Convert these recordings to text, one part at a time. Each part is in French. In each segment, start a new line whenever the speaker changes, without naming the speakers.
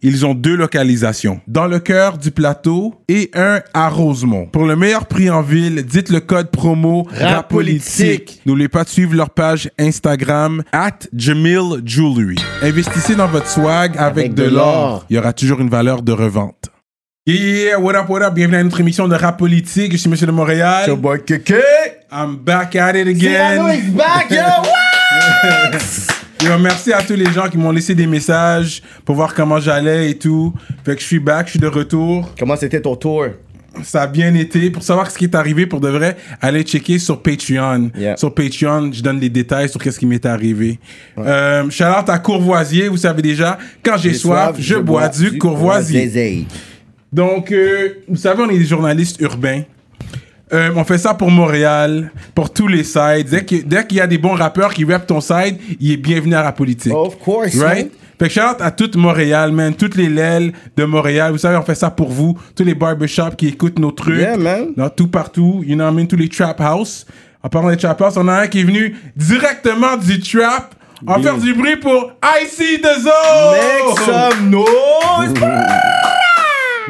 ils ont deux localisations, dans le cœur du plateau et un à Rosemont. Pour le meilleur prix en ville, dites le code promo RAPOLITIQUE. N'oubliez pas de suivre leur page Instagram at Jamil Jewelry. Investissez dans votre swag avec,
Avec
de
de
l'or.
l'or.
Il y aura toujours une valeur de revente. Yeah, what up, what up? Bienvenue à notre émission de Rap Politique. Je suis Monsieur de Montréal. I'm back at it
Cyrano
again.
is back, yo!
Yo, merci à tous les gens qui m'ont laissé des messages pour voir comment j'allais et tout. Fait que je suis back, je suis de retour.
Comment c'était ton tour?
Ça a bien été. Pour savoir ce qui est arrivé, pour de vrai, allez checker sur Patreon.
Yeah.
Sur Patreon, je donne les détails sur qu'est-ce qui m'est arrivé. Euh, shout out à Courvoisier, vous savez déjà, quand j'ai soif, je, bois, du Courvoisier. Donc, euh, vous savez, on est des journalistes urbains. Euh, on fait ça pour Montréal, pour tous les sides. Dès que- dès qu'il y a des bons rappeurs qui rappent ton side, il est bienvenu à la politique.
Of course,
Right?
man.
Fait que shout out à toute Montréal, man. Toutes les lèles de Montréal. Vous savez, on fait ça pour vous. Tous les barbershops qui écoutent nos trucs.
Yeah, man.
Dans tout partout. You know what I mean? Tous les trap house. En parlant des trap house, on a un qui est venu directement du trap. En faire du bruit pour IC The
Make some noise!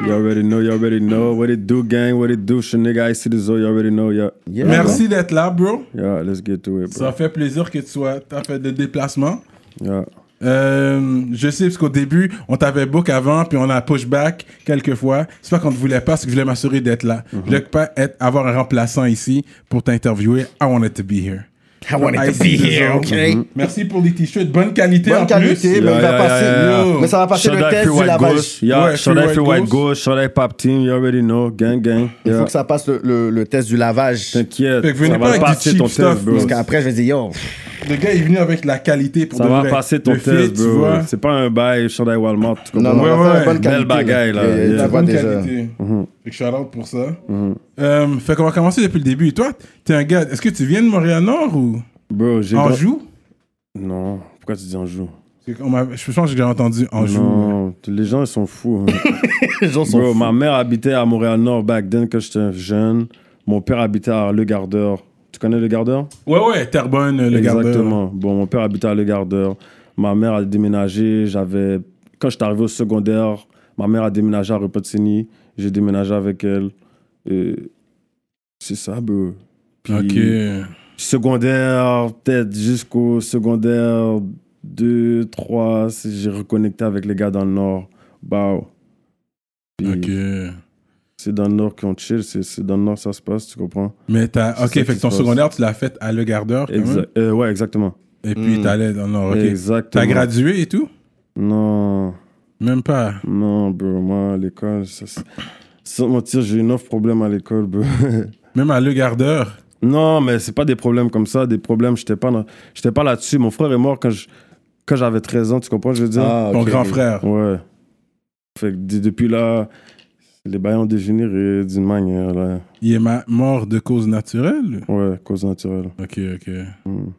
You already know, you already know. What it do, gang? What it do? Shenigga, I see the zoo. You already know, yeah.
Yeah.
Merci d'être là, bro.
Yeah, let's get to it,
Ça
bro.
fait plaisir que tu sois, t'as fait des déplacements.
Yeah.
Euh, je sais, parce qu'au début, on t'avait book avant, puis on a pushback quelques fois. C'est pas qu'on te voulait pas, c'est que je voulais m'assurer d'être là. Je voulais pas être, avoir un remplaçant ici pour t'interviewer. I wanted to be here.
I wanted
I
to
see Mm-hmm.
be
the
here,
zone. Mhm.
okay?
Merci pour les t-shirts. Bonne qualité en
Bonne qualité,
plus.
Eh, mais, il va
Yeah,
passer,
yeah, yeah, yeah.
mais ça va passer
Shout
le
out
test
Free
du
White
lavage.
Ghost. Yeah,
Ouais,
shout
Free
out
White
Free White
Ghost.
Ghost. Shout out Pop Team. You already know. Gang, gang.
Il faut
Yeah.
que ça passe le, le- le test du lavage.
T'inquiète.
Fait que venez
Ça
pas
va
avec du
passer
cheap
ton
stuff,
test, bro.
Parce qu'après, je vais dire, yo,
Le gars est venu avec la qualité pour
Ça
de
va
vrai.
passer ton
Le fit,
test,
tu vois.
bro. C'est pas un bail, shout out Walmart. tu
non,
comprends?
non,
Ouais,
on va faire
ouais.
une bonne
Belle
qualité.
bagaille, là.
Et- et
Yeah.
tu
La
vois
bonne
déjà. Mhm.
qualité. Fait que shout-out pour ça. Euh, fait qu'on va commencer depuis le début. Et toi, t'es un gars... Est-ce que tu viens de Montréal-Nord ou...
Bro, j'ai. gra-
Anjou?
Non. Pourquoi tu dis Anjou?
Parce que on m'a- Je pense que j'ai entendu Anjou.
Non. Les gens, ils sont fous. hein.
Les gens
Bro,
sont
ma mère habitait à Montréal-Nord back then quand j'étais jeune. Mon père habitait à Le Gardeur. Tu connais Le Gardeur
Ouais, ouais, Terrebonne, euh, le gardeur.
Exactement. Bon, mon père habitait à Le Gardeur. Ma mère a déménagé. J'avais... Quand j'étais arrivé au secondaire, ma mère a déménagé à Repentigny. J'ai déménagé avec elle. Et C'est ça, bro. Puis,
Ok.
Secondaire, peut-être jusqu'au secondaire 2, 3, j'ai reconnecté avec les gars dans le Nord. Bah.
Ok.
C'est dans le nord qu'on chill, c'est c'est dans le nord ça se passe, tu comprends?
Mais t'as.
C'est
Ok,
ça
fait
qui
que
se
ton
passe.
secondaire, tu l'as fait à Le Gardeur, quand même.
Exact- euh, ouais, exactement.
Et puis t'allais dans le Nord, ok.
Exactement.
T'as gradué et tout
Non,
Même pas.
non, bro, moi à l'école, ça, c'est- sans mentir, j'ai eu neuf problèmes à l'école, bro.
Même à Le Gardeur.
non, mais c'est pas des problèmes comme ça, des problèmes, j'étais pas, dans- j'étais pas là-dessus. Mon frère est mort quand je- quand j'avais 13 ans, tu comprends, ce que je veux dire?
Ah,
Ton
ok.
grand frère.
Ouais. Fait que d- depuis là, les bails ont dégénéré d'une manière, là.
Il est ma- mort de cause naturelle
Ouais, cause naturelle.
Ok, ok.
Mm.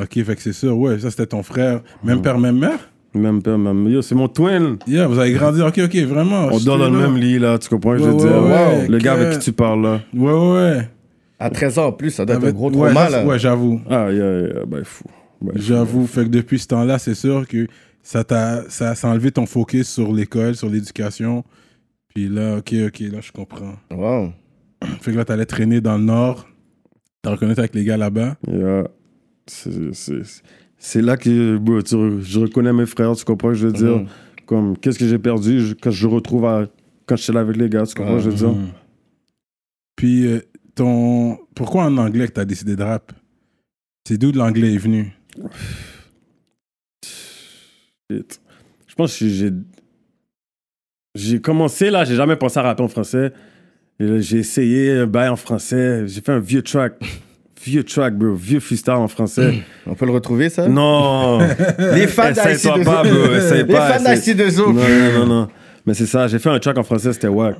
Ok, fait que c'est sûr, ouais, ça c'était ton frère. Même
Mm.
père, même mère
Même père, même. Yo, c'est mon twin!
Yeah, vous avez grandi, ok, ok, vraiment.
On
j'étais
dort dans le
là.
même lit, là, tu comprends, ce que je
Ah, Ouais,
veux dire?
ouais, ouais,
Le gars
que-
avec qui tu parles, là.
Ouais, ouais, ouais.
À 13 ans en plus, ça doit être un
Avec-
gros
ouais,
trauma,
ça,
là.
Ouais, j'avoue.
Ah, yeah, yeah, bah, fou. Bah, fou.
J'avoue, fait que depuis ce temps-là, c'est sûr que ça t'a ça, ça a enlevé ton focus sur l'école, sur l'éducation. Puis là, ok, ok, là, je comprends.
Wow.
Fait que là, t'allais traîner dans le Nord, t'as reconnu avec les gars là-bas.
Yeah. C'est- c'est- C'est là que bro, tu re- je reconnais mes frères, tu comprends, ce que je veux dire.
Mm-hmm.
Mhm.
Comme, qu'est-ce que j'ai perdu je- quand je retrouve à. Quand je suis là avec les gars, tu comprends, ce que je veux dire.
Mhm. Puis, euh, ton... pourquoi en anglais que t'as décidé de rap C'est d'où de l'anglais est venu Mm-hmm.
Shit. Je pense que j'ai. J'ai commencé là, j'ai jamais pensé à rapper en français. Et là, J'ai essayé un bail en français, j'ai fait un vieux track. Vieux track, bro, vieux freestyle en français.
On peut le retrouver,
Mm.
ça?
Non!
Les
Eh,
fans
Essaye
d'IC2O.
pas, bro, essaye
Les
pas,
fans
essaye-
d'IC2O.
Non, non, non, non. Mais c'est ça, j'ai fait un track en français, c'était wack.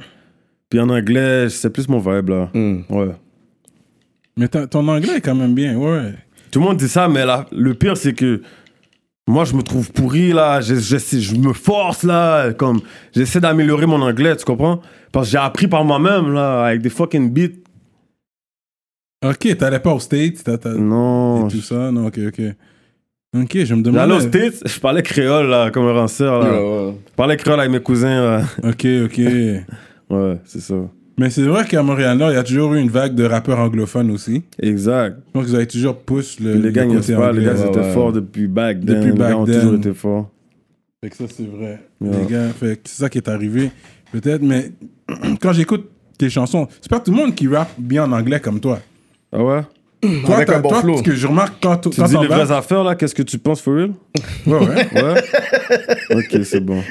Puis en anglais, c'est plus mon vibe, là.
Hmm.
Ouais.
Mais ta- ton anglais est quand même bien, ouais.
Tout le monde dit ça, mais là, le pire, c'est que moi, je me trouve pourri, là. Je, je, sais- je me force, là. Comme, j'essaie d'améliorer mon anglais, tu comprends? Parce que j'ai appris par moi-même, là, avec des fucking beats.
Ok, t'allais pas aux States, t'as, t'as-
Non.
et tout ça, non, ok, ok. Ok, je me demandais.
J'allais aux States, je parlais créole, là, comme un ranceur, là.
euh, Ouais, ouais.
Je parlais créole avec mes cousins, là.
Ok, ok.
Ouais, c'est ça.
Mais c'est vrai qu'à Montréal-Nord, il y a toujours eu une vague de rappeurs anglophones aussi.
Exact.
Je pense qu'ils avaient toujours poussé le,
Puis les
le
gars, ils
côté
osent pas. Les
anglais.
gars,
Ouais.
ils étaient
ouais.
forts depuis back then.
Depuis
les
back
gars ont
then.
toujours été forts.
Fait que ça, c'est vrai.
Ouais.
Les gars, fait que c'est ça qui est arrivé, peut-être. Mais quand j'écoute tes chansons, c'est pas tout le monde qui rappe bien en anglais comme toi.
Ah ouais?
Toi,
Avec
t'as-
un bon
toi,
flow.
ce que je remarque quand
Tu dis les vraies affaires, là, qu'est-ce que tu penses, for real?
Ouais, ouais.
Ouais? ok, c'est bon.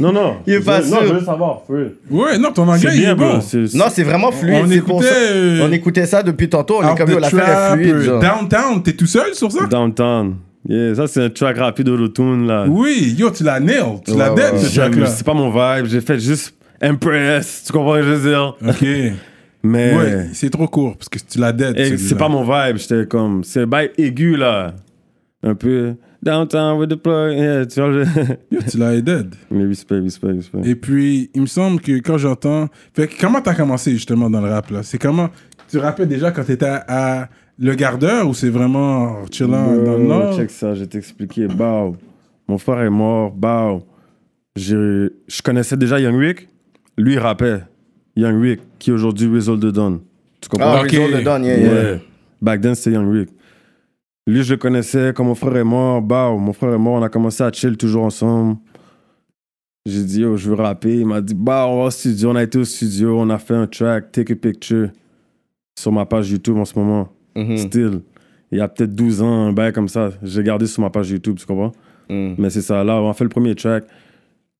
Non, non.
Il est pas
Je- Non,
sûr.
je veux savoir, for real.
Ouais, non, ton anglais,
C'est
il est
bien,
bon.
bro. C'est-
Non, c'est vraiment fluide.
on
c'est pour
écoutait,
ça-
euh,
on écoutait ça depuis tantôt. On est
Out
comme
the
yo, l'affaire
trap,
est fluide.
euh,
genre.
Downtown, t'es tout seul sur ça?
Downtown. Yeah, ça, c'est un track rapide autotune, là.
Oui, yo, tu l'as nailed, tu l'as
Ouais,
dead,
ouais,
ce
J'aime-
track-là.
C'est pas mon vibe. J'ai fait juste Impress. Tu comprends ce que je veux dire?
Ok.
Mais.
Ouais, c'est trop court, parce que tu l'as dead.
Eh, C'est
celui-là.
pas mon vibe, j'étais comme. C'est un vibe aigu, là. Un peu. Downtown with the plug. Yeah, tu vois. je-
Yo, tu l'as dead.
Mais respect, respect, respect.
Et puis, il me semble que quand j'entends. Fait que comment t'as commencé justement dans le rap là C'est comment Tu rappais déjà quand t'étais à, à Le Gardeur ou c'est vraiment en chillant
Bro,
dans le Nord
Check ça, je vais t'expliquer. Bao. Mon frère est mort. Bao. Je, je connaissais déjà Young Rick. Lui, il rappait. Young Rick, qui est aujourd'hui Result the Dawn. Tu comprends?
Ah,
Ok.
Result the Dawn, yeah,
Ouais.
yeah.
Back then, c'était Young Rick. Lui, je le connaissais quand mon frère est mort. Bah, mon frère est mort, on a commencé à chill toujours ensemble. J'ai dit, oh, je veux rapper. Il m'a dit, bah, on va au studio. On a été au studio, on a fait un track, Take a Picture, sur ma page YouTube en ce moment.
Mhm,
Still. Il y a peut-être 12 ans, un bail comme ça. J'ai gardé sur ma page YouTube, tu comprends?
mhm.
Mais c'est ça, là, on a fait le premier track.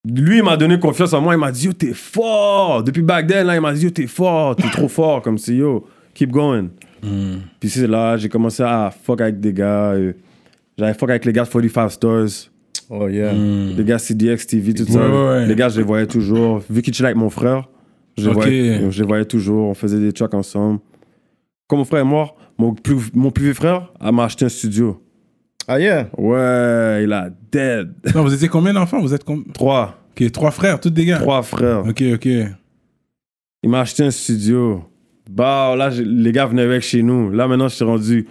Lui, il m'a donné confiance en moi. Il m'a dit, yo, t'es fort. Depuis back then, là, il m'a dit, yo, t'es fort. T'es trop fort. Comme si, yo, keep going. Puis c'est là, j'ai commencé à fuck avec des gars. euh, J'avais fuck avec les gars de 45 Stars,
Oh yeah.
Mm.
Mm. les gars CDX TV, tout ça.
Ouais, ouais, ouais.
Les gars, je les voyais toujours. Vu qu'ils chillaient avec mon frère, je les,
Ok.
voyais, je les voyais toujours. On faisait des tracks ensemble. Quand mon frère est mort, mon plus, mon plus vieux frère elle m'a acheté un studio.
Ah yeah.
Ouais, il a dead.
Non, vous étiez combien d'enfants Vous êtes combien
Trois.
Ok, trois frères, tous des gars.
Trois frères.
Ok, ok.
Il m'a acheté un studio. Bah, là, j'ai- les gars venaient avec chez nous. Là, maintenant, je suis rendu.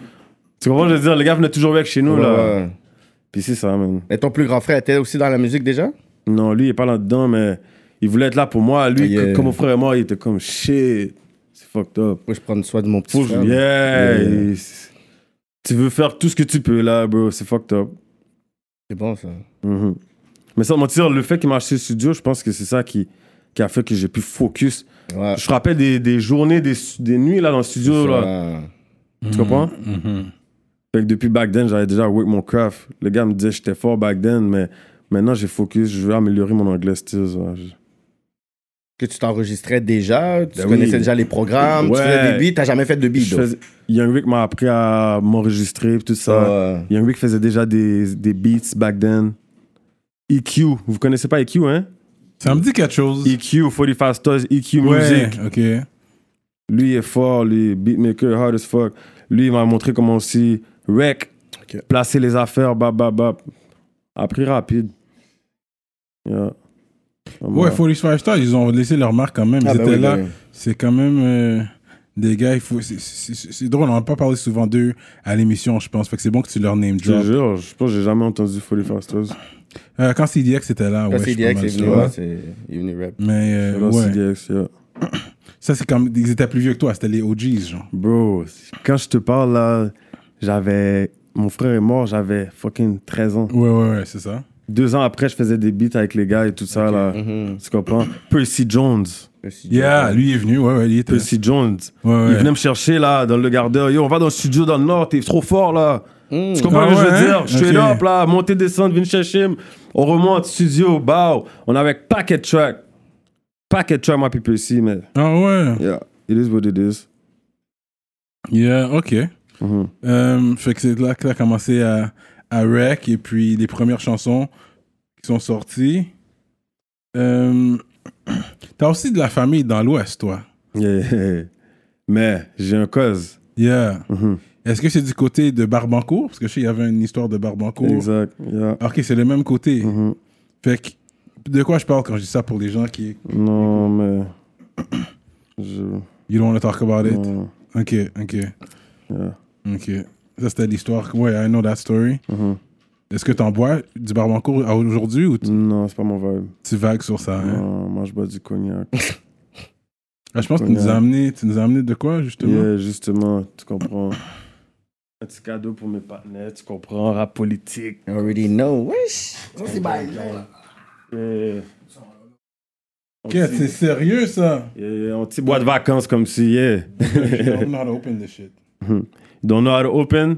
Tu comprends, je veux dire, les gars venaient toujours avec chez nous, là.
Ouais.
Puis c'est ça, man.
Et ton plus grand frère était aussi dans la musique déjà
Non, lui, il est pas là-dedans, mais il voulait être là pour moi. Lui,
Ah, Yeah.
que- quand mon frère est mort, il était comme shit. C'est fucked up.
Faut que je prenne soin de mon petit
Faut que je-
frère.
Yeah.
Yeah.
il- Tu veux faire tout ce que tu peux là, bro. C'est fucked up.
C'est bon ça.
Mhm. Mais sans mentir, le fait qu'il m'a acheté le studio, je pense que c'est ça qui, qui a fait que j'ai pu focus.
Ouais.
Je me rappelle des, des journées, des, des nuits là dans le studio. Là.
Ouais.
Tu comprends?
Mm-hmm.
Fait que depuis back then, j'avais déjà work mon craft. Le gars me disait que j'étais fort back then, mais maintenant j'ai focus, je veux améliorer mon anglais style.
Que tu t'enregistrais déjà, tu
Ben
connaissais
oui.
déjà les programmes, tu
Ouais.
faisais des beats, t'as jamais fait de beats.
Je faisais- Young Rick m'a appris à m'enregistrer et tout ça.
donc.
Young Rick faisait déjà des, des beats back then. EQ, vous connaissez pas EQ, hein?
Ça me dit quelque chose.
EQ, 45 E Stars, EQ
ouais,
Music.
ok.
Lui il est fort, lui, beatmaker, hard as fuck. Lui, il m'a montré comment aussi rec,
Ok.
placer les affaires, bap, bap, bap. Appris rapide. Yeah.
Ouais, 45 Stars, ils ont laissé leur marque quand même.
Ah,
ils
bah
étaient
oui,
là.
bah oui.
C'est quand même euh, des gars, il faut. c'est- C'est c'est- c'est drôle, on n'a pas parlé souvent d'eux à l'émission, je pense. Fait que c'est bon que tu leur name
Je te
drop.
jure, je pense que j'ai jamais entendu Folly Fasters.
Euh, quand CDX était là, ouais.
Quand
je suis pas
c'est direct,
mal
c'est
sûr.
venu, ouais, c'est Unirap.
Mais euh,
Dans
ouais.
CDX, yeah.
Ça, c'est comme. Ils étaient plus vieux que toi, c'était les OGs, genre.
Bro, quand je te parle là, j'avais. Mon frère est mort, j'avais fucking 13 ans.
Ouais, ouais, ouais, c'est ça.
Deux ans après, je faisais des beats avec les gars et tout ça là.
Mhm.
Tu comprends? Percy Jones.
Yeah, lui est venu, ouais, ouais, il était.
Percy Jones.
Ouais, ouais.
Il venait me chercher là, dans le gardeur. Yo, on va dans le studio dans le nord, t'es trop fort là.
Mm.
Tu comprends
Ah
ce que je
ouais,
veux
hein?
dire? Je suis
Ok.
là, hop, là, montée, descente, viens chercher. On remonte, studio, bow. On est avec Packet Track. Packet Track, moi, puis Percy, mais.
Ah ouais.
Yeah, it is what it is.
Yeah, ok.
Mhm.
Euh, fait que c'est là que t'as commencé à, à Rec et puis les premières chansons qui sont sorties. Euh, T'as aussi de la famille dans l'Ouest, toi.
Yeah. Mais j'ai un cause.
Yeah.
Mhm.
Est-ce que c'est du côté de Barbancourt? Parce que je sais, il y avait une histoire de Barbancourt.
Exact. Yeah.
Ok, c'est le même côté.
Mhm.
Fait que, de quoi je parle quand je dis ça pour les gens qui.
Non, mais. Je...
You don't want to talk about it?
non.
Ok, ok.
Mm. Yeah.
Ok. Ça, c'était l'histoire. Ouais, I know that story.
Mhm.
Est-ce que t'en bois du Barbancourt à aujourd'hui ou tu,
Non, c'est pas mon vibe.
tu vagues sur ça? hein?
Non, moi, je bois du cognac.
Ah, je pense que tu nous, as amené, tu nous as amené de quoi, justement?
Yeah, justement, tu comprends. Un petit cadeau pour mes partenaires, tu comprends, rap politique.
You already know. Wesh. Ça, c'est bail.
Yeah. On
Ok, c'est
petit-
sérieux, ça?
yeah, un petit bois de vacances comme si, yeah.
I don't know how to open this shit.
Don't know how to open.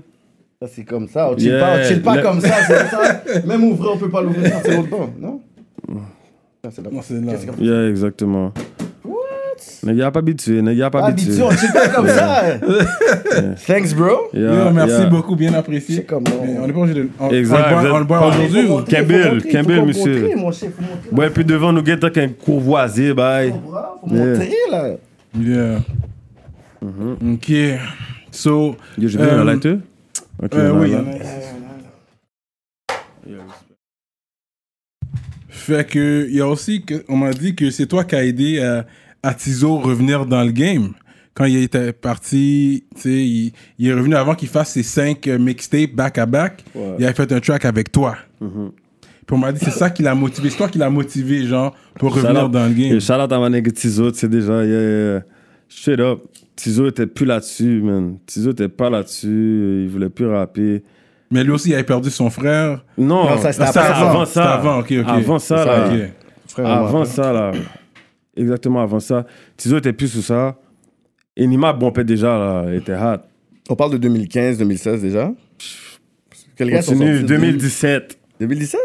Ça, c'est comme ça. On chill
Yeah.
pas, on chill pas
Le-
comme ça. C'est ça. Même ouvrir, on peut pas l'ouvrir. Non, C'est l'autre bord, non? Non, c'est
Non,
l'autre.
c'est là.
Qu'est-ce que-
Yeah, exactement. What? N'est-ce pas habitué, n'est-ce pas habitué.
Habitué, on chill pas comme ça. Thanks, bro.
Yeah,
Yo, merci
yeah.
beaucoup, bien apprécié.
C'est comme, euh, on-
Mais on n'est pas obligé de. On, on
Exact,
le
vous
boit,
êtes
on le boit
pas-
aujourd'hui
Faut
ou?
montrer, Campbell, Campbell, monsieur.
Faut montrer, mon chef, faut montrer.
Ouais, puis devant nous, guetta qu'un courvoisier, bye.
Bravo, Faut
Yeah.
montrer, là.
Yeah.
Mm-hmm.
Ok. So.
Yo, j'ai vu
Euh,
un lighter. Ok,
euh,
on a
oui,
là.
il y en a. Fait que, il y a aussi, que, on m'a dit que c'est toi qui as aidé à, à Tizo revenir dans le game. Quand il était parti, tu sais, il, il est revenu avant qu'il fasse ses cinq euh, mixtapes back-à-back.
Ouais.
Il avait fait un track avec toi.
Mhm.
Puis on m'a dit, c'est ça qui l'a motivé. C'est toi qui l'a motivé, genre, pour
Shout
revenir
out.
dans le game.
Et shout out à ma nègre Tizo, tu sais déjà, yeah, yeah, yeah. Straight up. Tizo était plus là-dessus, man. Tizo était pas là-dessus, euh, il voulait plus rapper.
Mais lui aussi, il avait perdu son frère.
Non,
Non, ça, c'était
ah,
après
avant,
ça.
C'était
ça.
avant, ok, ok.
Avant Ah. ça,
C'est
là.
ça,
Ok.
Frère, on
Avant
va-
ça, là. Exactement, avant ça. Tizo était plus sous ça. Enima, bon, peut déjà, là, il était hot.
On parle de 2015, 2016 déjà. Que les gars sont
Continue,
sortis-
2017.
2017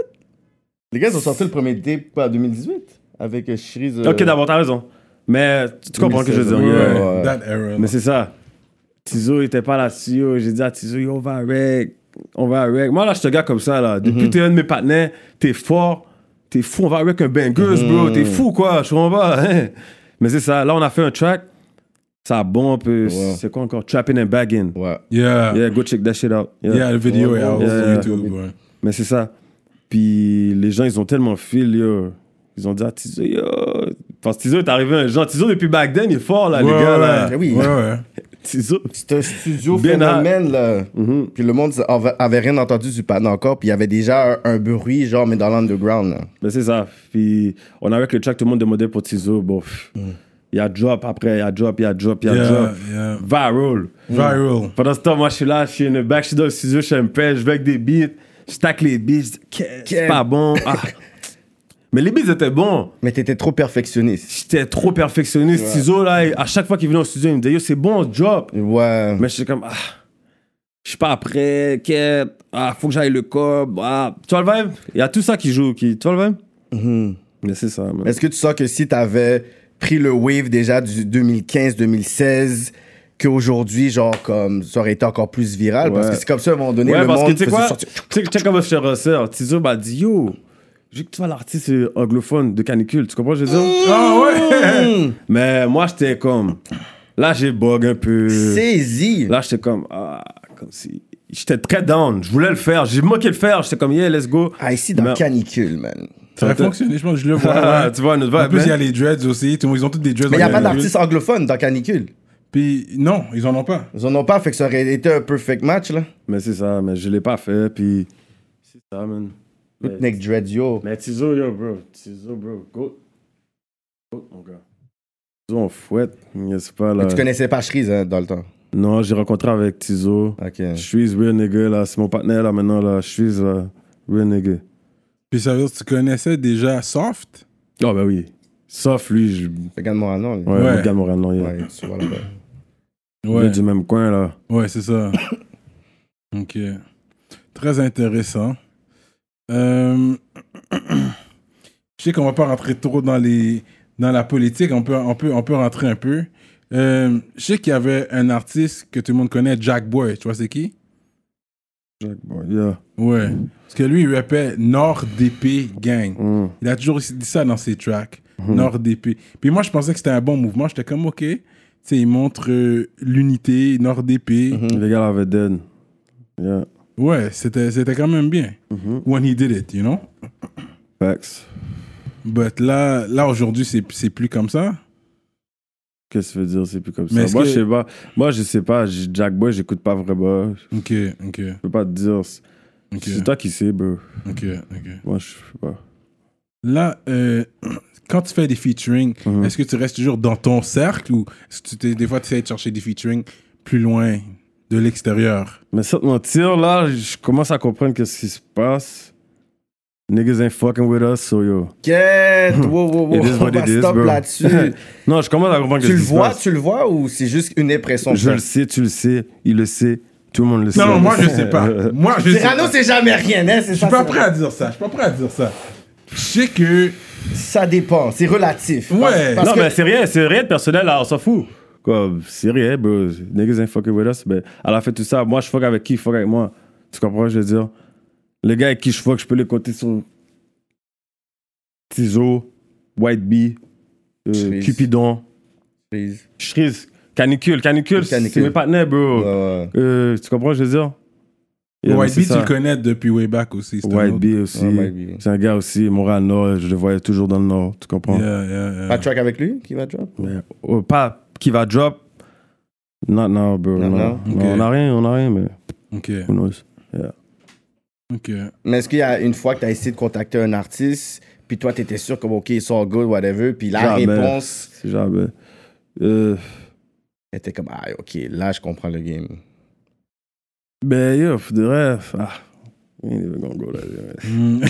Les gars ils ont sorti le premier tape en 2018 avec euh, Shreeze. euh,
Ok, d'abord, t'as raison. Mais tu- tu comprends ce que je veux dire.
Ouais,
yeah.
Ouais, ouais.
That era.
Mais c'est ça. Tizo il était pas là-dessus. yo. J'ai dit à Tizo, yo, on va avec. On va avec. Moi, là, je te gars comme ça, là. Depuis que t'es un de mes partenaires, t'es fort. T'es fou, on va avec un bengus, bro. T'es fou, quoi. Je comprends pas. hein. Mais c'est ça. Là, on a fait un track. Ça bon un peu.
Ouais.
C'est quoi encore? Trapping and bagging.
Ouais.
Yeah. yeah.
Yeah, go check that shit out. Yeah.
le vidéo
Ouais,
est
ouais,
out
ouais,
sur
ouais.
YouTube. ouais.
Mais c'est ça. Puis les gens, ils ont tellement feel, yo. Ils ont dit à Tizo, yo. Parce que Tizo est arrivé un genre. Tizo, depuis back then, il est fort, là, les
Ouais,
gars,
ouais.
là.
Ah oui.
Ouais, ouais.
Tizo.
C'était un studio
Bien Mhm.
phénomène, là. Puis le monde avait, avait rien entendu du pan encore. Puis il y avait déjà un, un bruit, genre, mais dans l'underground, là.
Ben, c'est ça. Puis on avait que le track, tout le monde demandait pour Tizo. Bon, pff, il y a drop après, il y a drop, il y a drop, il y a drop.
Yeah, yeah.
Viral.
Viral.
Pendant ce temps, moi, je suis là, je suis une back, je suis dans le studio, je suis un pêche, je vais avec des beats, je stack les beats, je dis, Qu'est-ce, c'est pas bon. Ah. Mais les beats étaient bons.
Mais t'étais trop perfectionniste.
J'étais trop perfectionniste. Tizo, là, il- à chaque fois qu'il venait au studio, il me disait, yo, c'est bon, drop.
Ouais.
Mais je suis comme, ah, je suis pas après, qu'est, ah, faut que j'aille le cob. Ah. Tu vois le vibe? Il y a tout ça qui joue, qui, tu vois le vibe? Mais c'est ça, man.
mhm. Est-ce que tu sens que si t'avais pris le wave déjà du 2015-2016, qu'aujourd'hui, genre, comme, ça aurait été encore plus viral? Parce
Ouais.
que c'est comme ça, à un moment donné,
Ouais,
le
parce que
monde
tu sais
faisait
quoi, tu
sortir-
sais tu sais comment je te ressors. Tizo hein, m'a dit Yo, j'ai que tu vois l'artiste euh, anglophone de canicule, tu comprends ce que je veux dire
Ah
Mm.
ouais!
Hmm,
Mais moi, j'étais comme. Là, j'ai bug un peu.
Saisi.
Là, j'étais comme. Ah, comme si. J'étais très down, je voulais le faire, j'ai manqué le faire, j'étais comme yeah, let's go.
Ah, ici, dans
Mais-
Canicule, man.
Ça a fonctionné, je pense, que je le vois. ouais.
tu vois, notre
En
vibe.
plus, il y a
hein?
les dreads aussi. Tout le monde- Ils ont tous des dreads.
Mais il n'y a
dans
pas
les
d'artiste anglophone dans Canicule.
dreads. Puis non, ils en ont pas.
Ils en ont pas, fait que ça aurait été un perfect match, là.
Mais c'est ça, mais je l'ai pas fait, puis. C'est ça, man. Mais,
Nick Dredd, yo.
mais Tizo, yo, bro. Tizo, bro, go. Go, mon gars. Tizo, on fouette, n'est-ce pas là
Mais Tu connaissais pas Shreeze, hein, dans le temps.
Non, j'ai rencontré avec Tizo.
Ok.
Je suis real nigga là, c'est mon partenaire là maintenant là, je suis là, real nigga.
Puis ça veut dire que tu connaissais déjà Soft?
Oh bah oui. Sauf lui, je... ouais,
Regarde mon nom, lui.
Ah, ben Ouais.
le gars moral non, il
Ouais, tu vois, là-bas.
est
Ouais,
du même coin là.
ouais c'est ça. ok. Très intéressant. Euh, Je sais qu'on va pas rentrer trop dans, les... dans la politique. On peut, on, peut, on peut rentrer un peu. Euh, je sais qu'il y avait un artiste que tout le monde connaît, Jack Boy. Tu vois, c'est qui?
Jack Boy, yeah.
Ouais. Parce que lui, il rappelle Nord DP Gang.
Mm.
Il a toujours dit ça dans ses tracks. Nord DP. Puis moi, je pensais que c'était un bon mouvement. J'étais comme, OK, tu sais, ils montrent euh, l'unité Nord DP.
Mhm.
Les gars l'avaient dead. Yeah.
Ouais, c'était c'était quand même bien. When he did it, you know?
Facts.
But là, là aujourd'hui, c'est c'est plus comme ça.
Qu'est-ce que ça veut dire? C'est plus comme
Mais
ça.
est-ce
Moi,
que-
je sais pas. Moi, je sais pas. J- Jack Boy, j'écoute pas vraiment. Je
OK, OK,
peux pas te dire.
OK,
C'est toi qui sais, bro.
OK, OK.
Moi, je sais pas.
Là, euh, quand tu fais des featuring,
Mhm.
est-ce que tu restes toujours dans ton cercle ou est-ce que tu t'es- des fois tu essaies de chercher des featuring plus loin, de l'extérieur?
Mais sans te mentir, là, je commence à comprendre qu'est-ce qui se passe. Niggas ain't fucking with us, so yo.
Quête! Wow, wow, wow.
It is
On
what
va
it is,
stop
bro.
là-dessus.
Non, je commence à comprendre
tu
qu'est-ce
le
qui se
vois,
passe.
tu le vois ou c'est juste une impression?
Je le sais, tu le sais, il le sait, tout le monde le sait.
Non, non, moi je sais pas. Moi je sais
Cyrano,
pas.
c'est jamais rien, hein?
Je
C'est
suis
ça.
pas
c'est-
prêt à dire ça. Je suis pas prêt à dire ça. Je sais que.
Ça dépend, c'est relatif.
Ouais.
Parce, parce
non,
que
mais c'est rien, c'est rien de personnel, là, on s'en fout. Comme, c'est rien, bro. Niggas ain't fucking with us. Mais à la fin de tout ça, moi, je fuck avec qui, fuck avec moi. Tu comprends ce que je veux dire? Les gars avec qui je fuck, je peux les compter sur Tizo, White Bee, euh,
Shreeze.
Cupidon, Shriz, Canicule, Canicule, c'est
Canicule.
mes partenaires, bro.
Ouais,
Euh, tu comprends ce que je veux dire? Yeah, mais
White
c'est
Bee, tu
ça.
le connais depuis way back aussi. c'est un
White
autre-
Bee aussi.
Ouais, Ah, White Bee.
c'est un gars aussi, Montréal Nord, je le voyais toujours dans le Nord, tu comprends?
Yeah, yeah, yeah.
Pas de track avec lui qui va drop?
Mais, oh, pas qui va drop. Not now, bro.
Not
non.
now?
Non,
Ok.
on a rien, on a rien, mais
Ok,
who knows.
ok.
Mais est-ce qu'il y a une fois que tu as essayé de contacter un artiste, puis toi, tu étais sûr que, OK, il sort good, whatever, puis la
Jamais.
réponse
C'est genre, ben, euh,
était comme, ah, OK, là, je comprends le game.
ben, yo, for the ref, ah, we ain't even gonna go there, yeah.
Mm.
Non,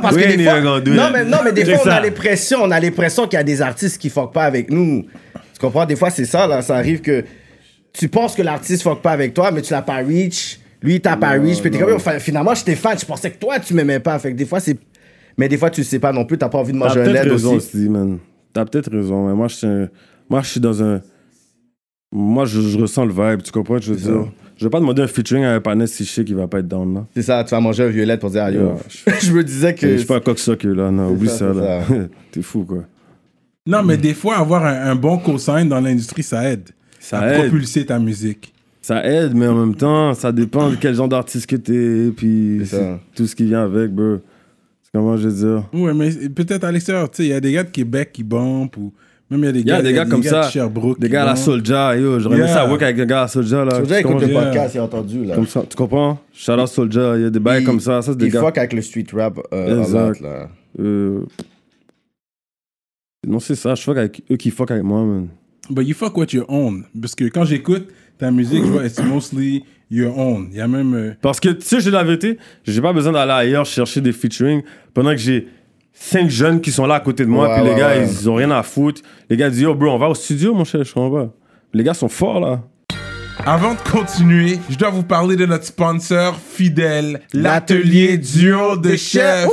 parce
We
que
ain't
des fois,
even gonna do
non,
that.
mais, non, mais des
C'est
fois, on
ça.
a l'impression, on a l'impression qu'il y a des artistes qui fuck pas avec nous. Tu comprends? Des fois, c'est ça, là. Ça arrive que tu penses que l'artiste fuck pas avec toi, mais tu l'as pas reach. Lui, il t'a pas reach. Puis t'es comme, Fin- finalement, j'étais fan. Je pensais que toi, tu m'aimais pas. Fait que des fois, c'est. Mais des fois, tu sais pas non plus. T'as pas envie de
T'as
manger un
peut-être
LED
raison
aussi.
aussi, man. T'as peut-être raison, mais moi, je suis un- moi, je suis dans un. Moi, je, je ressens le vibe, tu comprends? ce que Je veux dire, je vais pas demander un featuring à un panel si je sais qu'il va pas être down, là.
C'est ça, tu vas manger un vieux LED pour dire, ah, yo,
Yeah, je-
je me disais que.
Je suis pas un cocksucker, là, non, oublie
ça,
ça,
c'est
là.
ça.
T'es fou, quoi.
non,
Mm.
mais des fois, avoir un, un bon cosign dans l'industrie, ça aide.
Ça
à
aide.
propulser ta musique.
Ça aide, mais en même temps, ça dépend de quel genre d'artiste que t'es, et puis
C'est
c'est
ça.
tout ce qui vient avec, bro. C'est comment je veux dire.
Ouais, mais peut-être à l'extérieur, tu sais, il y a des gars de Québec qui bumpent ou même il y a des
Il y
gars,
a des
il
gars comme
de
ça,
Sherbrooke
des
qui
gars à la
bumpent.
Soulja, yo, j'aurais aimé
Yeah.
ça à work avec des gars à la Soulja, là.
Soulja
tu
écoute le
comprends?
Yeah.
podcast, il a entendu, là.
Comme ça, tu comprends? Shout out Soulja, il y a des bails comme ça, ça c'est des
Il
gars...
fuck avec le street rap euh, a lot,
Exact.
là.
euh, Non, c'est ça, je fuck avec eux qui fuck avec moi, man.
But you fuck what you own. Parce que quand j'écoute ta musique, je vois it's mostly your own. Il y a même. euh,
Parce que, tu sais, j'ai la vérité, j'ai pas besoin d'aller ailleurs chercher des featuring pendant que j'ai cinq jeunes qui sont là à côté de moi,
Ouais,
puis les
ouais,
gars,
ouais.
ils ont rien à foutre. Les gars disent, yo, bro, on va au studio, mon cher, je comprends pas. Les gars sont forts, là.
Avant de continuer, je dois vous parler de notre sponsor fidèle, l'atelier duo de chef. Oui!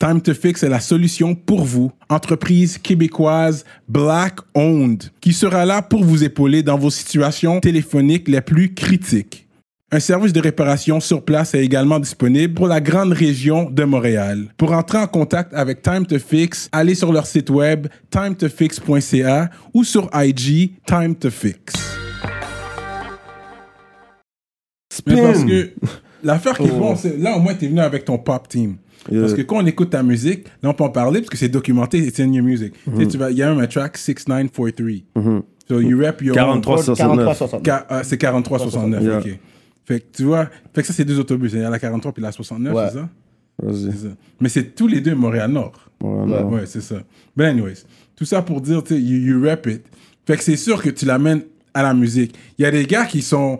Time to Fix est la solution pour vous, entreprise québécoise Black Owned, qui sera là pour vous épauler dans vos situations téléphoniques les plus critiques. Un service de réparation sur place est également disponible pour la grande région de Montréal. Pour entrer en contact avec Time to Fix, allez sur leur site web timetofix.ca ou sur IG Time to Fix. Mais
Hmm.
parce que l'affaire qui est bon, c'est là au moins t'es venu avec ton pop team.
Oh. Yeah.
Parce que quand on écoute ta musique, là on peut en parler parce que c'est documenté, c'est in your music. Tu
Hmm.
sais, tu vas- Il y a même un track 6943. So you rap your own.
4369.
43,69.
Ca- euh, c'est 4369.
Yeah.
ok. Fait que tu vois, fait que ça c'est deux autobus, il y a la 43 puis la 69,
Ouais.
c'est ça?
Vas-y.
C'est ça. Mais c'est tous les deux Montréal Nord.
Voilà, non.
Ouais, c'est ça. Mais anyways, tout ça pour dire, tu sais, you, you rap it. Fait que c'est sûr que tu l'amènes à la musique. Il y a des gars qui sont,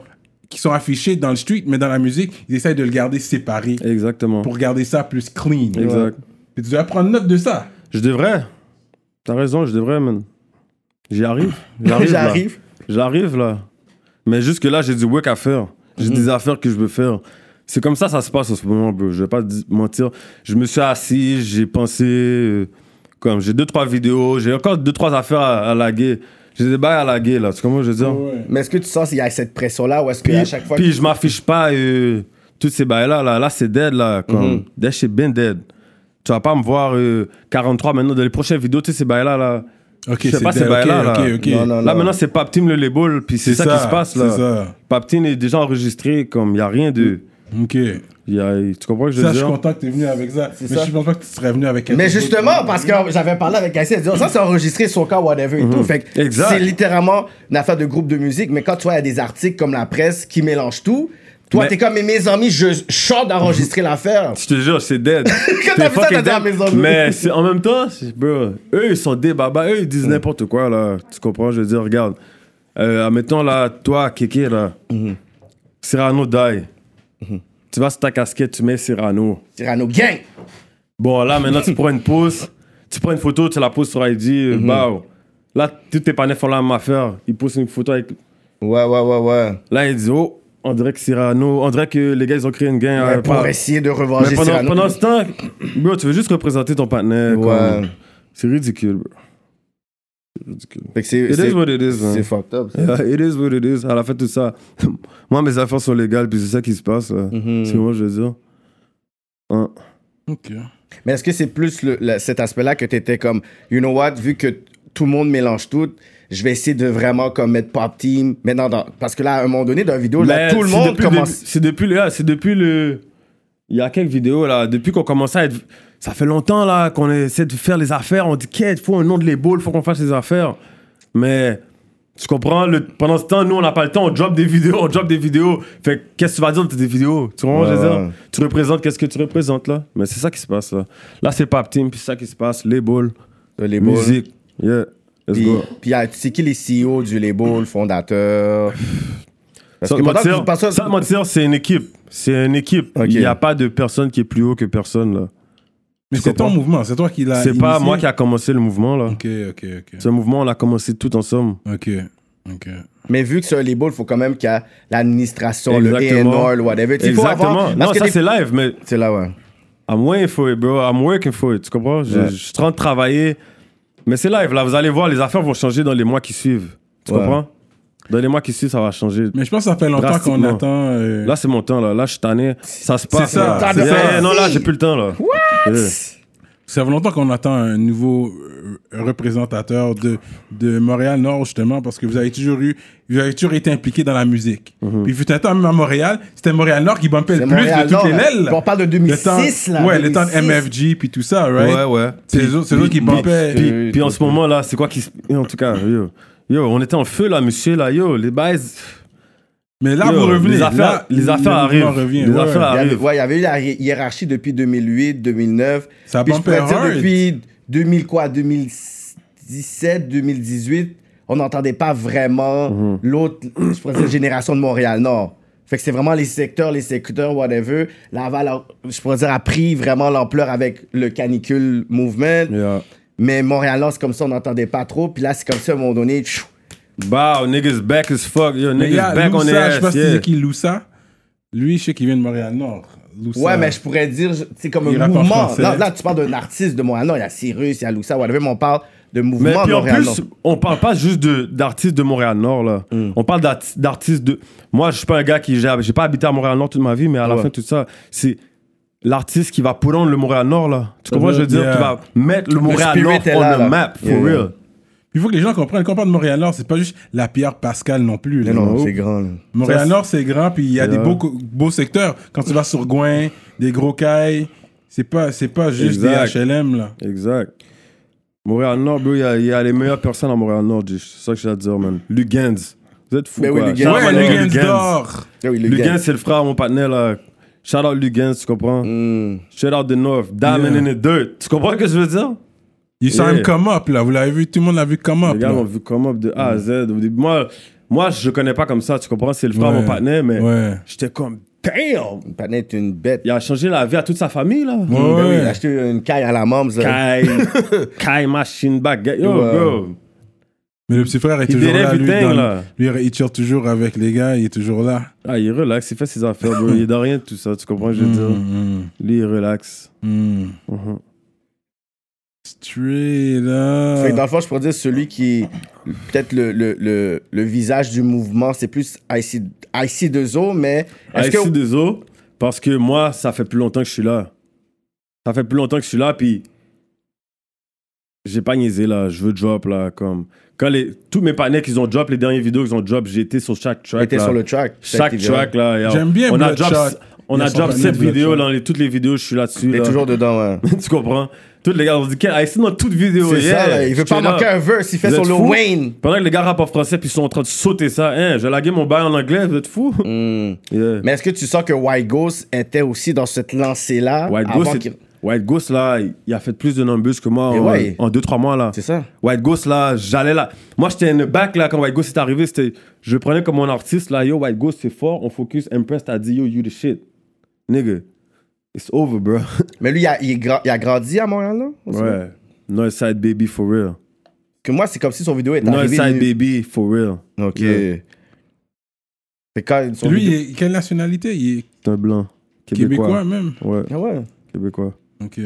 qui sont affichés dans le street, mais dans la musique, ils essayent de le garder séparé
Exactement.
pour garder ça plus clean.
Exact.
Et tu dois prendre note de ça.
Je devrais. T'as raison, je devrais, man. J'y arrive. J'arrive. là.
J'arrive.
J'arrive là. Mais jusque là, j'ai du work à faire. J'ai
Mhm.
des affaires que je veux faire. C'est comme ça, ça se passe en ce moment, bro. Je vais pas di- mentir. Je me suis assis, j'ai pensé. euh, comme j'ai deux trois vidéos, j'ai encore deux trois affaires à, à laguer. J'ai des bails à laguer là. Tu comprends ce que je veux dire?
Mais est-ce que tu sens qu'il y a cette pression-là ou est-ce que
Puis,
à chaque fois.
puis je m'affiche pas euh, toutes ces bails là là, là c'est dead là comme
Mhm.
dead shit been dead. Tu vas pas me voir euh, 43 maintenant dans les prochaines vidéos toutes ces bails là là.
Ok,
je sais
c'est
pas ces
dead.
bails là
Ok,
là.
ok, ok. Non,
non,
Là
non.
maintenant c'est Pap Team le label puis c'est ça, qui se passe
C'est
là.
ça.
Pap Team est déjà enregistré comme y a rien de
Ok.
y a- tu comprends ce que je
Ça,
veux
je suis
dire?
content que tu es venu avec ça. Mais
ça.
je pense pas que tu serais venu avec quelque
Mais
chose
justement,
d'autre.
parce que j'avais parlé avec Gaël, elle disait, ça c'est enregistré, son cas, whatever et tout. Fait que
Mhm. Exact.
c'est littéralement une affaire de groupe de musique, mais quand tu vois, il y a des articles comme la presse qui mélangent tout, toi,
Mais- Mhm.
t'es comme, mais mes amis, je chante d'enregistrer l'affaire.
Je te jure, c'est dead.
Quand t'as
C'est
vu ça,
fucking
t'as dit à
dead.
la maison.
Mais c'est- en même temps, c'est- bro, eux, ils sont des babas. Eux, ils
Mm.
disent n'importe quoi, là. Tu comprends? Je veux dire, regarde. Euh, admettons, là, toi, Kéké, là.
Mm-hmm.
Cyrano die. Tu vas sur ta casquette, tu mets Cyrano.
Cyrano Gang.
Bon, là, maintenant, tu prends une pause. Tu prends une photo, tu la poses sur ID. euh,
Mhm.
bah, là, tous tes panneaux font la même affaire. Ils posent une photo avec.
Ouais, ouais, ouais, ouais.
Là, ils disent, oh, on dirait que Cyrano. On dirait que les gars, ils ont créé une gang. euh,
pour
par-
essayer de
mais
revenger
pendant,
Cyrano.
pendant ce temps, bro, tu veux juste représenter ton partenaire.
Ouais.
comme- C'est ridicule, bro. C'est ridicule.
Fait que c'est-
It
c'est-
is what it is, man.
c'est fucked up. ça.
Yeah, it is what it is. Elle a fait tout ça. moi, mes affaires sont légales, puis c'est ça qui se passe. hein. là.
Mhm.
C'est moi, je veux dire. Hein.
Ok.
Mais est-ce que c'est plus le- le- cet aspect-là que t'étais comme, you know what, vu que t- tout le monde mélange tout, je vais essayer de vraiment comme mettre Pop Team maintenant dans... Parce que là, à un moment donné, dans la vidéo, là,
Mais
tout le
c'est
monde
depuis début-
commence...
C'est depuis le. ah, C'est depuis le. Il y a quelques vidéos là, depuis qu'on commençait à être. Ça fait longtemps là qu'on essaie de faire les affaires. On dit qu'il faut un nom de les balls, faut qu'on fasse les affaires. Mais tu comprends, le, pendant ce temps, nous on n'a pas le temps, on drop des vidéos, on drop des vidéos. Fait que, qu'est-ce que tu vas dire de tes vidéos Tu comprends,
Ouais,
je veux dire?
ouais.
Tu représentes qu'est-ce que tu représentes là Mais c'est ça qui se passe là. Là c'est Pap Team, puis c'est ça qui se passe, les balls,
Les
musique. Yeah, let's
Puis,
go.
puis ah, tu sais qui les CEO du label, le fondateur. Parce
Sans
que
te
pendant que
mentir,
vous passez-
sans te mentir, c'est une équipe. C'est une équipe.
Ok.
Il n'y a pas de personne qui est plus haut que personne. là.
Mais
Tu
c'est ton
comprends?
mouvement, c'est toi qui l'as.
Ah,
C'est pas
initié?
moi qui a commencé le mouvement. là.
Ok, ok, ok.
Ce mouvement, on l'a commencé tout ensemble.
Ok, ok.
Mais vu que c'est un label, il faut quand même qu'il y a l'administration, le
Exactement.
A&R, le whatever. Il faut
Exactement.
avoir-
non,
parce que
ça
des-
c'est live, mais
C'est là, ouais.
I'm waiting for it, bro. I'm working for it. Tu comprends? Je,
Ouais.
je suis en train de travailler. Mais c'est live, là. Vous allez voir, les affaires vont changer dans les mois qui suivent. Tu
Ouais.
comprends? Dans les mois qui suivent, ça va changer.
Mais je pense que ça fait longtemps qu'on
Drastiquement.
attend. euh,
Là, c'est mon temps, là. Là, je suis tanné. Ça se passe.
C'est ça,
là.
c'est
Yeah,
ça.
yeah, Non, là, j'ai plus le temps, là. Yeah.
Ça fait longtemps qu'on attend un nouveau euh, représentateur de, de Montréal-Nord, justement, parce que vous avez toujours eu, vous avez toujours été impliqué dans la musique.
Mhm.
Puis vous un temps, même à Montréal, c'était Montréal-Nord qui bumpait le
C'est
plus
Montréal
de toutes les
Nord,
lailes.
là. On parle de 2006,
le temps,
là,
Ouais, le temps de
2006.
MFG, puis tout ça, right?
Ouais, ouais.
C'est les autres- c'est les autres qui
Puis- puis-
bumpaient.
Puis, puis en ce moment, là, c'est quoi qui se. En tout cas, yo. Yo, on était en feu, là, monsieur, là, yo. Les bails.
Mais là,
Yo,
vous revenez.
les affaires-
Là,
les
le
affaires
mouvement
arrivent.
revient,
Les
ouais,
affaires
ouais.
Il y, avait,
arrive.
ouais, il y avait eu la hi- hiérarchie depuis 2008, 2009.
Ça
Puis je
bumpait
pourrais dire
hard.
depuis 2000 quoi, 2017, 2018, on n'entendait pas vraiment l'autre, je pourrais dire, génération de Montréal-Nord. Fait que c'est vraiment les secteurs, les secteurs, whatever. Laval, a- je pourrais dire, a pris vraiment l'ampleur avec le canicule movement.
Yeah.
Mais Montréal-Nord, c'est comme ça, on n'entendait pas trop. Puis là, c'est comme ça, à un moment donné, pfiou,
Bow, Bah, niggas back as fuck. Yo,
Mais il y
niggas
a
back on
Loussa, je sais pas
ass.
si c'est
Yeah.
qui Loussa. Lui, je sais qu'il vient de Montréal-Nord. Loussa.
Ouais, mais je pourrais dire, je- c'est comme
Il
un
rappe en
mouvement.
français.
Là, là, tu parles d'un artiste de Montréal. Non, il y a Cyrus, il y a Loussa, whatever, mais on parle de
Mais
mouvement
puis en
Montréal.
plus, on parle pas juste de- d'artistes de, Montréal-Nord, là.
Hmm.
On parle d'arti- d'artistes de. Moi, je suis pas un gars qui. J'ai j'ai pas habité à Montréal-Nord toute ma vie, mais à la
Ouais.
fin, tout ça, c'est l'artiste qui va prendre le Montréal-Nord, là. Tu comprends,
Mhm.
je veux dire,
Yeah.
qui va mettre le Montréal-Nord
spirit est
on
là,
the
là.
map, for
Yeah.
real.
Il faut que les gens comprennent. Quand on parle de Montréal-Nord, c'est pas juste la pierre Pascal non plus. là.
Non, c'est grand. là.
Montréal-Nord, c'est grand, puis il y a des
Yeah.
beaux, co- beaux secteurs. Quand tu vas sur Gouin, des gros cailles, c'est pas, c'est pas juste
Exact.
des HLM, là.
Exact. Montréal-Nord, bro, il y, a- il y a les meilleures personnes à Montréal-Nord, Jay. c'est ça que j'ai à dire, man. Lugens. Vous êtes fous,
Ben oui,
quoi.
Lugens.
Shout out
Ouais,
à
Lugens d'or.
Ah oui, le
Lugens,
gars.
c'est le frère à mon partenaire, là. Shout out Lugens, tu comprends?
Hmm.
Shout out the North. Diamond
Mm. Yeah.
in the dirt. Tu comprends ce que je veux dire?
Ils sont
Yeah.
même come up, là. Vous l'avez vu, tout le monde l'a vu come up.
Les gars
là.
m'ont vu come up de A à Z. Au début, Moi, moi, je connais pas comme ça, tu comprends? C'est le frère à
Mm. Ouais.
mon partenaire, mais
Ouais.
j'étais comme, damn!
Patnet est une bête.
Il a changé la vie à toute sa famille, là.
Ouais,
Ben oui,
ouais.
il a acheté une caille à la Moms. là.
Kai, Kai Machine Back. Yo,
Ouais.
bro.
Mais le petit frère est
Il
toujours là,
délève
lui,
une dingue,
dans-
là.
lui, Il tire toujours avec les gars, il est toujours là.
Ah, il relaxe, il fait ses affaires, bro. Il est dans rien de tout ça, tu comprends ce que je
Mm.
veux dire?
Mhm,
Lui, il relaxe.
mhm.
Mhm.
Straight
Fait que dans
up.
le fond, je pourrais dire celui qui. Peut-être le, le, le, le visage du mouvement, c'est plus IC2O, mais. Est-ce
Alexis
que.
Dezo, parce que moi, ça fait plus longtemps que je suis là. Ça fait plus longtemps que je suis là, puis j'ai pas niaisé là. Je veux drop là, comme quand les tous mes panels qu'ils ont drop, les dernières vidéos qu'ils ont drop, j'ai été sur chaque track.
Était
là.
sur le track.
Chaque track là. yo.
J'aime bien
On a
Bloodshot.
drop, on
Il y a
a
son
drop
panier
cette
Bloodshot.
vidéo dans les- toutes les vidéos, je suis là-dessus.
Il est
là.
toujours dedans, ouais.
tu comprends? Tous les gars ont dit quel Ice dans toute vidéo.
C'est
Oh, yeah.
ça, là, il veut pas
J'étais là.
manquer un verse, il fait
Vous
sur
êtes
le
fous?
Wayne.
Pendant que les gars rappent en français puis ils sont en train de sauter ça, hein, j'ai lagué mon bail en anglais, vous êtes fous?
Hmm.
Yeah.
Mais est-ce que tu sens que White Ghost était aussi dans cette lancée-là
White
avant
Ghost, c'est-
qu'il-
White Ghost, là, il a fait plus de numbers que moi
Et
en,
ouais.
en deux, trois mois, là.
C'est ça.
White Ghost, là, j'allais là. Moi, j'étais un back, là, quand White Ghost est arrivé. C'était, je le prenais comme mon artiste, là, yo, White Ghost, c'est fort, on focus. Impress, t'as dit, yo, you the shit. Nigga, it's over, bro.
Mais lui, il a, il est gra- il a grandi à Montréal, là aussi?
Ouais. North Side Baby, for real.
Que moi, c'est comme si son vidéo était
North
arrivée.
Side
nu-
Baby, for real.
Ok.
Yeah.
C'est quand son
Lui,
vidéo-
il est- quelle nationalité Il est
C'est un blanc.
québécois,
Québécois.
même.
Ouais,
Ah ouais.
québécois.
Ok.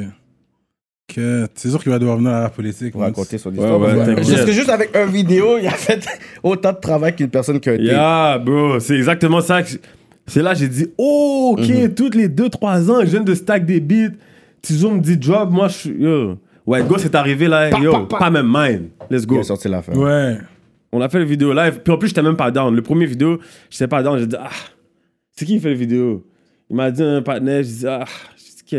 Que- C'est sûr qu'il va devoir venir à la politique.
Pour
man.
raconter son histoire.
ouais,
parce que-
t'inquiète.
Parce que juste avec un vidéo, il a fait autant de travail qu'une personne qui a été.
Yeah, bro, c'est exactement ça. que j- C'est là j'ai dit, oh, ok, toutes les 2-3 ans, je viens de stack des beats. Tizo me dit drop, moi je suis. Yo. White Ghost est arrivé là, yo, pas même mine. Let's go.
Il a sorti l'affaire.
Ouais.
On a fait le vidéo live, puis en plus, j'étais même pas down. Le premier vidéo, j'étais pas down, j'ai dit, ah, c'est qui qui fait le vidéo Il m'a dit un partenaire, j'ai dit, ah, c'est qui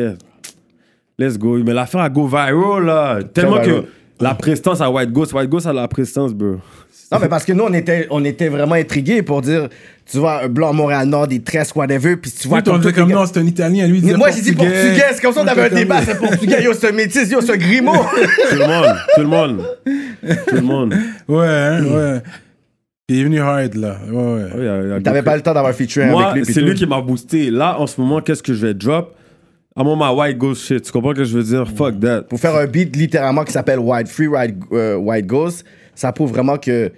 Let's go. Mais l'affaire a go viral là. Tellement
viral.
que la prestance à White Ghost, White Ghost a la prestance, bro.
Non, mais parce que nous, on était, on était vraiment intrigués pour dire, tu vois, un blanc Montréal-Nord, des tresses, whatever, puis tu vois...
Lui, on
comme
disait
tout-
comme non, c'est un Italien. Lui, il disait
Moi, j'ai dit portugais, c'est comme ça, on avait un débat, c'est portugais, yo, c'est un métis, yo, c'est un grimaud.
Tout le monde, tout le monde, tout le monde.
Ouais, hein, ouais. Il est venu hard, là. Ouais, ouais.
Ah Oui, il y a- il y a
T'avais
beaucoup-
pas le temps d'avoir featuré
Moi,
avec lui. puis
c'est
tout.
lui qui m'a boosté. Là, en ce moment, qu'est-ce que je vais drop À mon ma white ghost shit. Tu comprends ce que je veux dire Fuck that.
Pour faire un beat littéralement qui s'appelle White Free White, euh, White Ghost, ça prouve vraiment que, tu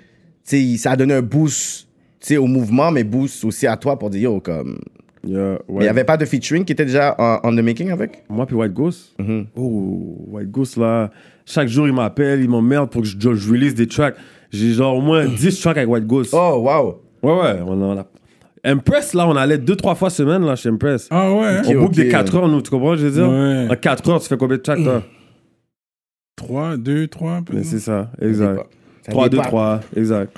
sais, ça a donné un boost, tu sais, au mouvement, mais boost aussi à toi pour dire, yo, comme...
Yeah,
Mais il
white-
n'y avait pas de featuring qui était déjà en, en the making avec
Moi puis white ghost.
Mm-hmm.
Oh, white ghost là. Chaque jour, il m'appelle, il m'emmerde pour que je, je release des tracks. J'ai genre au moins 10 tracks avec white ghost.
Oh, wow.
Ouais, ouais. On en a... Impress, là, on allait 2-3 fois semaine là chez Impress.
Ah ouais, hein?
on boucle
ok, Mm.
des 4 heures, nous, tu comprends ce que je veux dire
Ouais.
En 4 heures, tu fais combien de tracks toi
3, 2, 3.
Mais c'est ça, exact.
Ça
3, 2,
dépend.
3, exact.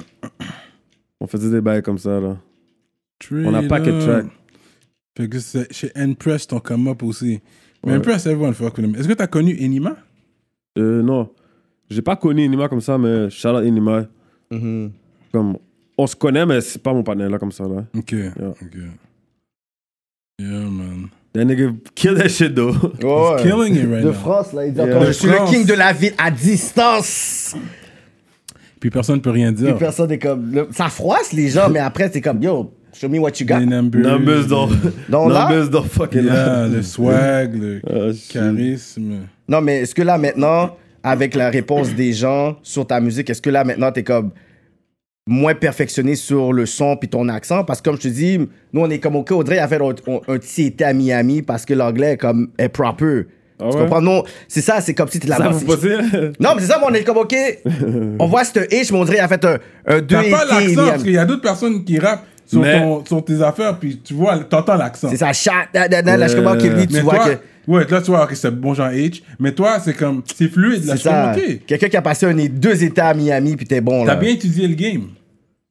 On faisait des bails comme ça, là. On a
Straight
packet
up.
track.
Fait que c'est- chez N-Press, ton come up aussi. Mais
Ouais.
N-Press, everyone fuck with him. Est-ce que t'as connu Enima?
Euh, non, j'ai pas connu Inima comme ça, mais shout out Inima.
Mhm.
Comme, on se connaît, mais c'est pas mon partenaire, là, comme ça, là.
Ok. Ok. Yeah, man.
That nigga kill that shit, though.
Ouais.
Killing it right
De
now.
France, là, il dit
Yeah.
attends,
De
Je suis le
France.
king de la ville à distance.
Puis personne peut rien
Puis
dire.
personne est comme. le- ça froisse les gens, mais après, c'est comme yo, show me what you got.
Les numbers.
Numbers dans...
Dans là?
Numbers dans fucking
Yeah,
là.
le swag, le
Ah, shit.
charisme.
Non, mais est-ce que là, maintenant, avec la réponse des gens sur ta musique, est-ce que là, maintenant, t'es comme moins perfectionné sur le son puis ton accent? Parce que, comme je te dis, nous, on est comme OK, Audrey a fait un, un- un petit été à Miami parce que l'anglais est comme est proper.
Ah
tu
ouais?
comprends? Non, c'est ça, c'est comme si t'es
Ça
là-bas.
vous passez?
Non, mais c'est ça, mais on est comme, OK, on voit ce ish, mais on dirait qu'il a fait un, un deux
T'as pas
été à
l'accent,
Miami.
parce qu'il y a d'autres personnes qui rappent sur,
Mais-
ton- sur tes affaires, puis tu vois, t'entends l'accent.
C'est ça, chat, da, da, da, là, je comprends que lui, tu
Mais
vois
toi,
que...
ouais, là, tu vois, ok, c'est bon, genre H, mais toi, c'est comme, c'est fluide, là, je
C'est
suis
ça,
monté.
quelqu'un qui a passé un, deux états à Miami, puis t'es bon, là.
T'as bien étudié le game.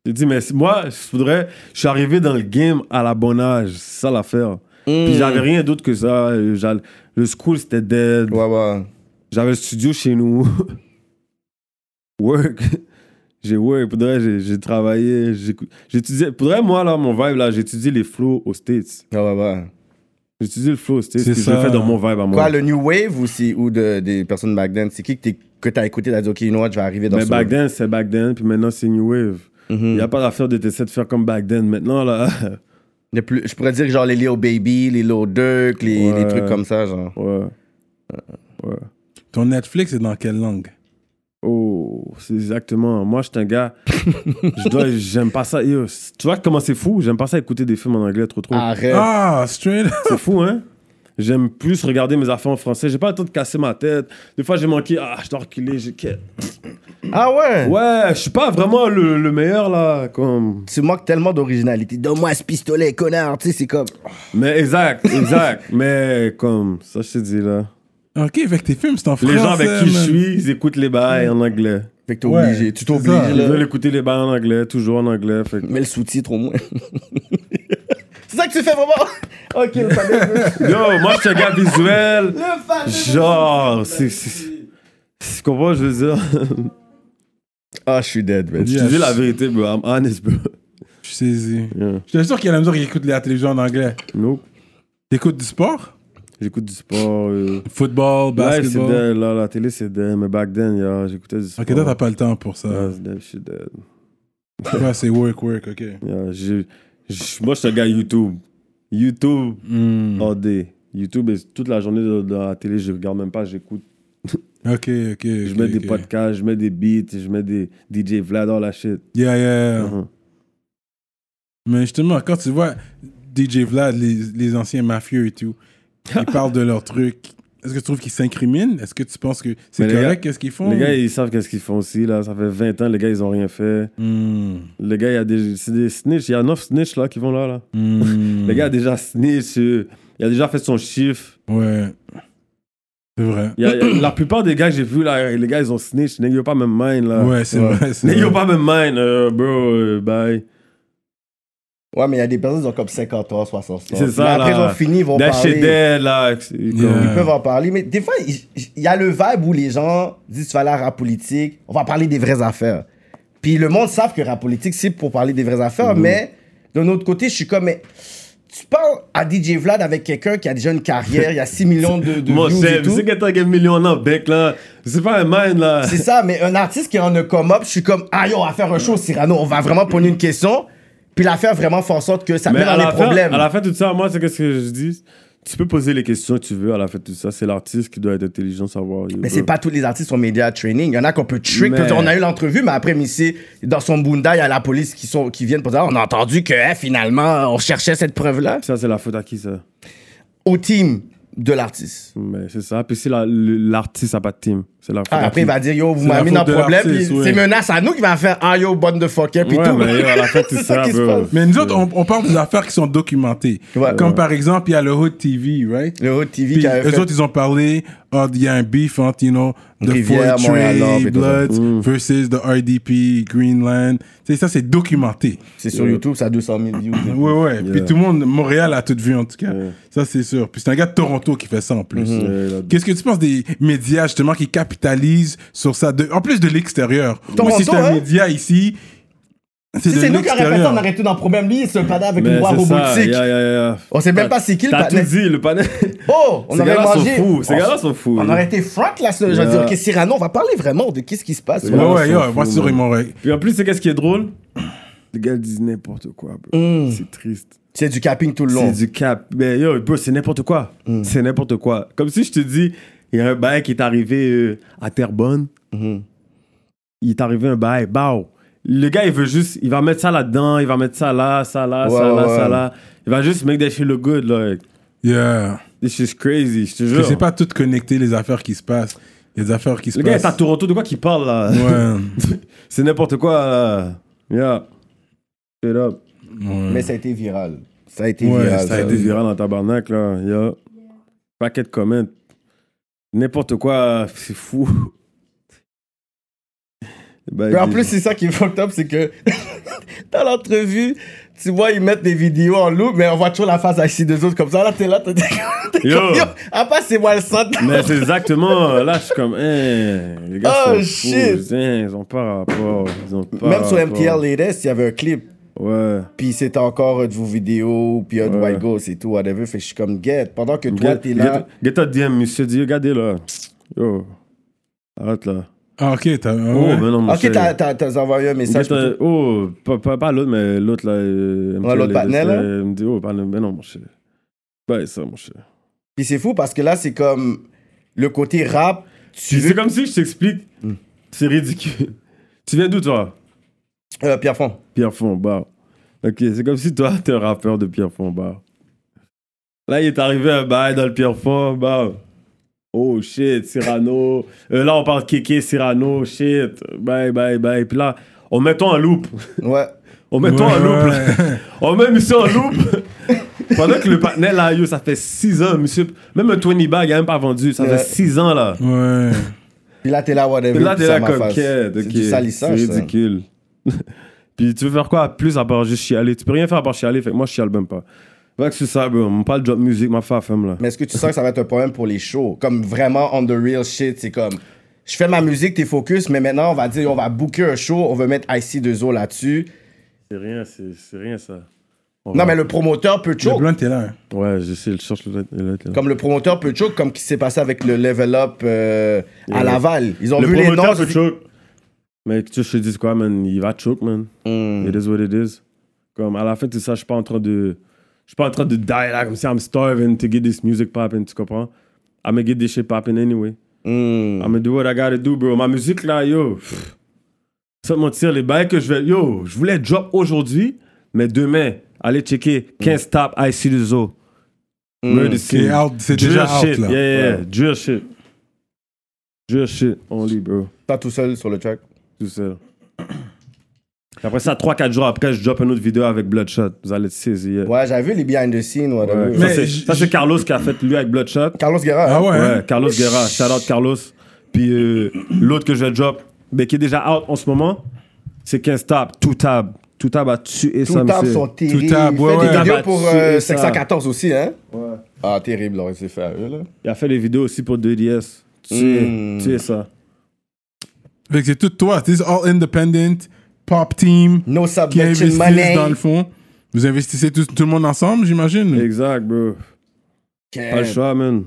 J'ai dit, mais c'est- moi, je voudrais... Je suis arrivé dans le game à la bonne âge. C'est ça
Mm.
l'affaire. Puis j'avais rien d'autre que ça. Euh, j'allais- Le school, c'était dead.
Ouais, ouais.
J'avais le studio chez nous. work. J'ai work. Pour de vrai, j'ai- j'ai travaillé. j'écou- J'étudiais. Pour de vrai, moi, là, mon vibe, là, j'étudie les flows aux States.
Ouais, ouais, ouais.
J'étudie le flow aux States.
C'est
puis Je le
ça.
fais dans mon vibe à moi.
Quoi, le New Wave ou, si- ou de, des personnes back then? C'est qui que t'es- que t'as écouté, t'as dit, OK, you know what, je vais arriver dans
Mais
ce-
back then, c'est back then. Puis maintenant, c'est New Wave. Il
Mhm.
Mm-hmm.
n'y a pas d'affaire de t'essayer de faire comme back then. Maintenant, là.
Le plus- je pourrais dire genre les Lil Baby, les Lil Durk, les,
Ouais.
les trucs comme ça, genre.
ouais. Ouais.
Ton Netflix est dans quelle langue
Oh, c'est exactement. Moi, je suis un gars. je dois, j'aime pas ça. Yo, c- tu vois comment c'est fou? J'aime pas ça écouter des films en anglais trop trop.
Arrête.
Ah, straight up.
C'est fou, hein? J'aime plus regarder mes affaires en français. J'ai pas le temps de casser ma tête. Des fois, j'ai manqué. Ah, je dois reculer. j'ai- que-
Ah ouais?
Ouais, je suis pas vraiment le, le meilleur, là. Comme...
Tu manques tellement d'originalité. Donne-moi ce pistolet, connard. Tu sais, c'est comme.
Mais exact, exact. Mais comme, ça, je te dis, là.
Ok, avec tes films, c'est en français.
Les gens avec qui je
man.
suis, ils écoutent les bails en anglais.
Fait que t'es
Ouais,
obligé. Tu t'obliges,
c'est ça.
Ils
là.
veulent écouter les bails en anglais, toujours en anglais. Fait que-
Mets le sous-titre au moins. c'est ça que tu fais vraiment? ok, le fameux.
Yo, moi, je suis un gars visuel.
Le fameux.
Genre, c'est. c'est- Tu comprends, je veux dire.
Ah, je suis dead, man.
Je te
Yes.
dis la vérité, bro. I'm honest, bro.
Je suis saisi.
Yeah.
Je suis sûr qu'il y a la mesure qui écoute la télévision en anglais.
Nope.
T'écoutes du sport
J'écoute du sport. euh.
Football,
Ouais, c'est
basketball.
dead, là, la télé c'est dead, mais back then, yeah, j'écoutais du sport.
ok, toi, t'as pas euh, le temps pour ça.
Yeah, c'est dead, je suis dead.
Ouais, c'est work, work, ok.
Yeah, j'ai- j'- moi, je suis un gars YouTube. YouTube
Hmm.
all day. YouTube, et toute la journée dans, dans la télé, je regarde même pas, j'écoute.
Ok, ok.
Je mets des podcasts, je mets des beats, je mets des DJ Vlad, all la shit.
Yeah, yeah.
Mhm.
Mais justement, quand tu vois DJ Vlad, les, les anciens mafieux et tout, ils parlent de leurs trucs. Est-ce que tu trouves qu'ils s'incriminent Est-ce que tu penses que c'est
Mais les
correct
gars-
qu'est-ce qu'ils font
Les gars, ils savent qu'est-ce qu'ils font aussi, là. Ça fait 20 ans, les gars, ils ont rien fait.
Hmm,
Les gars, il y a des, c'est des snitchs. Il y a 9 snitchs, là, qui vont là, là.
hmm.
Les gars, a déjà snitch. euh, Il a déjà fait son chiffre.
Ouais. C'est vrai.
Il y a- il y a- la plupart des gars que j'ai vus, là, les gars, ils ont snitch. N'ayez pas même mind, là.
Ouais, c'est
Ouais.
vrai. c'est
N'ayez
vrai.
pas même mind, euh, bro. euh, bye.
Ouais, mais il y a des personnes qui ont comme 50 ans, 60 ans.
C'est ça,
Mais Après,
là.
ils ont fini, ils vont
That
parler.
shit dead, là. C'est comme-
Yeah.
Ils peuvent
Euh.
en parler, mais des fois, il il y a le vibe où les gens disent tu vas aller à rap politique, on va parler des vraies affaires. Puis le monde savent que rap politique, c'est pour parler des vraies affaires,
Mhm.
mais d'un autre côté, je suis comme, mais tu parles à DJ Vlad avec quelqu'un qui a déjà une carrière, il y a 6 millions de, de
Mon
views et
chef,
tout.
c'est que t'as un million dans le bec, là. C'est pas un mind, là.
C'est ça, mais un artiste qui en a come up, je suis comme, ah yo, on va faire un show, Cyrano, on va vraiment poser une question, puis l'affaire vraiment fait en sorte que ça
Mais
mène
à
dans
la,
des
fin,
problèmes.
à la fin de tout ça, moi, c'est qu'est-ce que je dis. Tu peux poser les questions que tu veux à la fin de tout ça. C'est l'artiste qui doit être intelligent, savoir. yo,
Mais
bro.
c'est pas tous les artistes sont média training. Il y en a qu'on peut trick.
Mm. Mais-
On a eu l'entrevue, mais après, mais ici, dans son bunda, il y a la police qui, sont, qui viennent pour dire on a entendu que eh, finalement, on cherchait cette preuve-là.
Ça, c'est la faute à qui, ça?
Au team de l'artiste.
Mais c'est ça. Puis si la- le- l'artiste n'a pas de team, c'est la faute.
Ah,
à
après,
qui?
il va dire yo, vous
C'est la
m'avez mis dans
faute
le
de
problème.
l'artiste,
puis
ouais.
C'est menace à nous qui va faire ah yo, bonne de fucker, puis
Ouais,
tout.
mais yo, à la fin, tout
C'est
ça,
ça qui se
bro.
passe.
Mais nous autres, on, on parle des affaires qui sont documentées.
Ouais.
Comme
Ouais.
par exemple, il y a le Hood TV, right
Le Road TV
Puis
qui avait
eux
fait.
autres, ils ont parlé, oh, il y a un beef entre, you know, the
Rivière,
Four
Montréal, Nord,
Trade
puis tout
Bloods versus the RDP, Greenland. Tu sais, ça, c'est documenté.
C'est
euh,
sur YouTube, ça a 200 000 views.
Ouais, ouais.
Yeah.
Puis tout le monde, Montréal a tout vu, en tout cas.
Yeah. Mm-hmm.
Ça, c'est sûr. Puis c'est un gars de Toronto qui fait ça, en plus.
Yeah, là-
Qu'est-ce que tu penses des médias, justement, qui capitalisent sur ça, de- en plus de l'extérieur? Moi,
Toronto,
si c'est un
hein?
média ici, c'est
Si
de
c'est nous qui aurait fait ça, on
l'extérieur.
aurait tout dans le problème. Lui, c'est un panneau avec
Mais
une voix
c'est ça,
robotique.
yeah, yeah, yeah.
On sait même
T'as-
pas c'est qui le
T'as
panel.
tout dit, le panel.
Oh, on
Ces
aurait
gars-là sont
mangé.
fous, ces
On-
gars-là sont fous.
On aurait été frank là, ce je veux dire,
Yeah.
ok, Cyrano, on va parler vraiment de qu'est-ce qui se passe.
Ouais,
Ouais,
on
ouais,
s'en
yo,
fout,
moi, c'est sûr,
man.
ils m'auraient-
Puis en plus, c'est qu'est-ce qui est drôle? Les gars disent n'importe quoi, bro. C'est triste.
C'est du capping tout le Hmm. long. Hmm.
C'est du cap. Mais yo, bro, c'est n'importe quoi. C'est n'importe quoi. Comme si je te dis, il y a un bail qui est arrivé euh, à Terrebonne.
Mhm.
Il est arrivé un bail, bao. Le gars, il veut juste, il va mettre ça là-dedans, il va mettre ça là, ça là,
Ouais,
ça là,
ouais,
ça
ouais.
là. Il va juste make that shit look good, like.
Yeah.
This is crazy, je te
Je
jure.
sais pas tout connecter les affaires qui se passent. Il y a des affaires qui se
Le gars est à
passent.
Toronto, de quoi qu'il parle là
Ouais.
C'est n'importe quoi là. Yeah. Straight up.
Mais ça a été viral. Ça a été
Ouais,
viral.
ça a
T'as
ça.
des virales en tabarnak là. Yeah. Paquet de comments. N'importe quoi, c'est fou. Ben,
Mais en
des-
plus, c'est ça qui est fucked up, c'est que dans l'entrevue, tu vois, ils mettent des vidéos en loup, mais on voit toujours la face à ici deux autres comme ça. Là, t'es là, t'es t'es comme
Yo.
yo. À part, c'est moi le centre.
Mais c'est exactement. Là, je suis comme. Hein, les gars
Oh,
sont fous,
shit.
hein, ils ont pas rapport. Ils ont pas
Même sur
rapport.
MTL Latest, il y avait un clip,
Ouais.
puis c'était encore euh, de vos vidéos, puis un de
Ouais.
White Ghost et tout, whatever. Fait que je suis comme get. Pendant que toi,
Get,
t'es là.
get- get a DM, monsieur dit, regardez là. Yo. Arrête là.
Ah, ok, t'as.
Oh,
ouais.
ben non, mon
Ok,
cher.
t'as- t'as t'as envoyé un message.
Get a- oh, pas, pas, pas l'autre, mais l'autre là. euh,
Ouais, l'autre
MTL,
partenaire, là.
euh, Il me dit, oh, parle, mais non, mon cher. Ben, ça, mon cher.
Puis c'est fou parce que là, c'est comme le côté rap. Tu Hmm.
Puis
veux-
c'est comme si je t'explique. C'est ridicule. Tu viens d'où, toi
Euh, Pierre Fond.
Pierre Fombard. Ok, c'est comme si toi, t'es un rappeur de Pierre Fombard. Là, il est arrivé un bail dans le Pierre Fombard. Oh shit, Cyrano. Euh, là, on parle de Kéké, Cyrano, shit. Bye, bye, bye. Puis là, on met toi en loupe.
Ouais.
On met toi en
Ouais,
loupe. là.
ouais.
On met Oh, monsieur en loupe. Pendant que le partenaire, là, yo, ça fait 6 ans, monsieur. Même un 20 bag, il a même pas vendu. Ça
Ouais.
fait 6 ans, là.
Ouais.
Puis là, t'es là, whatever.
Puis là,
puis
t'es
ça
là
m'a
comme
face.
quête.
C'est du
C'est
salissage, ça.
ridicule. Puis tu veux faire quoi à plus à part juste chialer Tu peux rien faire à part chialer. Fait que moi, je chiale même pas. Va que c'est ça, bro. On parle de job musique, ma femme, femme là.
Mais est-ce que tu sens que ça va être un problème pour les shows? Comme vraiment on the real shit, c'est comme. Je fais ma musique, t'es focus, mais maintenant on va dire, on va booker un show, on veut mettre IC2O là-dessus.
C'est rien, c'est c'est rien ça. On
Non,
va-
mais le promoteur peut
Le
choke.
blunt est là. hein.
Ouais, je sais, je cherche le. le- le-
Comme le promoteur peut choke, comme qui s'est passé avec le level up euh, à
Ouais.
Laval. Ils ont
le
vu les noms.
promoteur peut choke. Mais tu sais, je te dis quoi, man Il va choke, man.
Hmm.
It is what it is. Comme à la fin, tout ça, je suis pas en train de. Je suis pas en train de die là, comme si I'm starving to get this music popping, tu comprends? I'm gonna get this shit popping anyway.
Mm.
Hmm.
I'm gonna do what I gotta do, bro. Ma musique là, yo. pff, Sans te mentir, les bails que je vais. Yo, je voulais drop aujourd'hui, mais demain, allez checker
Mm.
15 taps IC de Zo. Murder
C'est
Scene.
Mm. out, c'est
Drill
déjà out
shit.
là.
Yeah, yeah, yeah. Drill shit. Drill shit only, bro.
Pas tout seul sur le track.
Tout seul. Après ça, 3-4 jours après, je drop une autre vidéo avec Bloodshot. Vous allez saisir.
Ouais, j'avais vu les behind the scenes. whatever.
Ça,
Mais
c'est-
j-
ça, c'est
j-
Carlos qui a fait lui avec Bloodshot.
Carlos Guerra.
Ah
hein?
ouais. hein?
Ouais, Carlos Guerra. Shout out Carlos. Puis euh, l'autre que je drop, mais qui est déjà out en ce moment, c'est 15 tab, tout tab. Tout tab a tué
Tout
ça,
table
monsieur.
sont
Tout
terribles.
table, ouais,
Il fait
ouais.
des vidéos
Tabac
pour
dessus,
euh,
ça.
714 aussi, hein? Ah, terrible, là, c'est fait à eux, là.
Il a fait les vidéos aussi pour 2DS. Tué,
Mm.
tué ça.
Fait que c'est tout toi. This is all independent, pop team,
No
qui
subvention
investissent
money.
dans le fond. Vous investissez tous- tout, le monde ensemble, j'imagine.
Exact, bro. Pas le
Eh.
Faudrait
choix, man.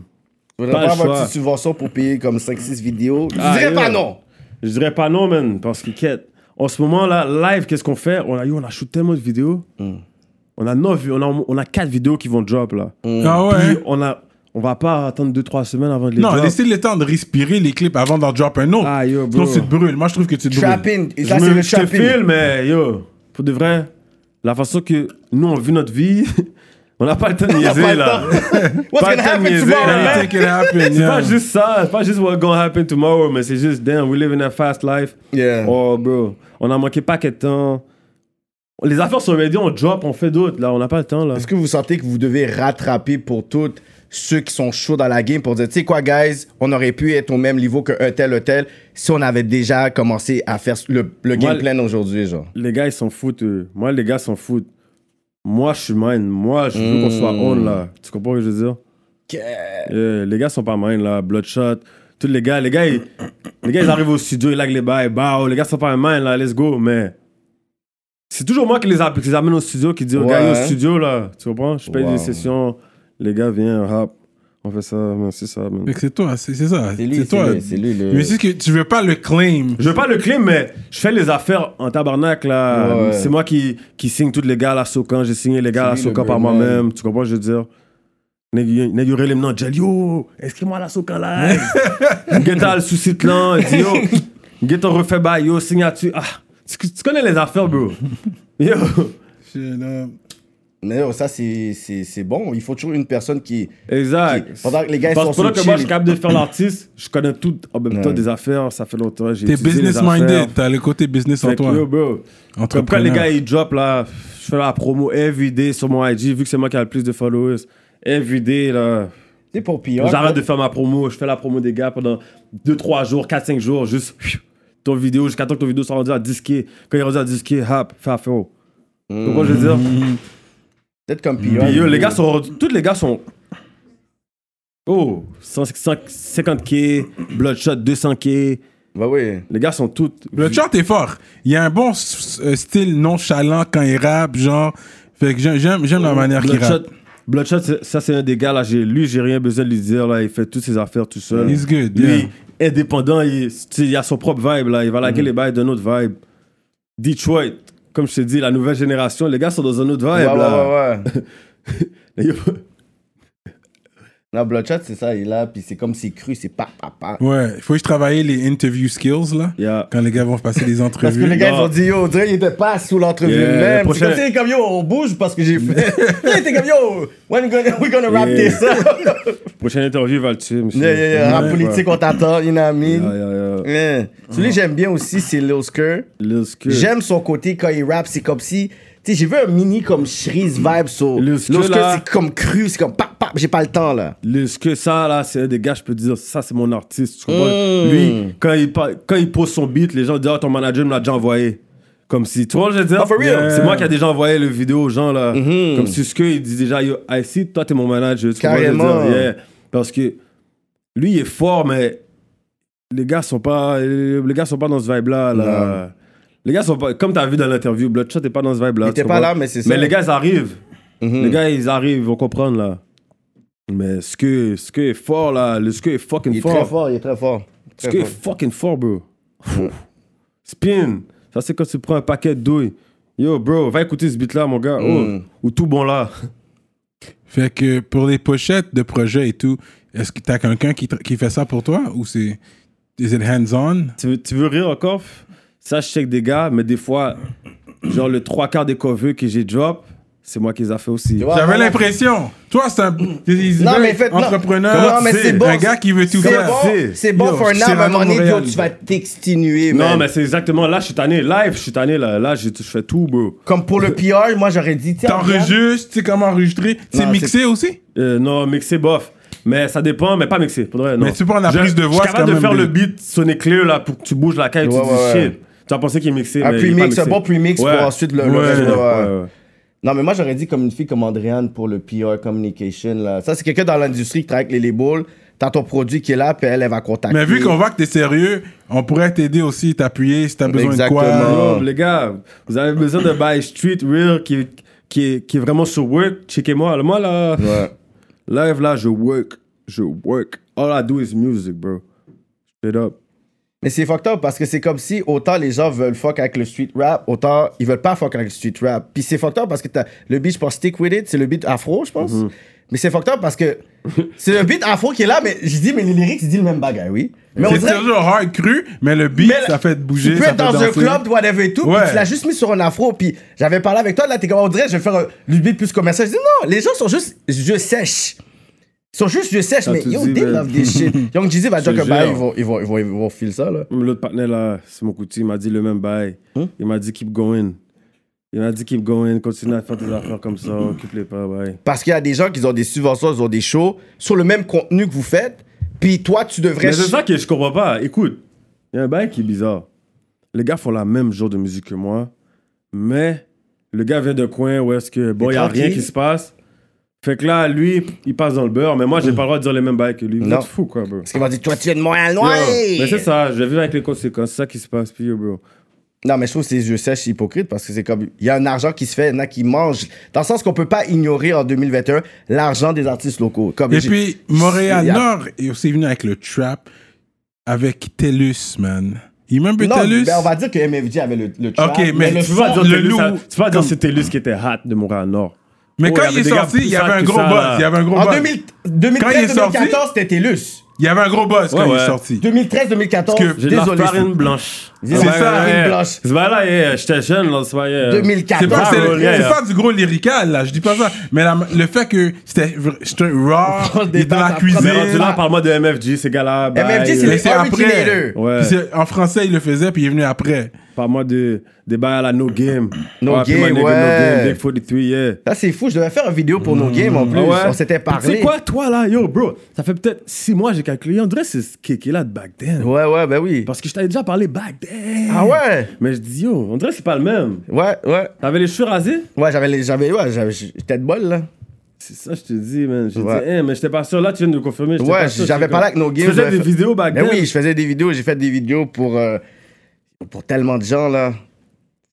pas
pas
le
avoir une
choix.
petite subvention pour payer comme 5-6 vidéos. Je
Ah,
dirais pas
yeah.
non.
Je dirais pas non, man, parce que quête. En ce moment là, live, qu'est-ce qu'on fait On a, yo, on a shoot tellement de vidéos.
Mm.
On a 9, on a, on a 4 vidéos qui vont drop là.
Mm.
Ah ouais.
Puis on a, on va pas attendre 2-3 semaines avant de les
non,
drop.
laissez le temps de respirer les clips avant d'en drop un autre.
Ah, yo, bro.
Sinon, tu te brûles. Moi, je trouve que tu te brûles.
Trapping. Et ça,
je
c'est
me-
le
je te
trapping.
filme, mais yo, pour de vrai, la façon que nous on vit notre vie, on n'a pas le temps de
pas
niaiser
le
là.
What's
Pas hein. le
gonna
temps de
happen
niaiser,
tomorrow,
là.
man?
Take it happen,
C'est pas
yeah.
juste ça, c'est pas juste what's gonna happen tomorrow, mais c'est juste damn, we live in a fast life.
Yeah.
Oh bro, on a manqué pas de temps. Les affaires sont ready, on drop, on fait d'autres là, on n'a pas le temps là.
Est-ce que vous sentez que vous devez rattraper pour toutes ceux qui sont chauds dans la game pour dire, tu sais quoi, guys, on aurait pu être au même niveau qu'un tel, un tel, si on avait déjà commencé à faire le, le
Moi,
game plan aujourd'hui, genre.
Les gars ils s'en foutent, eux. moi les gars s'en foutent. Moi je suis mine, moi je veux qu'on soit
Hmm.
on là. Tu comprends ce que je veux dire? Yeah, les gars sont pas mine là, Bloodshot, tous les gars, les gars, ils, les gars ils arrivent au studio, ils lag les bails, bah oh, les gars sont pas mine là, let's go, mais c'est toujours moi qui les, app- qui les amène au studio, qui dit aux
Ouais.
gars, yo, studio là, tu comprends? Je paye
Wow.
des sessions, les gars viennent, rap, on fait ça, man, c'est ça. man.
Fait que c'est toi, c'est c'est ça.
C'est lui, c'est
toi.
lui, c'est lui, le-
Mais c'est ce que tu veux pas le claim.
Je veux pas le claim, mais je fais les affaires en tabarnak là.
Ouais.
C'est moi qui, qui signe tous les gars à la Socan. J'ai signé les gars à la
C'est lui, le
Socan par
bro,
moi-même. Tu comprends, ce que je veux dire. N'ignorez les noms. Gel, yo, inscris-moi à la Socan live. Guetta le sous-site là. Dis yo, Guetta refait bail, yo, signature. Ah, tu, tu connais les affaires, bro. Yo.
Shit, là.
Mais non, ça, c'est- c'est c'est bon. Il faut toujours une personne qui.
Exact.
Qui- pendant que les gars, ils
Parce
sont
que pendant
sur
que moi, je
chill.
suis capable de faire l'artiste, je connais tout en même temps
Ouais.
des affaires. Ça fait longtemps. j'ai
T'es
étudié les
business
affaires.
minded. T'as le côté business en
Fait que,
toi.
yo, bro. Comme quand
Entrepreneur.
les gars ils drop là, je fais la promo everyday sur mon IG, vu que c'est moi qui a le plus de followers. Everyday là.
C'est pour pire.
J'arrête de faire ma promo, je fais la promo des gars pendant 2-3 jours, 4-5 jours, juste pfiou, ton vidéo, jusqu'à temps que ton vidéo soit rendue à 10K. Quand il est rendu à 10K, hop, fais affaire. Pourquoi je veux dire?
Peut-être comme pire.
Puis, yo, les gars sont. Tous les gars sont. Oh, 100 50K, Bloodshot 200K.
Bah oui.
Les gars sont tous.
Le chant est fort. Il y a un bon s- euh, style nonchalant quand il rappe, genre. Fait que j'aime- j'aime j'aime la manière qu'il
Bloodshot,
rappe.
Bloodshot, c'est- ça c'est un des gars là, j'ai- lui j'ai rien besoin de lui dire là, il fait toutes ses affaires tout seul.
He's good, yeah. Mm.
Lui, indépendant, il, tu sais, il a son propre vibe là, il va laguer les bails d'un autre vibe. Detroit, comme je t'ai dit, la nouvelle génération, les gars sont dans un autre
Ouais,
vibe
ouais,
là.
ouais, ouais.
Yo,
Non, Bloodshot, c'est ça, il est là, puis c'est comme c'est cru, c'est pa, pa, pa.
Ouais, il faut que je travaille les interview skills, là.
Yeah.
Quand les gars vont passer des entrevues.
Parce que les gars, ils
non.
ont dit, yo, on dirait qu'il était pas sous l'entrevue
Yeah, le
même. C'est
prochain-
comme, si, comme, yo, on bouge parce que j'ai fait. Il était comme, yo, when we gonna, we gonna wrap
Yeah.
this up.
Prochaine interview, il va le tuer, monsieur.
yeah, yeah, yeah. Rap
Ouais.
politique, on t'attend, you know what I mean?
Yeah, yeah, yeah.
Yeah. Celui que j'aime bien aussi, c'est Lil Skur.
Lil Skid.
J'aime son côté quand il rappe, c'est comme si. Tu sais, j'ai vu un mini comme Shreeze vibe sur.
Le
Lil
Skr,
Skur,
là.
c'est comme cru, c'est comme pap, pap, j'ai pas le temps là.
Le, ce que ça, là, c'est un des gars, je peux te dire, ça, c'est mon artiste. Tu comprends?
Mm.
Lui, quand il, par- quand il pose son beat, les gens disent, ah, ton manager me l'a déjà envoyé. Comme si, tu vois, je veux dire,
Ah, for real? Hmm.
c'est moi qui a déjà envoyé le vidéo aux gens, là. Comme si ce que il dit déjà, yo, I see, toi, t'es mon manager. Tu comprends, je veux dire,
Carrément.
yeah. Parce que lui, il est fort, mais les gars sont pas, les gars sont pas dans ce vibe-là, là. Les gars sont pas, comme t'as vu dans l'interview, Bloodshot est pas dans ce vibe-là.
Il
tu
était
comprends?
pas là, mais c'est ça.
Mais les gars, ils arrivent.
Mhm.
Les gars, ils arrivent, ils vont comprendre, là. Mais ce que, ce que est fort, là, le ce que est fucking
Il est
fort.
très fort, il est très fort.
Ce
Très
que est
fort.
fucking fort, bro. Spin. Ça, c'est quand tu prends un paquet de douille. Yo, bro, va écouter ce beat-là, mon gars. Oh,
Mm.
Ou tout bon, là.
Fait que pour les pochettes de projets et tout, est-ce que t'as quelqu'un qui, tra- qui fait ça pour toi ou c'est. Is it hands-on?
tu, veux, tu veux rire encore? Ça, je check des gars, mais des fois, genre, le trois quarts des covers que j'ai drop, c'est moi qui les a fait aussi.
Tu vois,
J'avais
voilà.
l'impression. Toi, c'est un he's
Non,
very
mais faites- non.
entrepreneur.
Non, mais
c'est
c'est bon,
Un gars qui veut tout
C'est
faire.
bon, c'est bon
Yo,
for now,
c'est
mais à un moment donné,
Montréal.
yo, tu vas t'extinuer,
Non,
man.
mais c'est exactement. Là, je suis tanné. Live, je suis tanné. Là, là je, je fais tout, bro.
Comme pour le PR, moi, j'aurais dit, tiens. regarde.
T'enregistres, tu sais comment enregistrer. C'est
Non,
mixé aussi?
Euh, non, mixé, bof. Mais ça dépend, mais pas mixé. Pour de vrai, non.
Mais tu prends la
Je-
prise de voix,
Je suis capable
c'est quand
de faire
même
le beat sonner clear, là, pour que tu bouges la caille et
Ouais,
tu
ouais,
dis
ouais.
shit. Tu as pensé qu'il est mixé.
Un
mais il est pas
premix, un
mixé.
bon premix
Ouais.
pour ensuite le. le-
Ouais,
le-
ouais,
le-
ouais, ouais.
Non, mais moi, j'aurais dit comme une fille comme Andréane pour le PR communication. Là. Ça, c'est quelqu'un dans l'industrie qui travaille avec les labels. T'as ton produit qui est là, puis elle, elle va contacter.
Mais vu qu'on voit que t'es sérieux, on pourrait t'aider aussi, t'appuyer si t'as besoin de quoi.
Exactement.
Yo, les gars, vous avez besoin de buy street real qui, qui, est, qui est vraiment sur work. Checkez-moi. Moi, là,
Ouais.
live, là, je work. Je work. All I do is music, bro. Straight up.
Mais c'est fucked up parce que c'est comme si autant les gens veulent fuck avec le street rap, autant ils veulent pas fuck avec le street rap. Puis c'est fucked up parce que t'as le beat, je pense, Stick With It, c'est le beat afro, je pense.
Mhm.
Mais c'est fucked up parce que c'est le beat afro qui est là, mais je dis, mais les lyrics, ils disent le même bagage, oui. Mais on
C'est
dirait.
toujours hard cru, mais le beat,
Mais la-
ça fait bouger.
Tu peux
ça
être
fait
dans un
danser.
club, whatever et tout,
Ouais.
puis tu l'as juste mis sur un afro, puis j'avais parlé avec toi, là, t'es comme, on dirait, je vais faire un le beat plus commercial. Je dis, non, les gens sont juste je sèche. Ils sont juste je sèche,
Ah,
mais
tu
yo,
dis,
they
ben.
love this shit. Young Jeezy va
Je
dire que,
te
bah,
jure.
ils vont, ils vont, ils vont, ils vont filer ça, là.
L'autre partenaire là, c'est mon coutil, il m'a dit le même bail.
Hein?
Il m'a dit keep going. Il m'a dit keep going, continue à faire tes affaires comme ça, occupe-les pas, bye.
Parce qu'il y a des gens qui ont des subventions, ils ont des shows sur le même contenu que vous faites. Puis toi, tu devrais.
Mais c'est ça que je comprends pas. Écoute, il y a un bail qui est bizarre. Les gars font la même genre de musique que moi, mais le gars vient d'un coin où est-ce que, bon,
Il est
il y a rien
tranquille.
qui se passe. Fait que là, lui, il passe dans le beurre, mais moi,
Mm.
j'ai pas le droit de dire les mêmes bails que lui. Vous
Non.
êtes fous, quoi, bro.
Parce qu'ils vont dire, toi, tu viens de Montréal
Yo,
noir.
Mais c'est ça, je vis avec les conséquences, c'est ça qui se passe, puis yo, bro.
Non, mais je trouve que c'est yeux sèches hypocrite parce que c'est comme. Il y a un argent qui se fait, il y en a qui mangent. Dans le sens qu'on peut pas ignorer en 2021 l'argent des artistes locaux. Comme
Et
j'ai-
puis, Montréal
Il y a-
Nord est aussi venu avec le trap, avec TELUS, man. You remember
Non,
TELUS?
ben, on va dire que MFG avait le, le trap,
Ok, mais
le
Tu vas
fond-
dire
Le
Télus,
loup,
ça- tu vas dire
comme-
c'était Lus qui était hâte de Montréal Nord.
Mais
Oh,
quand
il
il
y avait
est
des gars
sorti,
plus
il y avait
sales
un
que
gros
ça,
buzz.
là.
Il y avait un gros
En
buzz.
2000
Quand il est
2013,
sorti-
2014, c'était TELUS.
Il y avait un gros buzz quand
Ouais,
il est
ouais.
sorti.
2013, 2014,
Parce que euh,
J'ai de la
désolé.
farine blanche.
C'est
ça, farine
blanche.
Ce bail-là, yeah, j'étais jeune, là, ce bail-là.
2014.
C'est pas,
Ah,
c'est-
ouais,
c'est
yeah.
pas du gros lyrical, là, je dis pas ça. Mais la- le fait que c'était v- c'était
On
raw, il était dans
débat,
la
ça
Mais rendu
cuisine.
là, parle-moi de MFG, ces gars-là. bye.
MFG, c'est
Mais
les
c'est après.
originators.
Ouais.
Puis c'est- En français, il le faisait, puis il est venu après.
Parle-moi de, des bails à la No Game.
No
Ah, puis
Game,
my nigga,
ouais.
No Game, Big 43, yeah. Ah
Ça, c'est fou. Je devais faire une vidéo pour
Mmh,
nos games en plus. On s'était parlé.
C'est quoi, toi, là, yo, bro? Ça fait peut-être six mois que j'ai calculé. On dirait que c'est ce kéké-là de back then.
Ouais, ouais, ben oui.
Parce que je t'avais déjà parlé back then.
Ah ouais?
Mais je dis, yo, on dirait que c'est pas le même.
Ouais, ouais.
T'avais les cheveux rasés?
Ouais, j'avais, les- j'avais, ouais, j'avais, j'étais de bol, là.
C'est ça, je te dis, man. J'ai
Ouais.
dit, hey, mais j'étais pas sûr. Là, tu viens de le confirmer. j'étais
Ouais,
pas sûr.
j'avais
J'étais
parlé
comme-
avec nos games.
Tu faisais
j'avais
des
fait-
vidéos back
Ben
then.
oui, je faisais des vidéos. J'ai fait des vidéos pour, euh, pour tellement de gens, là.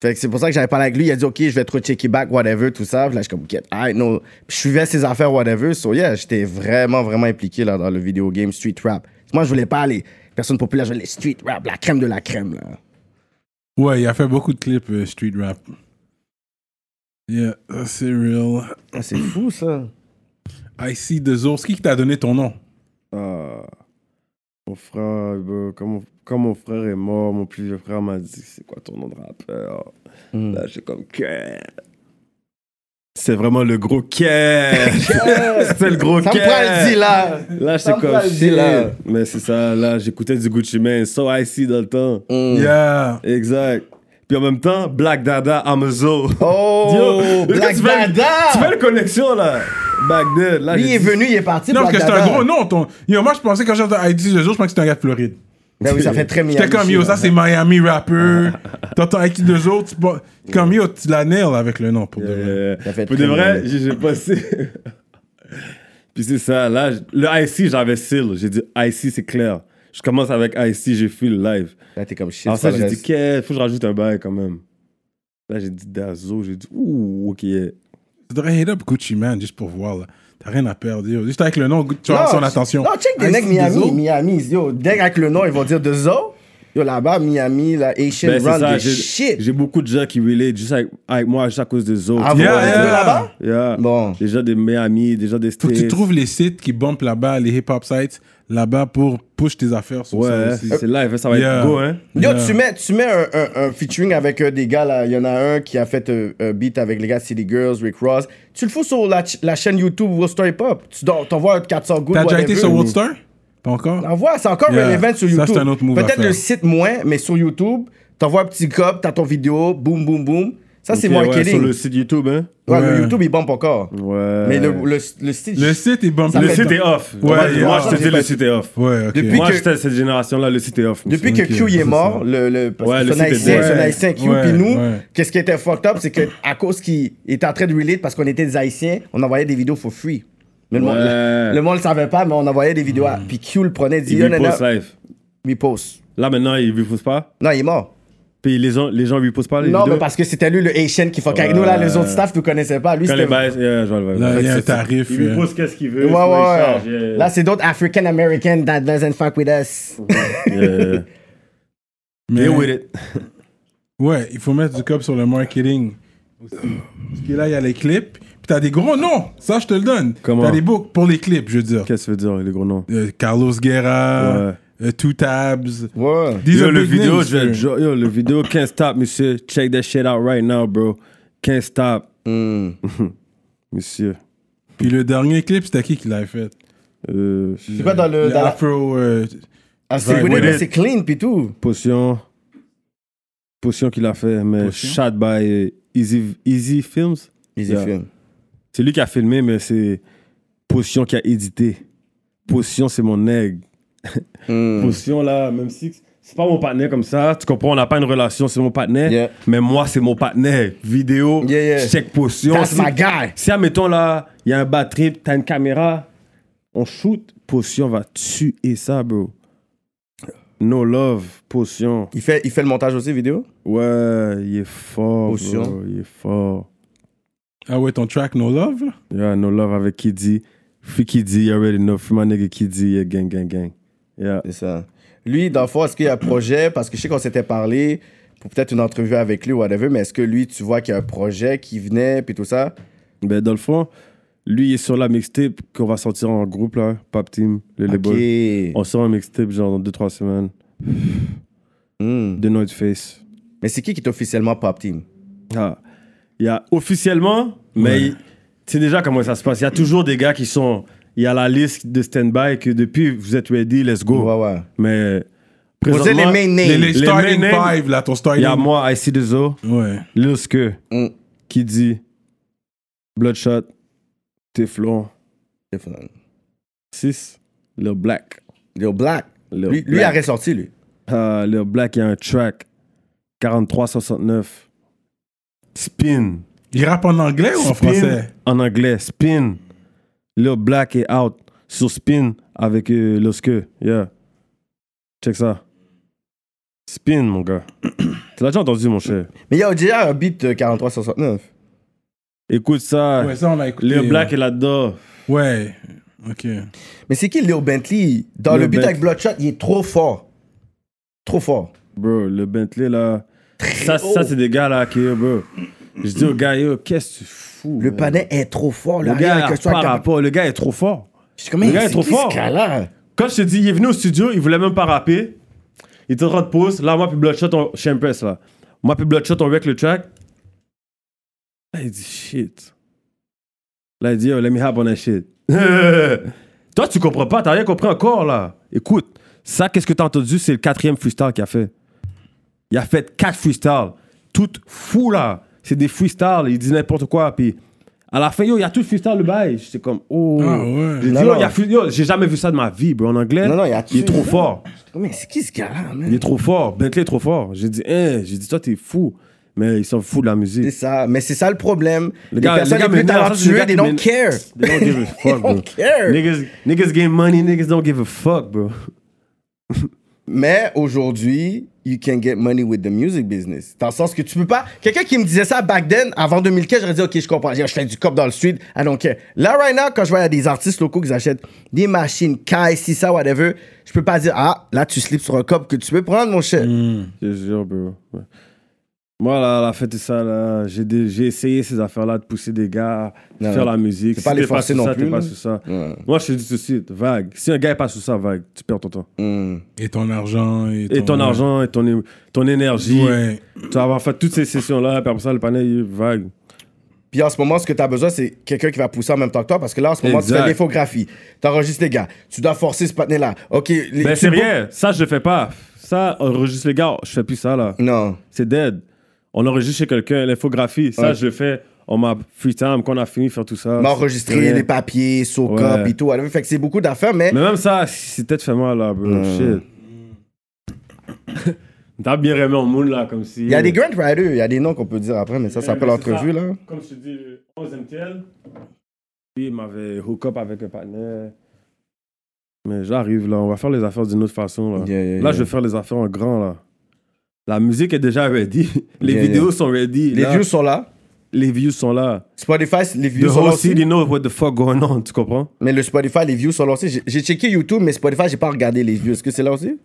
Fait que c'est pour ça que j'avais parlé avec lui. Il a dit, OK, je vais te rechecker back, whatever, tout ça. Puis là, je suis comme, get, I know. Puis je suivais ses affaires, whatever. So, yeah, j'étais vraiment, vraiment impliqué, là, dans le vidéo game street rap. Moi, je voulais pas les personnes populaires, je voulais les street rap, la crème de la crème, là.
Ouais, il a fait beaucoup de clips euh, street rap. Yeah, ça, c'est real.
Ah, c'est fou, ça.
Icy de Zours, qui qui t'a donné ton nom
Ah, mon frère, bro, quand, mon, quand mon frère est mort, mon plus vieux frère m'a dit c'est quoi ton nom de rappeur Là, j'ai comme que. C'est vraiment le gros cash. c'est le gros
Ça me
cash.
prend le dit là.
Là,
Ça
j'étais
me
comme
prend le
shit.
deal.
Mais c'est ça, là, j'écoutais du Gucci Mane, So Icy dans le temps.
Yeah.
Exact. Puis en même temps, Black Dada, Amazo.
Oh, Black
tu fais- Tu fais
Dada.
la connexion, là. Back then, là,
Lui,
j'ai
il est
dit-
venu, il est parti.
Non, parce
Black
que c'est un
Dada.
gros nom. Ton... Yo, moi, je pensais quand j'entends Icy de Zours, je pensais que c'était un gars de Floride.
Ben oui, ça fait très Miami.
J'étais comme, yo, ça c'est Miami rapper. T'entends Icy de Zours, tu pas- comme, yo, tu la nail avec le nom pour de vrai.
Euh,
Ça fait
pour
très
de vrai,
mal.
j'ai j'ai passé. Puis c'est ça, là, j- le IC, j'avais seal. J'ai dit IC, c'est clair. Je commence avec IC, j'ai fait le live.
Là, t'es comme shit.
Alors
c'est
ça,
pas
j'ai
le
dit,
reste.
qu'est-ce faut que je rajoute un bail quand même. Là, j'ai dit Dazo, j'ai dit, ouh, ok.
Tu devrais hit up Gucci Man juste pour voir. là. T'as rien à perdre. yo. Juste avec le nom, tu vas avoir
Non,
son attention.
Non, check des
Icy
mecs
de
Miami.
Zours.
Miami, yo, dès avec le nom, ils vont dire de Zo. Yo, là-bas, Miami, la Asian
Ben, c'est
Run,
ça,
de
j'ai
shit.
j'ai beaucoup de gens qui relate juste avec, avec moi, juste à cause des autres.
Ah bon,
Yeah,
tu
yeah.
veux là-bas?
Yeah.
Bon.
Des gens de Miami, des gens des
Faut
States.
que tu trouves les sites qui bumpent là-bas, les hip-hop sites, là-bas pour push tes affaires sur ça
Ouais,
aussi.
c'est live, ça va
Yeah.
être beau, hein.
Yo,
Yeah.
tu mets, tu mets un, un- un featuring avec euh, des gars là. Il y en a un qui a fait euh, un beat avec les gars de City Girls, Rick Ross. Tu le fous sur la, ch- la chaîne YouTube Will Story Pop. Tu don- t'envoies un 400 gouttes.
T'as déjà
whatever. Ah,
été sur World Star Pas encore
T'envoies, c'est encore
Yeah.
relevant sur
Ça,
YouTube.
c'est un autre move à
Peut-être
faire.
le site moins, mais sur YouTube, t'envoies un petit cop, t'as ton vidéo, boum, boum, boum. Ça, c'est
Ok, ouais,
marketing.
Sur le site YouTube, hein.
Ouais,
Ouais.
le YouTube, il bombe encore.
Ouais.
Mais le, le, le site.
Le site est bumpé.
Ça
Le
fait
site
temps.
est off.
Ouais,
moi,
yeah.
moi, je te dis,
Ouais.
le site est off.
Ouais, ok.
Depuis-
Moi,
que-
j'étais cette génération-là, le site est off. monsieur.
Depuis que
Ok,
Q est
c'est
mort,
ça.
le, le, parce
Ouais,
que c'est
le
un
site est
haïtien,
bon.
c'est un haïtien Q.
Ouais,
Puis nous,
ouais.
qu'est-ce qui était fucked up, c'est que à cause qu'il était en train de relate parce qu'on était des haïtiens, on envoyait des vidéos for free. Mais le, monde,
Ouais.
le monde le savait pas, mais on envoyait des vidéos. à-
Mm.
Puis Q le prenait, dit, oh
Il
yo, non, non,
repose live.
repose.
Là, maintenant, il repose pas.
Non, il est mort.
Puis les gens, les gens reposent pas les
Non,
vidéos.
mais parce que c'était lui le Haitian qui fuck avec nous. Là, les autres staff ne connaissaient pas. Lui,
Quand les
c'était.
bails, yeah, je vois le vibe.
Là, il y a un
c'est-
tarif.
Il
euh,
repose qu'est-ce qu'il veut.
Ouais, ouais,
sinon il
ouais.
charge, yeah.
Là, c'est d'autres African American that doesn't fuck with us.
Yeah.
mais-
Deal with it.
Ouais, il faut mettre du cop sur le marketing. aussi. Parce que là, il y a les clips. Puis t'as des gros noms. Ça, je te le donne.
Comment?
T'as des beaux pour les clips, je veux dire.
Qu'est-ce que ça veut dire, les gros noms
Euh, Carlos Guerra,
Ouais.
euh, Two Tabs.
Ouais.
These
Yo,
are
le
big
vidéo,
names,
je
sir.
vais- jo- yo, le vidéo, can't stop, monsieur. Check that shit out right now, bro. Can't stop,
Hmm.
monsieur.
Puis le dernier clip, c'était qui qui l'avait fait
Euh,
C'est quoi dans le.
Le
dans la-
Afro. euh,
Ah, c'est
Right
with
with
it,
it.
c'est clean, puis tout.
Potion. Potion qu'il a fait, mais
Potion?
shot by euh, Easy, Easy Films.
Easy
Yeah.
film.
C'est lui qui a filmé, mais c'est Potion qui a édité. Potion, c'est mon aigle.
Hmm.
Potion, là, même si c'est pas mon partenaire comme ça, tu comprends, on n'a pas une relation, c'est mon partenaire.
Yeah.
Mais moi, c'est mon partenaire. Vidéo,
Yeah, yeah.
je check Potion.
That's
si,
my guy.
si, admettons, là, il y a un bad trip, t'as une caméra, on shoot, Potion va tuer ça, bro. No love, Potion.
Il fait, il fait le montage aussi vidéo?
Ouais, il est fort,
Potion.
bro. Il est fort.
Ah ouais, ton track No Love là?
Yeah, no love avec Kiddy. Free Kiddy, you already know. Free my nigga Kiddy, yeah, gang, gang, gang. Yeah.
C'est ça. Lui, dans le fond, est-ce qu'il y a un projet? Parce que je sais qu'on s'était parlé pour peut-être une entrevue avec lui ou whatever, mais est-ce que lui, tu vois qu'il y a un projet qui venait, puis tout ça?
Ben, dans le fond, lui, il est sur la mixtape qu'on va sortir en groupe, là. Pop Team, le label.
Ok.
On sort un mixtape, genre, dans 2-3 semaines.
Hmm.
De North Face.
Mais c'est qui qui est officiellement Pop Team?
Ah. Il y a officiellement, mais il- tu sais déjà comment ça se passe. Il y a toujours des gars qui sont. Il y a la liste de stand-by que depuis, vous êtes ready, let's go.
Ouais, ouais.
Mais.
On dit les
présentement,
main names.
Les, les
Les
starting
main names.
five, là, ton
Il
starting.
y a moi, IC Dezo.
Ouais.
Lil Ske,
Mm.
qui dit Bloodshot, Teflon,
Definitely.
6, Lil Black.
Yo, Black.
Lil
Lui, lui a
Black.
ressorti, lui.
Ah, Lil Black, il y a un track, 4369. Spin.
Il rappe en anglais ou en
Spin,
français
En anglais, Spin. Lil Black est out sur Spin avec euh, Lil Ske. Yeah. Check ça. Spin, mon gars. tu l'as déjà entendu, mon cher.
Mais il y a déjà un beat euh, 4369.
Écoute ça.
Ouais, ça, on l'a écouté.
Lil Black
ouais.
est là-dedans.
Ouais. Ok.
Mais c'est qui Léo Bentley Dans
Lil
le beat
Bentley.
avec Bloodshot, il est trop fort. Trop fort.
Bro, le Bentley là. Ça, ça c'est des gars là qui, bro. Je dis aux gars, yo, qu'est-ce que tu fous fou.
Le
man.
panet est trop fort.
Le
là.
gars,
Avec un
par
swag cap-
rapport, le gars est trop fort.
Je suis comme, hey,
Le gars est
c'est
trop
qui
fort.
ce gars-là?
Quand je te dis, il est venu au studio, il voulait même pas rapper. Il était en train de pause. Là, moi, puis Bloodshot, on... je suis impressed, là. Moi, puis Bloodshot, on wreck le track. Là, il dit shit. Là, il dit, yo, let me hop on that shit. Toi, tu comprends pas, t'as rien compris encore, là. Écoute, ça, qu'est-ce que t'as entendu, c'est le quatrième freestyle qu'il a fait. Il a fait quatre freestyles. Tout fou, là. C'est des freestyles, il dit n'importe quoi. Puis à la fin, yo, il y a tout freestyle le bail. J'étais comme, oh.
Ah ouais.
J'ai dit,
Non,
yo,
non.
il y a free- yo, j'ai jamais vu ça de ma vie, bro. En anglais,
Non, non, il y a
il est
tout.
trop fort.
Comme, hey, c'est qui ce gars-là, man?
Il est trop fort. Bentley est trop fort. J'ai dit, hein, j'ai dit, toi, t'es fou. Mais ils s'en foutent de la musique.
C'est ça, mais c'est ça le problème.
Le
Les,
gars-
personnes les,
le gars
plus
m'énerve, ça, c'est
talentueuses,
le gars
they don't
qui
care.
m'énerve. They don't give a fuck, bro.
don't care.
Niggas, niggas gain money, niggas don't give a fuck, bro.
Mais aujourd'hui, you can get money with the music business. Dans le sens que tu peux pas. Quelqu'un qui me disait ça back then, avant 2015, j'aurais dit, OK, je comprends. Je fais du cop dans le sud, I don't care. Là, right now, quand je vois il y a des artistes locaux qui achètent des machines, Kai, si ça, whatever, je peux pas dire, ah, là, tu slips sur un cop que tu peux prendre, mon cher.
Je te jure, bro. Ouais. Moi, là, la fête, c'est ça, là. J'ai des- j'ai essayé ces affaires-là de pousser des gars, de
Non,
faire
non.
la musique.
Faut pas
Si
les
t'es
forcer
sous
non
ça,
plus,
T'es pas
là.
sous ça.
Ouais.
Moi, je te dis tout de suite, vague. Si un gars est pas sous ça, vague, tu perds ton temps.
Hmm.
Et ton argent. Et ton, euh,
Et ton argent, et ton, é- ton énergie.
Ouais.
Tu vas avoir fait toutes ces sessions-là, puis après ça, le panel, il est vague.
Puis en ce moment, ce que tu as besoin, c'est quelqu'un qui va pousser en même temps que toi, parce que là, en ce moment, tu
Exact.
fais l'infographie, tu enregistres les gars, tu dois forcer ce patinet-là. OK. les-
Mais
tu
Ben, c'est
peux-
rien, ça, je le fais pas. Ça, on enregistre les gars, je fais plus ça, là.
Non.
C'est dead. On enregistre chez quelqu'un, l'infographie, ça,
Ouais.
je le fais en ma free time, quand on a fini de faire tout ça.
M'enregistrer
C'est rien.
les papiers, soca,
Ouais.
pis tout. whatever. Fait que c'est beaucoup d'affaires, mais.
Mais même ça, c'est peut-être fait mal, là, bro. Shit. T'as bien remis au monde, là, comme si.
Il y a des Grand Riders, il y a des noms qu'on peut dire après, mais ça, ça après l'entrevue, là.
Comme je te dis, 11 MTL, il m'avait hook up avec un partenaire. Mais j'arrive, là, on va faire les affaires d'une autre façon, là.
Yeah, yeah,
Là,
yeah.
je vais faire les affaires en grand, là. La musique est déjà ready. Les
Yeah,
vidéos
yeah.
sont ready.
Les
Là,
views sont là.
les views sont là.
Spotify, les views
The
sont là.
whole
aussi.
city knows what the fuck going on, tu comprends?
Mais le Spotify, les views sont là aussi. J'ai- J'ai checké YouTube, mais Spotify, j'ai pas regardé les views. Est-ce que c'est là aussi?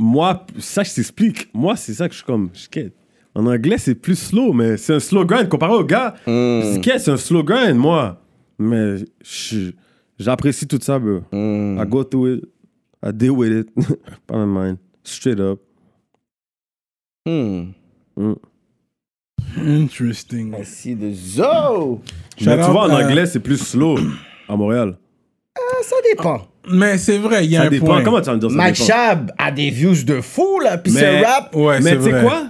Moi, ça, je t'explique. Moi, c'est ça que je suis comme, je quête. En anglais, c'est plus slow, mais c'est un slow grind comparé au gars.
Hmm, Mm.
Je quête, c'est un slow grind, moi. Mais je- j'apprécie tout ça, bro.
hmm, Mm.
I go through it. I deal with it. Pas my mind. Straight up.
Hmm.
Interesting.
Merci de Zo!
Shout
Mais tu
out
vois, en
à-
anglais, c'est plus slow à Montréal.
Ah, ça dépend.
Mais c'est vrai, il y a
Ça
un
dépend.
point.
Comment tu vas me dire ça
Mike
dépend?
Shab a des views de fou, là, pis c'est
Mais-
rap.
Ouais,
Mais
c'est
tu sais
vrai.
quoi?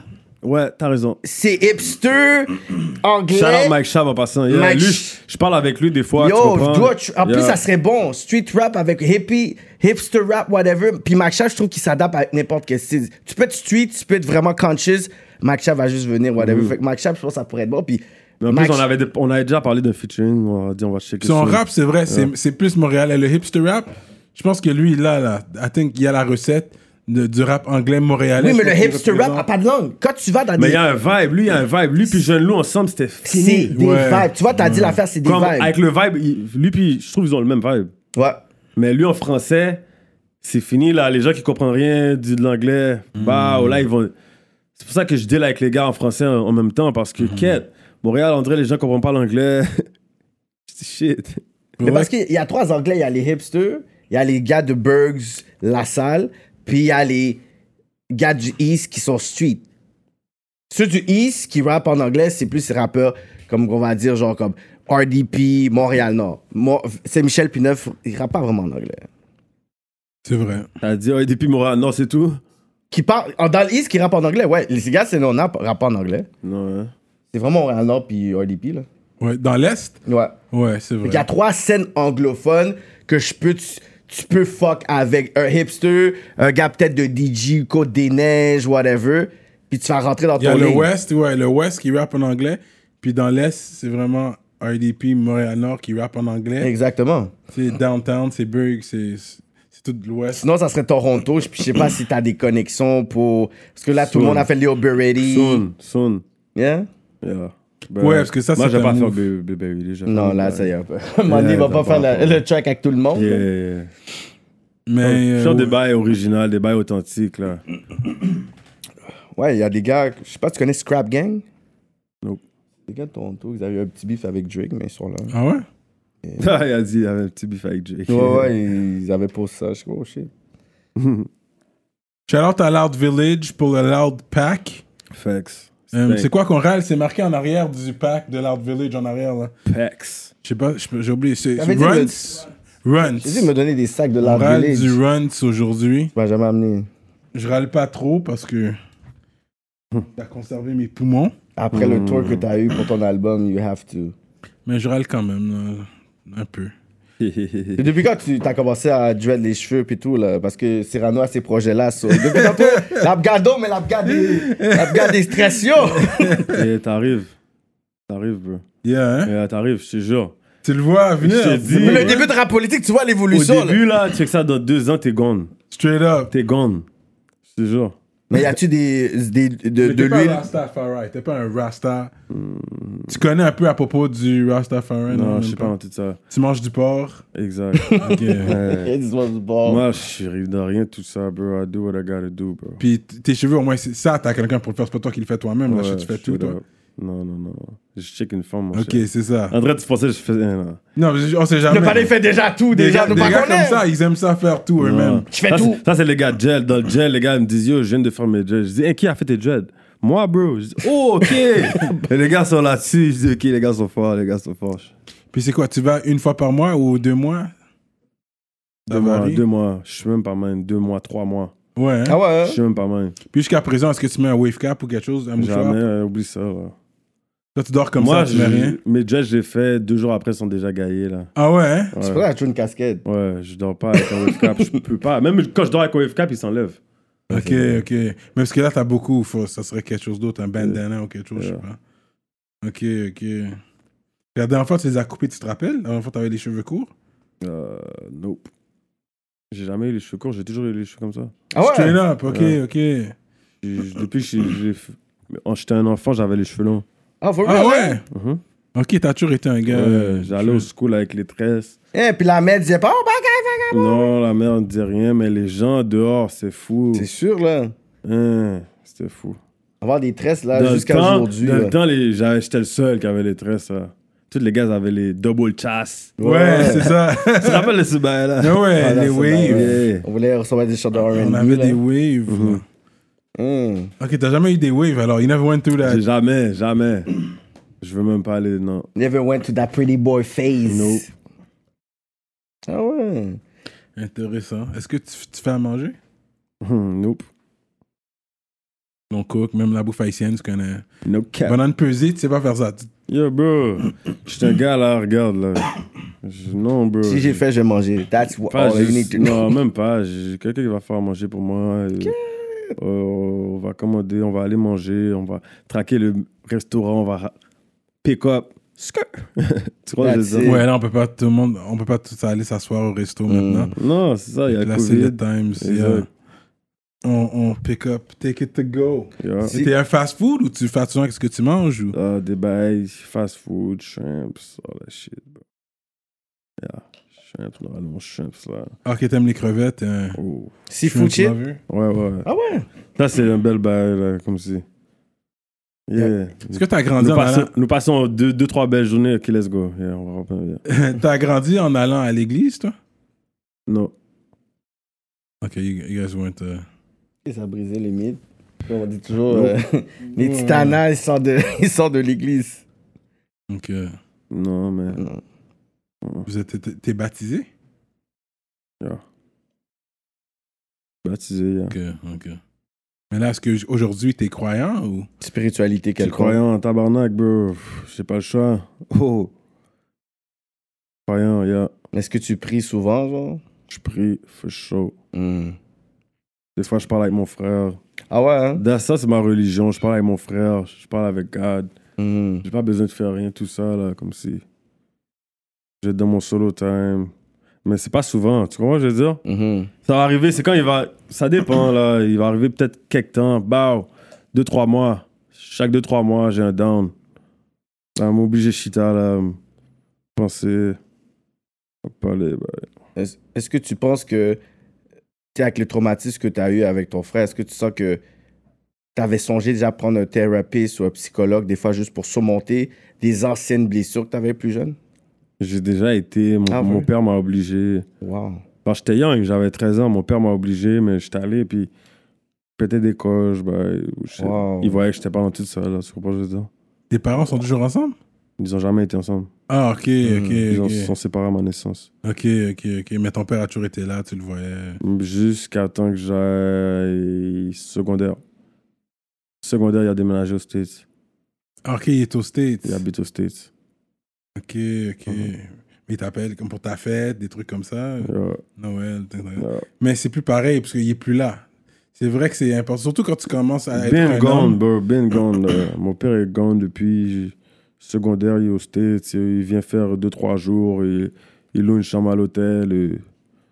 Ouais, t'as raison.
C'est hipster,
Shout
anglais.
out Mike Shab en passant. Yeah,
Mike
lui,
Sh-
je- je parle avec lui des fois. Ah, tu
Yo,
comprends?
toi, tu- en plus,
Yeah.
ça serait bon. Street rap avec hippie, hipster rap, whatever. Puis Mac Chav, je trouve qu'il s'adapte à n'importe quel style. Tu peux être street, tu peux être vraiment conscious. Mac Chav va juste venir, whatever. Fait que Mac Chav, je pense que ça pourrait être bon. Puis
Mm. Mais en
Mac
plus, on
Chav-
avait, dé- on avait déjà parlé d'un featuring. On a dit, on va checker
Son
ça.
rap, c'est vrai, c'est- c'est plus Montréal. Et le hipster rap, je pense que lui, là, là, I think il y a la recette de- du rap anglais montréalais.
Oui, mais
Je
le
pense qu'il
hipster rap
représente-
a pas de langue. Quand tu vas dans
Mais il
des.
y a un vibe. Lui, il y a un vibe. Lui, puis Jeune Loup, ensemble, c'était
C'est
fini.
des
Ouais.
vibes. Tu vois, t'as dit l'affaire, c'est des
Comme
vibes.
avec le vibe, il- lui, puis je trouve qu'ils ont le même vibe.
Ouais.
Mais lui, en français, c'est fini. là. Les gens qui comprennent rien du- de l'anglais,
Hmm.
bah, là, ils vont. C'est pour ça que je deal avec les gars en français en, en même temps. Parce que,
Hmm.
quête, Montréal, on dirait les gens comprennent pas l'anglais. Shit.
Mais parce qu'il y a trois anglais. Il y a les hipsters, il y a les gars de Bergs, La Salle, puis il y a les gars du East qui sont street. Ceux du East qui rappent en anglais, c'est plus ces rappeurs, comme on va dire, genre comme RDP, Montréal Nord. Mo- c'est Michel Pineuf, il rappe pas vraiment en anglais.
C'est vrai.
T'as dit, oh, depuis Montréal, non, c'est tout.
Qui parle, en- dans le East, qui rappe en anglais, ouais. Les gars, c'est non, non, rappe pas en anglais.
Non, hein.
C'est vraiment Montréal Nord puis RDP, là.
Ouais, dans l'Est,
Ouais.
ouais, c'est vrai.
Il y a trois scènes anglophones que je peux tu, tu peux fuck avec un hipster, un gars peut-être de DJ, Côte des Neiges, whatever. Puis tu vas rentrer dans
Il y a
ton
le
ligne.
West, ouais, le West qui rappe en anglais. Puis dans l'Est, c'est vraiment RDP, Montréal-Nord qui rappe en anglais.
Exactement.
C'est Downtown, c'est Berg, c'est c'est tout de l'Ouest.
Sinon, ça serait Toronto. Je, puis je sais pas si t'as des connexions pour. Parce que là, tout le
Soon.
monde a fait Leo Beretti.
Soon, soon.
Yeah?
Yeah. Ben,
Ouais, parce que ça,
Moi,
c'est
j'ai
un
pas faire
move.
Bébé Bébé Willy, j'ai
Non,
fait-
là, ça y est. un peu. Money
Yeah,
va
ça
pas
va
faire
pas.
le, le track avec tout le monde.
Yeah, yeah, yeah.
Mais.
Genre
euh,
des bails originales, des bails authentiques, là.
Mm. Ouais, il y a des gars. Je sais pas, tu connais Scrap Gang?
Nope.
Les gars de Toronto, ils avaient eu un petit beef avec Drake, mais ils sont là.
Ah ouais?
il a dit il y avait un petit beef avec Jake.
Ouais, ouais, ils avaient posé ça. Je suis comme, oh shit.
Shout out à Loud Village pour le Loud Pack.
Facts.
Euh, c'est quoi qu'on râle? C'est marqué en arrière du pack de Loud Village en arrière, là.
Pex.
Je sais pas, je peux- j'ai oublié. C'est
T'avais dit le-
Runts. Runts.
J'ai dit, ils me donner des sacs de
On
la
râle
village.
du
Tu
Runts aujourd'hui.
m'as jamais amené.
Je râle pas trop parce que.
Hmm.
T'as conservé mes poumons.
Après le tour que t'as eu pour ton album, you have to.
Mais je râle quand même, là, un peu.
Et depuis quand tu as commencé à dread les cheveux puis tout, là, parce que Cyrano a ces projets-là. so- Depuis tantôt, l'abgado, mais l'abgado l'abgado est stress, yo.
Et t'arrives. T'arrives, bro.
Yeah, hein?
Et t'arrives, je te jure.
Tu le vois venir.
Je te dis.
Mais le début de rap politique, tu vois
Au
l'évolution, là.
début, là, tu sais que ça, dans deux ans, t'es gone.
Straight up.
T'es gone. Je te jure.
Mais y a-tu des, des, de,
Mais
de
T'es pas
l'huile Hmm.
un Rastafari, t'es pas un Rasta. Tu connais un peu à propos du Rastafari?
Non,
même
je sais pas dans tout ça.
Tu manges du porc?
Exact.
Ok.
Ouais.
This was
Oh.
ball.
Moi, je suis dans rien de tout ça, bro. I do what I gotta do, bro.
Puis t- tes cheveux, au moins, c'est- ça, t'as quelqu'un pour le faire. C'est pas toi qui le fais toi-même. là,
Ouais,
tu fais tout,
straight
toi.
up. Non, non, non. Je check une forme, mon
Ok,
cher.
c'est ça.
En vrai, tu pensais que je faisais... Non, non.
Non, mais on sait jamais.
Le palais fait déjà tout,
des
déjà,
gars,
nous
des
pas
gars comme
connaître.
ça, ils aiment ça faire tout eux-mêmes.
Ah.
Je fais
ça,
tout.
c'est- Ça, c'est les gars de gel. Dans le gel, les gars ils me disent Yo, je viens de faire mes dreads. Je dis Hein, Qui a fait tes dreads Moi, bro. Je dis Oh, ok. Et les gars sont là-dessus. Je dis Ok, les gars sont forts. Les gars sont forts.
Puis c'est quoi, tu vas une fois par mois ou deux mois Ça
Deux mois,
varie.
deux mois. Je suis même pas mal. Deux mois, trois mois.
Ouais. hein?
Ah ouais,
Je suis même pas mal.
Puis jusqu'à présent, est-ce que tu mets un wave cap ou quelque chose, un mouchoir
Jamais, euh, oublie ça. ouais.
Là, tu dors comme
Moi,
ça, tu mets
je-
rien.
mes dreads, je les fais deux jours après, ils sont déjà gaillés, là.
Ah ouais hein?
C'est
Ouais.
pour ça que tu as une casquette.
Ouais, je dors pas avec un wave cap. Je peux pas. Même quand je dors avec un wave cap, il s'enlève.
Ok, ok. Mais parce que là, t'as beaucoup, faut- ça serait quelque chose d'autre, un bandana ou quelque chose, je sais pas. Ok, ok. La dernière fois, tu les as coupés, tu te rappelles La dernière fois, t'avais les cheveux courts
Euh, nope. J'ai jamais eu les cheveux courts. J'ai toujours eu les cheveux comme ça.
Ah ouais?
Straight up, ok,
Ouais.
ok.
J'ai- j'ai- Depuis que j'ai- j'ai f- quand j'étais un enfant, j'avais les cheveux longs.
Ah, for
Ah
real, hein?
ouais
Mhm.
Ok, t'as toujours été un gars. euh,
Ouais, J'allais au school avec les tresses.
Eh, puis la mère disait pas, oh, bah,
Non, la mère ne dit rien, mais les gens dehors, c'est fou.
C'est sûr, là.
Hein, C'était fou.
Avoir des tresses, là,
Dans le
Ah, jusqu'à
temps,
aujourd'hui.
dans le
là.
temps, les- j'avais- j'étais le seul qui avait les tresses. là. Tous les gars avaient les double chasses.
Ouais, c'est ça.
tu te rappelles de ce bail là
Ah ouais,
Ah, là,
les
c'est dingue,
waves.
ouais.
Yeah.
On voulait recevoir des shots de R&B.
On avait
là.
des waves. là.
Mhm.
Hmm.
Ok, t'as jamais eu des waves alors. You never went through that.
J'ai Jamais, jamais. Je veux même pas aller, non.
Never went to that pretty boy phase.
Nope.
Ah ouais.
Intéressant. Est-ce que tu, tu fais à manger
Hum, nope.
Non, cook, même la bouffe haïtienne, tu connais.
No cap.
Banane pesée, tu sais pas faire ça. Tu-
Yo, bro. J'étais un gars là, regarde là. Je- non, bro.
Si j'ai fait, je vais manger. That's what
Pas
all you need
juste-
to know.
non, même pas. J'ai quelqu'un qui va faire à manger pour moi. Euh, euh, on va commander, on va aller manger, on va traquer le restaurant, on va ra- pick up. Skirt. tu crois que je
That's
veux
it.
dire?
Ouais, là, on peut pas tout le monde, on peut pas tous aller s'asseoir au resto
Hmm.
maintenant.
Non, c'est ça, il y a le
Là, c'est
Mm. COVID.
le time. c'est,
Exact.
euh, on, on pick up, take it to go.
Yeah.
Si-
T'es un fast food ou tu fais attention à ce que tu manges ou...
Ah, des bails, fast food, shrimps, all that shit. Bro. Yeah. Shrimps, normalement, shrimps là.
Ok, t'aimes les crevettes. Hein.
Oh.
Seafood shit.
Ouais, ouais.
Ah ouais.
Ça, c'est un bel bail, là, comme si. Yeah.
Est-ce que t'as grandi
Nous
en
passons,
allant...
nous passons deux, deux, trois belles journées. Ok, let's go. Yeah, on va reprendre, yeah.
t'as grandi en allant à l'église, toi
Non.
Ok, you, you guys weren't... uh,
Et Ça a brisé les mythes. On dit toujours, euh, les titanas, ils sortent de, ils sortent de l'église.
donc, euh,
Non, mais.
Non.
vous êtes... t'es- T'es baptisé
Baptisé, yeah.
Ok, ok. Mais là, est-ce qu'aujourd'hui, t'es croyant ou...
Spiritualité
Quel
quelconque.
croyant en tabarnak, bro. Pff, J'ai pas le choix. Oh. Croyant, yeah.
Est-ce que tu pries souvent, genre?
Je prie, for sure.
Hmm.
Des fois, je parle avec mon frère.
Ah ouais, hein?
Dans ça, c'est ma religion. Je parle avec mon frère. Je parle avec God.
Hmm.
J'ai pas besoin de faire rien, tout ça, là, comme si. J'ai dans mon solo time. Mais c'est pas souvent, tu comprends, ce que je veux dire?
Mhm.
Ça va arriver, c'est quand il va. Ça dépend, là. Il va arriver peut-être quelques temps. Bah, deux, trois mois. Chaque deux, trois mois, j'ai un down. Ah, Là, m'obliger chita, là. m- Penser. Parler, bah.
Est-ce est-ce que tu penses que, tu sais, avec le traumatisme que tu as eu avec ton frère, est-ce que tu sens que
T'avais songé déjà à prendre un thérapeute ou un psychologue, des fois juste pour surmonter des anciennes blessures que t'avais plus jeune?
J'ai déjà été. Mon,
Ah,
mon
ouais.
père m'a obligé.
Wow.
Quand j'étais young, j'avais 13 ans, mon père m'a obligé, mais j'étais allé, puis péter des coches. Ben, je-
Wow.
Ils voyaient que j'étais pas dans tout ça, là, tu comprends ce que je veux dire?
Tes parents sont toujours ensemble
Ils ont jamais été ensemble.
Ah, ok,
Hmm, Ils ont-
ok,
se
ok.
sont séparés à ma naissance.
Ok, ok, ok. Mais ton père a toujours été là, tu le voyais.
Jusqu'à temps que j'aille secondaire. Secondaire, il a déménagé aux States.
Ah, Ok, il est aux States.
Il habite aux States.
Ok, ok. Mais il t'appelle comme pour ta fête, des trucs comme ça.
ah. Ouais,
Noël. t'in, t'in, t'in.
ouais.
Mais c'est plus pareil parce qu'il est plus là. C'est vrai que c'est important. Surtout quand tu commences à Ah, être.
Been
un
gone,
homme.
bro. Been gone. là. Mon père est gone depuis secondaire, il est aux States. Il vient faire 2-3 jours. Il, il loue une chambre à l'hôtel. et-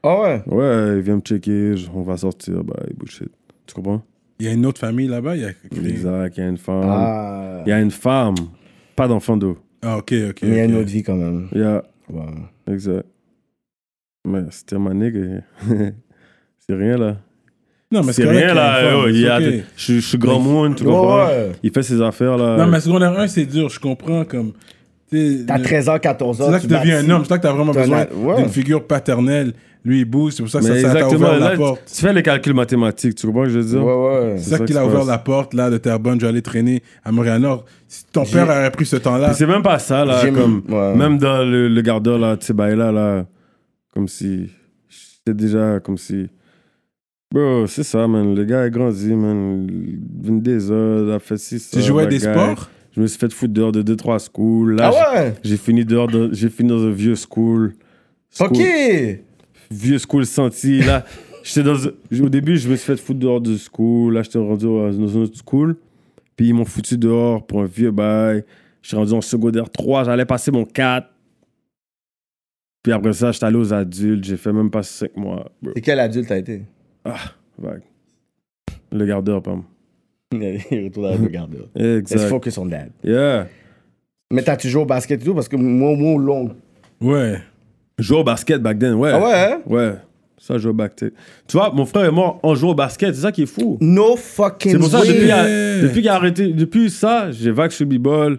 Ah ouais?
Ouais, il vient me checker. je- On va sortir. Bah, bullshit. Tu comprends?
Il y a une autre famille là-bas. Il y a...
Exact. Il y a une femme.
Ah.
Il y a une femme. Pas d'enfant d'eau.
Ah, ok, ok.
Mais il y a une
ok.
autre vie quand même.
Il y a.
Wow.
Exact. Mais c'était ma nigga. c'est rien là.
Non, Ah, mais
C'est
correct,
rien là.
une femme,
yo, il y a-
c'est ok.
je, je suis grand monde, tu
Ouais,
comprends?
ouais.
Il fait ses affaires là.
Non, mais secondaire 1, c'est dur. Je comprends comme. tu sais,
T'as
le-
13 ans, 14 ans.
C'est là que tu deviens un
bâtis.
homme. C'est là que tu as vraiment
T'as
besoin
la- ouais.
d'une figure paternelle. Lui, il bouge. C'est pour ça que
Mais
ça- ça t'a
exactement,
ouvert
là,
la
tu-
porte.
Tu fais les calculs mathématiques, tu comprends ce que je veux dire?
Ouais, ouais.
C'est ça
ça
qu'il
qui
a
se
ouvert
passe.
la porte, là, de Terrebonne. Je vais aller traîner à Montréal-Nord. Si ton père aurait pris ce temps-là.
Puis c'est même pas ça, là,
J'ai-
comme...
ouais.
Même dans le, le gardeur, là, Tibaïla, là, comme si... C'était déjà comme si... Bro, c'est ça, man. Le gars a grandi, man. Il a des heures, il a fait ci, ça,
Tu jouais à
la
des
guy.
sports
Je me suis fait foutre dehors de 2-3 schools. Là,
Ah ouais?
j'ai j'ai fini dehors, de- j'ai fini dans un vieux school. School-
Ok!
Vieux school senti, là. J'étais dans... un- Au début, je me suis fait foutre dehors de school. Là, j'étais rendu dans un autre school. Puis ils m'ont foutu dehors pour un vieux bail. Je suis rendu en secondaire 3, j'allais passer mon 4. Puis après ça, j'étais allé aux adultes, j'ai fait même pas 5 mois. bro.
Et quel adulte t'as été?
Vague. Le gardeur, pardon.
il retourne à le garde. Let's
Exact.
focus on that.
Yeah.
Mais t'as toujours au basket et tout parce que moi, moi, au long.
Ouais.
Jouer au basket back then, ouais.
Ah ouais? hein?
Ouais. Ça, je joue au basket. Tu vois, mon frère est mort en jouant au basket, c'est ça qui est fou.
No fucking
C'est pour ça,
way.
que depuis, euh,
Ouais.
depuis qu'il a arrêté, depuis ça, j'ai vague sur B-Ball.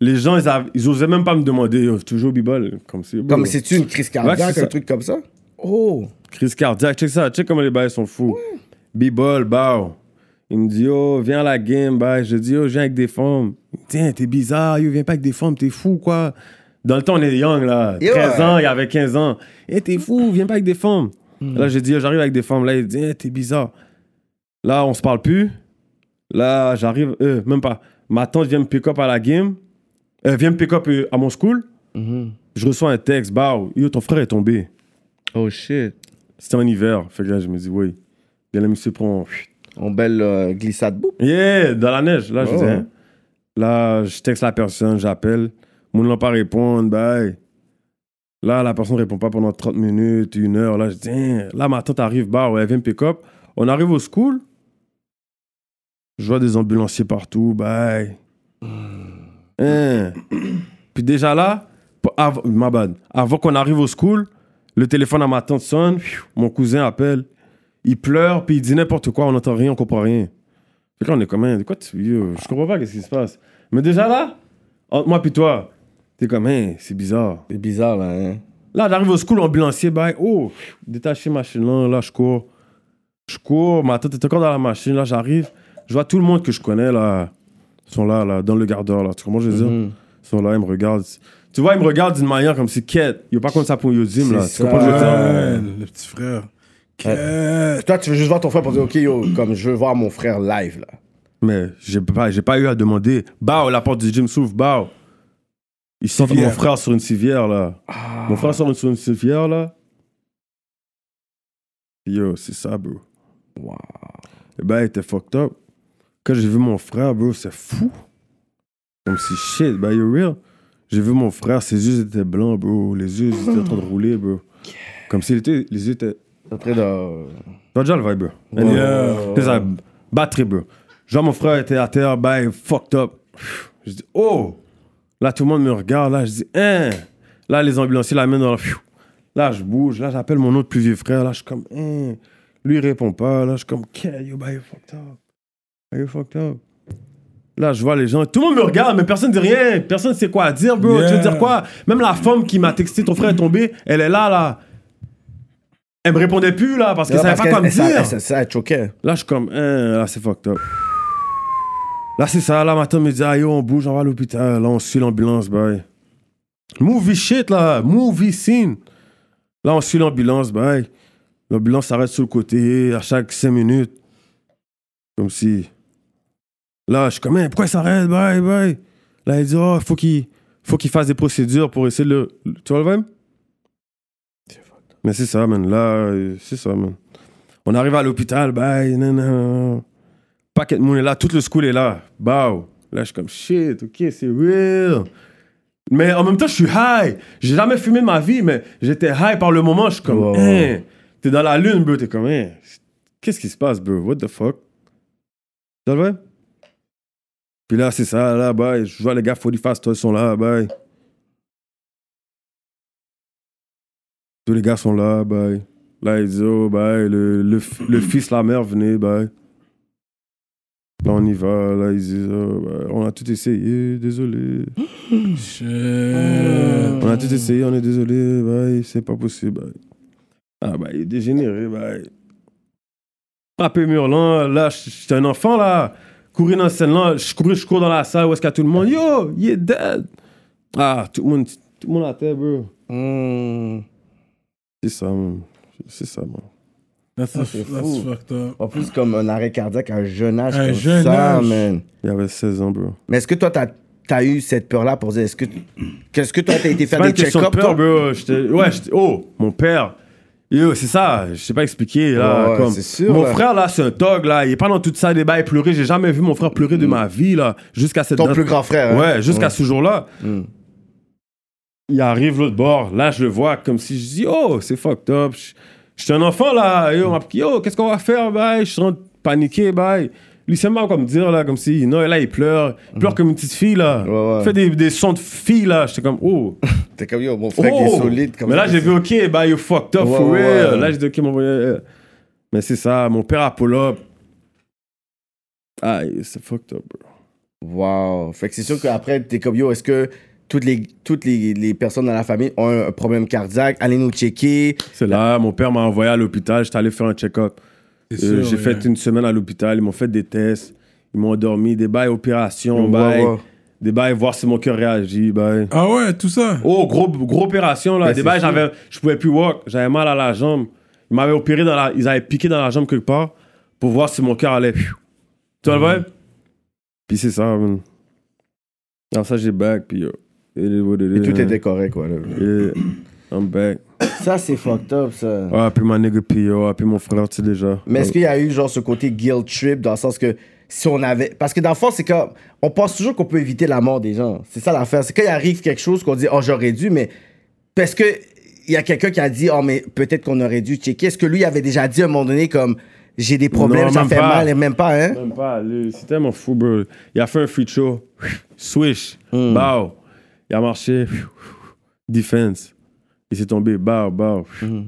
Les gens, ils, avaient- ils osaient même pas me demander, Yo, tu joues au B-Ball Comme si.
Comme c'est-tu une crise
Ouais,
cardiaque,
c'est
un
ça.
truc comme ça? Oh!
Crise cardiaque, check ça, check comment les bails sont fous. B-Ball, bow. Il me dit, oh, viens à la game, bye. Je dis, oh, je viens avec des femmes. Tiens, t'es bizarre, yo, viens pas avec des femmes, t'es fou, quoi. Dans le temps, on est young, là.
Et
13
ouais.
ans, il avait 15 ans. Eh, t'es fou, viens pas avec des femmes. Là, j'ai dit, oh, j'arrive avec des femmes. Là, il dit, eh, t'es bizarre. Là, on se parle plus. Là, j'arrive, euh, même pas. Ma tante vient me pick up à la game. Elle vient me pick up euh, à mon school.
Mm-hmm.
Je reçois un texte, bah, yo, ton frère est tombé.
Oh shit.
C'était en hiver. Fait que là, je me dis, oui. Bien, la musique prend.
On belle euh, glissade. Boum.
Yeah, dans la neige. Là, je
Oh.
dis, hein. Là, je texte la personne, j'appelle. Mon n'a pas répondre, bye. Là, la personne répond pas pendant 30 minutes, une heure. Là, je dis, hein. là, ma tante arrive, bah, ouais, elle vient me pick up. On arrive au school. Je vois des ambulanciers partout, bye. Hein. Puis déjà là, p- av- ma bad. Avant qu'on arrive au school, le téléphone à ma tante sonne, pfiou, mon cousin appelle. Il pleure, puis il dit n'importe quoi, on n'entend rien, on comprend rien. Fait que là, on est comme, hein, de quoi tu. yo, je comprends pas qu'est-ce qui se passe. Mais déjà là, entre moi puis toi, t'es comme, hein, c'est bizarre.
C'est bizarre là, hein?
Là, j'arrive au school, ambulancier, bye, oh, détaché machine, là, là, je cours. Je cours, ma tante est encore dans la machine, là, j'arrive. Je vois tout le monde que je connais, là, sont là, là, dans le gardeur, là. Tu comprends, ce que je
Mhm.
veux dire?
Mm-hmm.
Ils sont là, ils me regardent. Tu vois, ils me regardent d'une manière comme si, quête, yo, pas contre ça pour Yodim, là.
C'est
Tu comprends, ce que je veux dire?
Ouais, le petit frère. Que-
Toi, tu veux juste voir ton frère pour dire, ok, yo, comme je veux voir mon frère live là.
Mais j'ai pas, j'ai pas eu à demander. Bao, la porte du gym s'ouvre, bao. Ils sortent
Civière.
mon frère sur une civière, là.
Ah,
Mon frère sort sur une civière, là. Yo, c'est ça, bro.
Wow.
Et ben, il était fucked up. Quand j'ai vu mon frère, bro, c'est fou. Comme si shit, ben, you're real. J'ai vu mon frère, ses yeux étaient blancs, bro. Les yeux ils étaient en train de rouler, bro. Comme s'il était. Les yeux étaient.
T'es en train de.
T'as déjà le vibe, bro. Anyway. C'est ça, batterie, bro. Genre, mon frère était à terre, ben, fucked up. Je dis, oh! Là, tout le monde me regarde, là, je dis, hein! Là, les ambulanciers l'amènent dans la. pfiou. Là, je bouge, là, j'appelle mon autre plus vieux frère, là, je suis comme, hein! Lui, il répond pas, là, je suis comme, ok, yo, ben, fucked bah, up. Are you fucked up? Là, je vois les gens. Tout le monde me regarde, mais personne ne dit rien. Personne ne sait quoi dire, bro. Tu veux
Yeah.
dire quoi? Même la femme qui m'a texté, ton frère est tombé, elle est là, là. Elle me répondait plus, là, parce qu'elle savait pas quoi me dire.
Ça, ça choquait.
Là, je suis comme, hein, là, c'est fucked up. Là, c'est ça. Là, ma tante me dit, ah, yo, on bouge, on va à l'hôpital. Là, on suit l'ambulance, bye. Movie shit, là. Movie scene. Là, on suit l'ambulance, bye. L'ambulance s'arrête sur le côté à chaque 5 minutes. Comme si. Là, je suis comme, hein, pourquoi il s'arrête, bye, bye. Là, il dit, oh, faut qu'il faut qu'il fasse des procédures pour essayer de le. Tu vois le même? Mais c'est ça, man. Là, euh, c'est ça, man. On arrive à l'hôpital, bye, nanana. Paquet de monde est là, toute le school est là. Bow. Là, je suis comme shit, ok, c'est real. Mais en même temps, je suis high. J'ai jamais fumé de ma vie, mais j'étais high par le moment. Je suis comme,
Wow.
hein. T'es dans la lune, bro. T'es comme, hein. Qu'est-ce qui se passe, bro? What the fuck? Tu vois le vrai? Puis là, c'est ça, là, bye. Je vois les gars 40 Fast, toi, ils sont là, bye. Tous les gars sont là, bye. Là, ils disent, oh, bye, le, le, f- le fils, la mère, venez, bye. Là, on y va, là, ils disent, oh, bye, on a tout essayé, désolé. On a tout essayé, on est désolé, bye, c'est pas possible, bye. Ah, bah, il est dégénéré, bye. Frappé murlant, là, je- j'étais un enfant, là. Courir dans cette scène-là, je cours, je cours dans la salle où est-ce qu'il y a tout le monde, yo, il est dead. Ah, tout le monde, tout le monde à terre, bro.
Mm.
C'est ça, man. C'est ça, man.
Ah,
That's, a- that's fucked up.
En plus, comme un arrêt cardiaque à un jeune âge.
Un
comme
jeune
ça,
âge.
man.
Il avait 16 ans, bro.
Mais est-ce que toi, t'as as eu cette peur-là pour dire, est-ce que, qu'est-ce que toi, t'as été faire
pas
des
une question de
check-ups?
peur,
toi?
bro. J'étais- Ouais, j'étais- oh, mon père. Yo, c'est ça, je sais pas expliquer. Là,
Ouais,
comme...
c'est sûr,
mon
là.
frère, là, c'est un dog, là. Il est pas dans toute ça, débat et pleurer. J'ai jamais vu mon frère pleurer de ma vie, là. Jusqu'à
Mm.
cette
Ton
date-
plus grand frère. hein?
Ouais, jusqu'à ce jour-là.
Mm.
Il arrive l'autre bord. Là, je le vois comme si je dis Oh, c'est fucked up. Je je suis un enfant là. Yo, m'a- yo, qu'est-ce qu'on va faire? Bye. Je suis en train de paniquer. Bye. Lui, c'est marrant comme dire là, comme si. Non, et là, il pleure. Il pleure comme une petite fille là.
Mm. Ouais, ouais.
Il fait des, des sons de fille là. J'étais comme Oh.
T'es comme, yo, mon frère qui est
Oh!
solide. Comme
Mais là,
ça.
j'ai vu, ok, bah, you fucked up
Ouais,
for
ouais,
real.
ouais.
Là, j'ai dit, ok, mon voyage. euh. Mais c'est ça, mon père a pull-up. Ah, c'est fucked up, bro.
Wow. Fait que c'est sûr qu'après, t'es comme, yo, est-ce que toutes les, toutes les, les personnes dans la famille ont un problème cardiaque? Allez nous checker.
C'est là, mon père m'a envoyé à l'hôpital, j'étais allé faire un check-up.
C'est
Euh,
sûr,
j'ai
yeah.
fait une semaine à l'hôpital, ils m'ont fait des tests, ils m'ont dormi, des bails opération,
Ouais,
bails-
ouais.
des bails voir si mon cœur réagit, bails.
Ah ouais, tout ça.
Oh, gros, gros opération là.
Ben,
des
c'est
bails,
sûr.
j'avais, je pouvais plus walk, j'avais mal à la jambe. Ils m'avaient opéré dans la, ils avaient piqué dans la jambe quelque part pour voir si mon cœur allait. pfiou. Tu vois le
Mhm.
vrai? Puis c'est ça, man. Alors ça, j'ai back, puis yo. It is what it
Et
is,
tout
hein.
était correct, quoi. là.
Yeah, I'm back.
Ça, c'est fucked up, ça.
Ah, puis ma nigga, puis yo, ah, puis mon frère, tu sais déjà.
Mais est-ce qu'il y a eu genre ce côté guilt trip dans le sens que si on avait. Parce que dans le fond, c'est comme. On pense toujours qu'on peut éviter la mort des gens. C'est ça l'affaire. C'est quand il arrive quelque chose qu'on dit, oh, j'aurais dû, mais. Parce que. Il y a quelqu'un qui a dit, oh, mais peut-être qu'on aurait dû checker. Est-ce que lui avait déjà dit à un moment donné, comme, j'ai des problèmes,
Non,
ça
même
fait
pas.
mal, et même pas, hein?
Même pas, lui, c'est tellement fou, bro. Il a fait un free show. Swish.
Hmm.
Bow. Il a marché. Defense. Il s'est tombé. Bow, bow.
Hmm.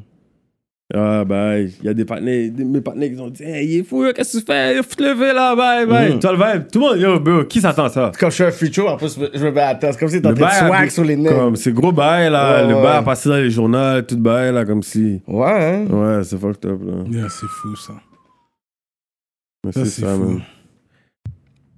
Ah, bye. Il y a des partenaires, des- mes partenaires qui ont dit Hey, il est fou, qu'est-ce que tu fais Faut te lever là, bye, bye.
Hmm.
Tu vois le vibe Tout le monde, yo, bro, qui s'attend à ça
Quand je suis un futur, en plus, je me mets à terre. C'est comme si t'étais en train de
bail a-
swag sur les nez.
Comme, c'est gros bail, là.
Ouais,
le
ouais.
bail a passé dans les journaux, tout bail, là, comme si.
Ouais, hein?
Ouais, c'est fucked up, là.
Yeah, c'est fou ça.
Mais
Ça,
c'est
c'est
ça,
fou.
man.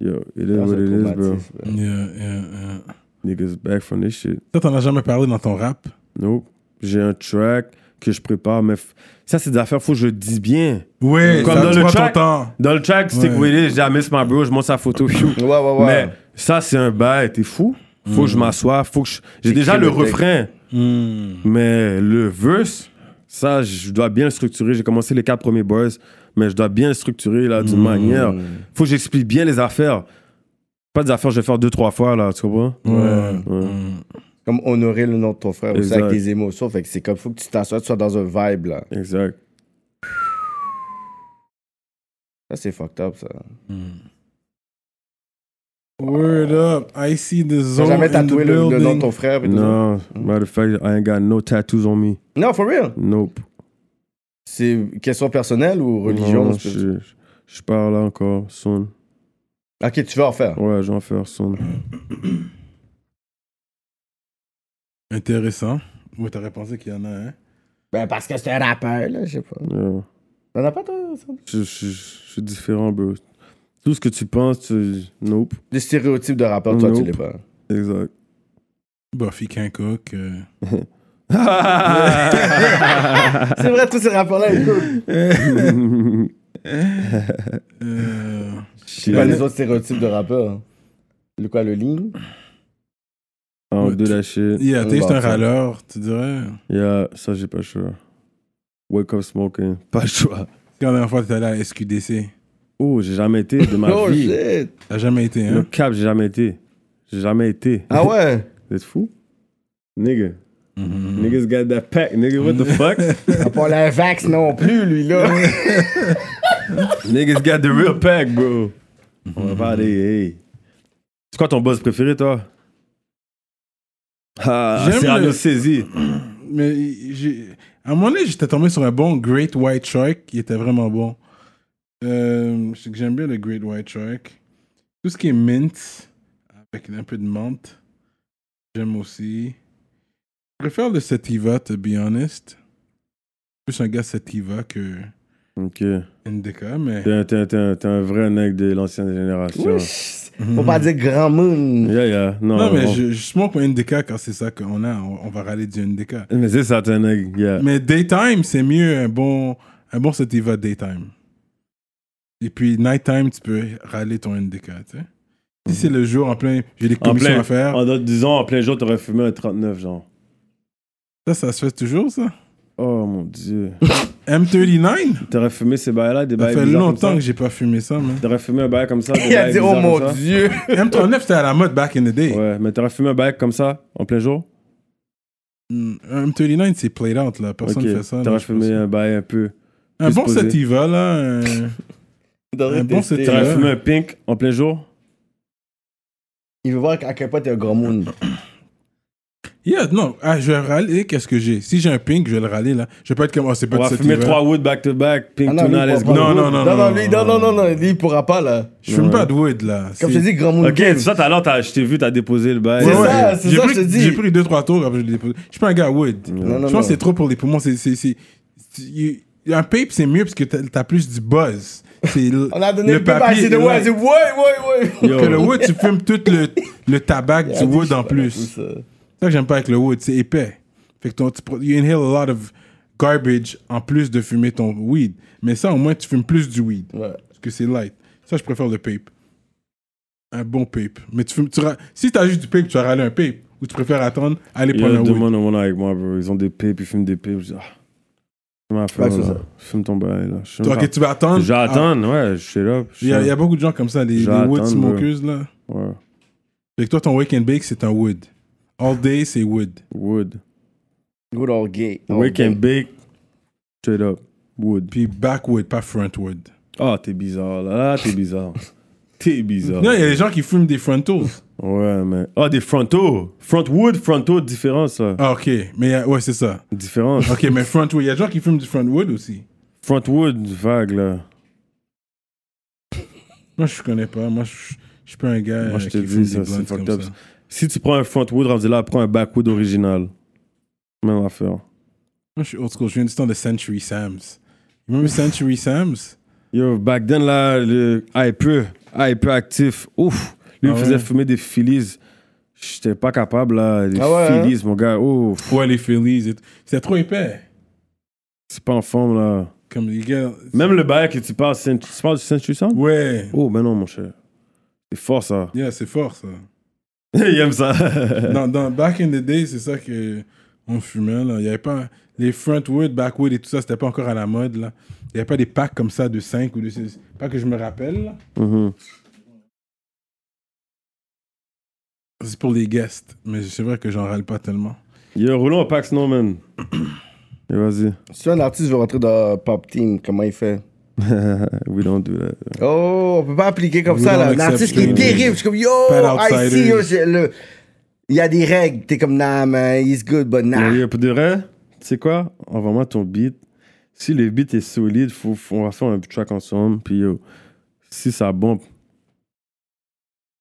Yo, it is
Dans
what
un
it is, bro.
traumatisme.
Yeah, yeah, yeah.
Niggas back from this shit.
Toi, t'en as jamais parlé dans ton rap.
Nope. J'ai un track que je prépare, mais f- ça, c'est des affaires, faut que je le dise bien.
Ouais,
Comme
ça,
dans
tu
le
vois,
track.
t'entends.
Dans le track, stick
Ouais.
with it, je dis, I miss my bro, je monte sa photo, phew.
Ouais, ouais, ouais.
Mais ça, c'est un bail, t'es fou. Faut que je m'assoie, faut que je- J'ai déjà
Écris
le
le texte.
refrain,
Hmm.
mais le verse, ça, je dois bien le structurer. J'ai commencé les quatre premiers bars, mais je dois bien le structurer, là, d'une manière.
Hmm.
Faut que j'explique bien les affaires. Pas des affaires, que je vais faire deux, trois fois, là, tu comprends?
Ouais. Hmm.
Ouais.
Comme honorer le nom de ton frère aussi
Exact.
avec des émotions. Fait que c'est comme, faut que tu t'assoies, tu sois dans un vibe, là.
Exact.
Ça, c'est fucked up, ça.
Hmm. Word up, I see the
T'as
zone.
jamais
in the
tatoué le, le nom de
building.
ton frère? pis tout ça?
No, matter of fact, I ain't got no tattoos on me.
Non, for real.
Nope.
C'est question personnelle ou religion?
Non,
c'est-
je, je, je parle là encore, soon.
Ok, tu veux en faire.
Ouais, je vais en faire son.
Intéressant. Ouais, t'aurais pensé qu'il y en a hein? un.
Ben, parce que c'est un rappeur, là, je sais pas.
Yeah.
T'en as pas, toi, ça?
Euh, Je, je- je suis différent, bro. Tout ce que tu penses, tu... Nope.
Des stéréotypes de rappeur, toi, tu
Nope.
l'es pas.
Exact.
Buffy Kincock. euh.
C'est vrai, tous ces rappeurs-là, ils cool.
Euh,
C'est pas Ben, les autres stéréotypes de rappeurs. Le quoi, le ligne?
En de la shit.
Yeah, t'es juste un
Bon, ça.
râleur, tu dirais.
Yeah, ça, j'ai pas le choix. Wake up smoking. Pas le choix.
C'est quand la dernière fois que t'es allé à SQDC?
Oh, j'ai jamais été de ma
Oh,
vie.
shit!
T'as jamais été,
Le
hein?
cap, j'ai jamais été. J'ai jamais été.
Ah ouais?
Vous êtes fous? Nigga.
Hmm.
Mm.
Niggas got that pack. Nigga, what the fuck?
T'as pas le vax non plus, lui, là.
Niggas got the real pack, bro. On va parler, hey. C'est quoi ton boss préféré, toi? Ah,
J'aime
Cyrano
le-
Saisi.
Mais j'ai- à un moment donné, j'étais tombé sur un bon Great White Shark qui était vraiment bon. Euh, je sais que j'aime bien le Great White Shark. Tout ce qui est mint, avec un peu de menthe, j'aime aussi. Je préfère le Sativa, to be honest. Plus un gars Sativa que
Ok.
Indica, mais.
T'es un, t'es un- t'es un- t'es un vrai nec de l'ancienne génération.
Faut
Hmm.
pas dire grand moon.
Yeah, yeah. Non,
Mhm. Non, mais
on-
je, je smoke un Indica quand c'est ça qu'on a. On, on va râler du Indica.
mais c'est ça, t'es un nec. Yeah.
Mais daytime, c'est mieux un bon, un bon sativa daytime. Et puis nighttime, tu peux râler ton NDK, tu sais. Si c'est le jour en plein, j'ai des
En
commissions
plein,
à faire.
en d'autres- disons, en plein jour, t'aurais fumé un 39, genre.
Ça, ça se fait toujours, ça.
Oh mon dieu.
M39,
T'aurais fumé ces bails-là, des
ça
bails
fait
bizarres ben comme
longtemps
ça?
que j'ai pas fumé ça, man.
T'aurais fumé un bail comme ça. des
Il a
bails
dit, oh
bizarres
mon
comme ça?
dieu!
M39, c'était à la mode back in the day.
Ouais, mais t'aurais fumé un bail comme ça, en plein jour?
Mm, M39, c'est played out, là. Personne
Ok.
fait ça. là,
T'aurais
je pense.
fumé un bail un peu.
Un
plus
bon
posé.
sativa, là. euh, un- Un bon
Tester.
sativa.
T'aurais fumé un pink en plein jour?
Il veut voir à quel point t'es un grand moon.
Yeah, non. Ah, je vais râler, qu'est-ce que j'ai Si j'ai un pink, je vais le râler, là. Je vais pas être comme, oh, c'est pas
On
de
va
sativa.
fumer trois wood back to back, pink
Ah
tuna,
lui, il
let's
pourra
go.
non,
pas.
non,
Non,
non, non,
non, lui, non,
non,
non, non, non, lui, il pourra pas, là.
Je fume pas de wood, là.
Comme je
C'est-
te dis, grand moon.
Ok, c'est ça, tout à l'heure, t'as- je t'ai vu, t'as déposé le bail.
C'est
Ouais,
ça,
ouais.
c'est
J'ai
ça,
pris-
je te dis.
J'ai pris deux, trois tours, après je l'ai déposé. Je suis pas un gars wood.
non,
je pense
non.
que c'est trop pour les poumons. C'est, c'est, c'est, c'est- un pape, c'est mieux parce que t'as, t'as plus du buzz. C'est le,
On a donné le papier,
papier
c'est de
est
ouais,
light.
c'est ouais, ouais, ouais.
Yo.
Que le wood, tu fumes tout le, le tabac du wood en plus.
C'est
C'est
ça.
ça que j'aime pas avec le wood, c'est épais. Fait que ton, tu, pro- you inhale a lot of garbage en plus de fumer ton weed. Mais ça, au moins, tu fumes plus du weed.
Ouais.
Parce que c'est light. Ça, je préfère le pape. Un bon pape. Mais tu fumes, tu ra- si t'as juste du pape, tu vas râler un pape. Ou tu préfères attendre, aller
Yo,
prendre un wood.
demande au monde avec moi, bro. Ils ont des pipes, ils fument des pipes. Je dis, ah, fume ma
Ouais,
femme,
c'est
là.
ça.
Fume ton bail, là. Je fume
Toi,
pas.
ok, tu vas attendre. Ah,
J'attends, ouais, je suis là. je
Il y, a-
suis
il y
là.
a beaucoup de gens comme ça, les,
Je
les
vais
wood
attendre, bro.
smokers, là.
Ouais.
Fait que toi, ton wake and bake, c'est un wood. All day, c'est wood.
Wood.
Good old gay.
Ah,
Wake and bake. Straight up. Wood.
Puis backwood, pas frontwood.
Ah, t'es bizarre, là. Ah, t'es bizarre. t'es bizarre.
Non, il y a des gens qui fument des frontals.
Ouais, mais. Ah, des frontaux. Frontwood, frontaux, différence, là.
Ah, ok. Mais euh, ouais, c'est ça.
Différence.
Ok, mais frontwood, il y a des gens qui fument du frontwood aussi.
Frontwood, vague, là.
Euh, Moi, je connais pas. Moi, je je suis pas un gars
Moi, je
euh,
te
qui fume
dis, ça,
des blunts
c'est fucked
comme
up.
ça.
Si tu prends un frontwood rendu là, prends un backwood original. Même affaire.
Moi, je suis old school. Je viens du temps de Century Sam's. Remember Century Sam's?
Yo, back then, là, le hyper, hyper actif. Ouf. Lui,
Ah
il faisait
ouais.
fumer des Phillies. J'étais pas capable, là. Des
Ah ouais, hein?
Phillies, mon gars. Ouf.
Ouais, les Phillies. et tout. C'est trop épais.
C'est pas en forme, là.
Comme les gars.
Même le bail que tu parles, c'est- tu parles du Century Sound?
Ouais.
Oh, ben non, mon cher. C'est fort, ça.
Yeah, c'est fort, ça.
il aime ça.
dans, dans back in the day, c'est ça que on fumait là. Il y avait pas les frontwood, backwood et tout ça, c'était pas encore à la mode là. Il y avait pas des packs comme ça de 5 ou de 6. Pas que je me rappelle. là.
Mhm.
C'est pour les guests, mais c'est vrai que j'en râle pas tellement.
Yo, roulons au Pax Norman. Et vas-y.
Si un artiste veut rentrer dans Pop Team, comment il fait
We don't do that.
Oh, on peut pas appliquer comme
Vous
ça, là.
don't
L'artiste qui est
accept, euh,
terrible. Je suis comme, yo,
pas
I see, yo,
d'outsiders.
j'ai le- Il y a des règles. T'es comme, nah, man, he's good, but nah.
Mais yo, pour de vrai, tu sais quoi? Envoie-moi ton beat. Si le beat est solide, faut, faut- on va faire un track ensemble. Puis yo, si ça bombe,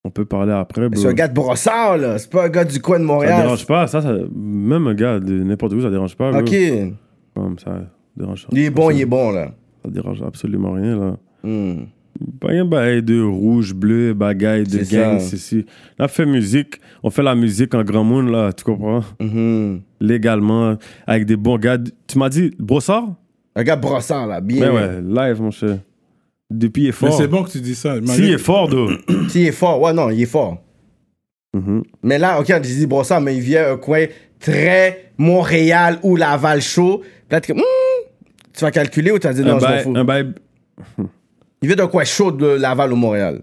On peut parler après.
C'est
bro.
un gars de Brossard, là. C'est pas un gars du coin de
Ça
Montréal.
dérange pas, ça, ça- même un gars de n'importe où, ça dérange pas. bro.
Ok. Il
Comme ça dérange pas.
est bon, il est bon, là.
Ça dérange absolument rien, là.
Hmm.
Pas un bail de rouge, bleu, bagaille de
C'est
gang,
ça.
ceci. Là, on fait musique, on fait la musique en grand monde, là, tu comprends?
Mm-hmm.
Mhm.
Légalement, avec des bons gars. Tu m'as dit, brossard?
Un gars de Brossard, là.
Mais
Bien.
Ben ouais, live, mon cher. Depuis, il est
Mais
fort.
c'est bon que tu dis ça.
Si, il est fort, d'où?
Si, il est fort. Ouais, non, il est fort.
Mhm.
Mais là, ok, on dit Brossard, mais il vient un coin très Montréal ou Laval chaud. Puis là, t'es comme, Hmm. tu vas calculer ou t'as
Euh,
dit
Un
non, je
ben,
m'en
bail,
fous.
un bail.
Il vient d'un coin chaud de Laval ou Montréal.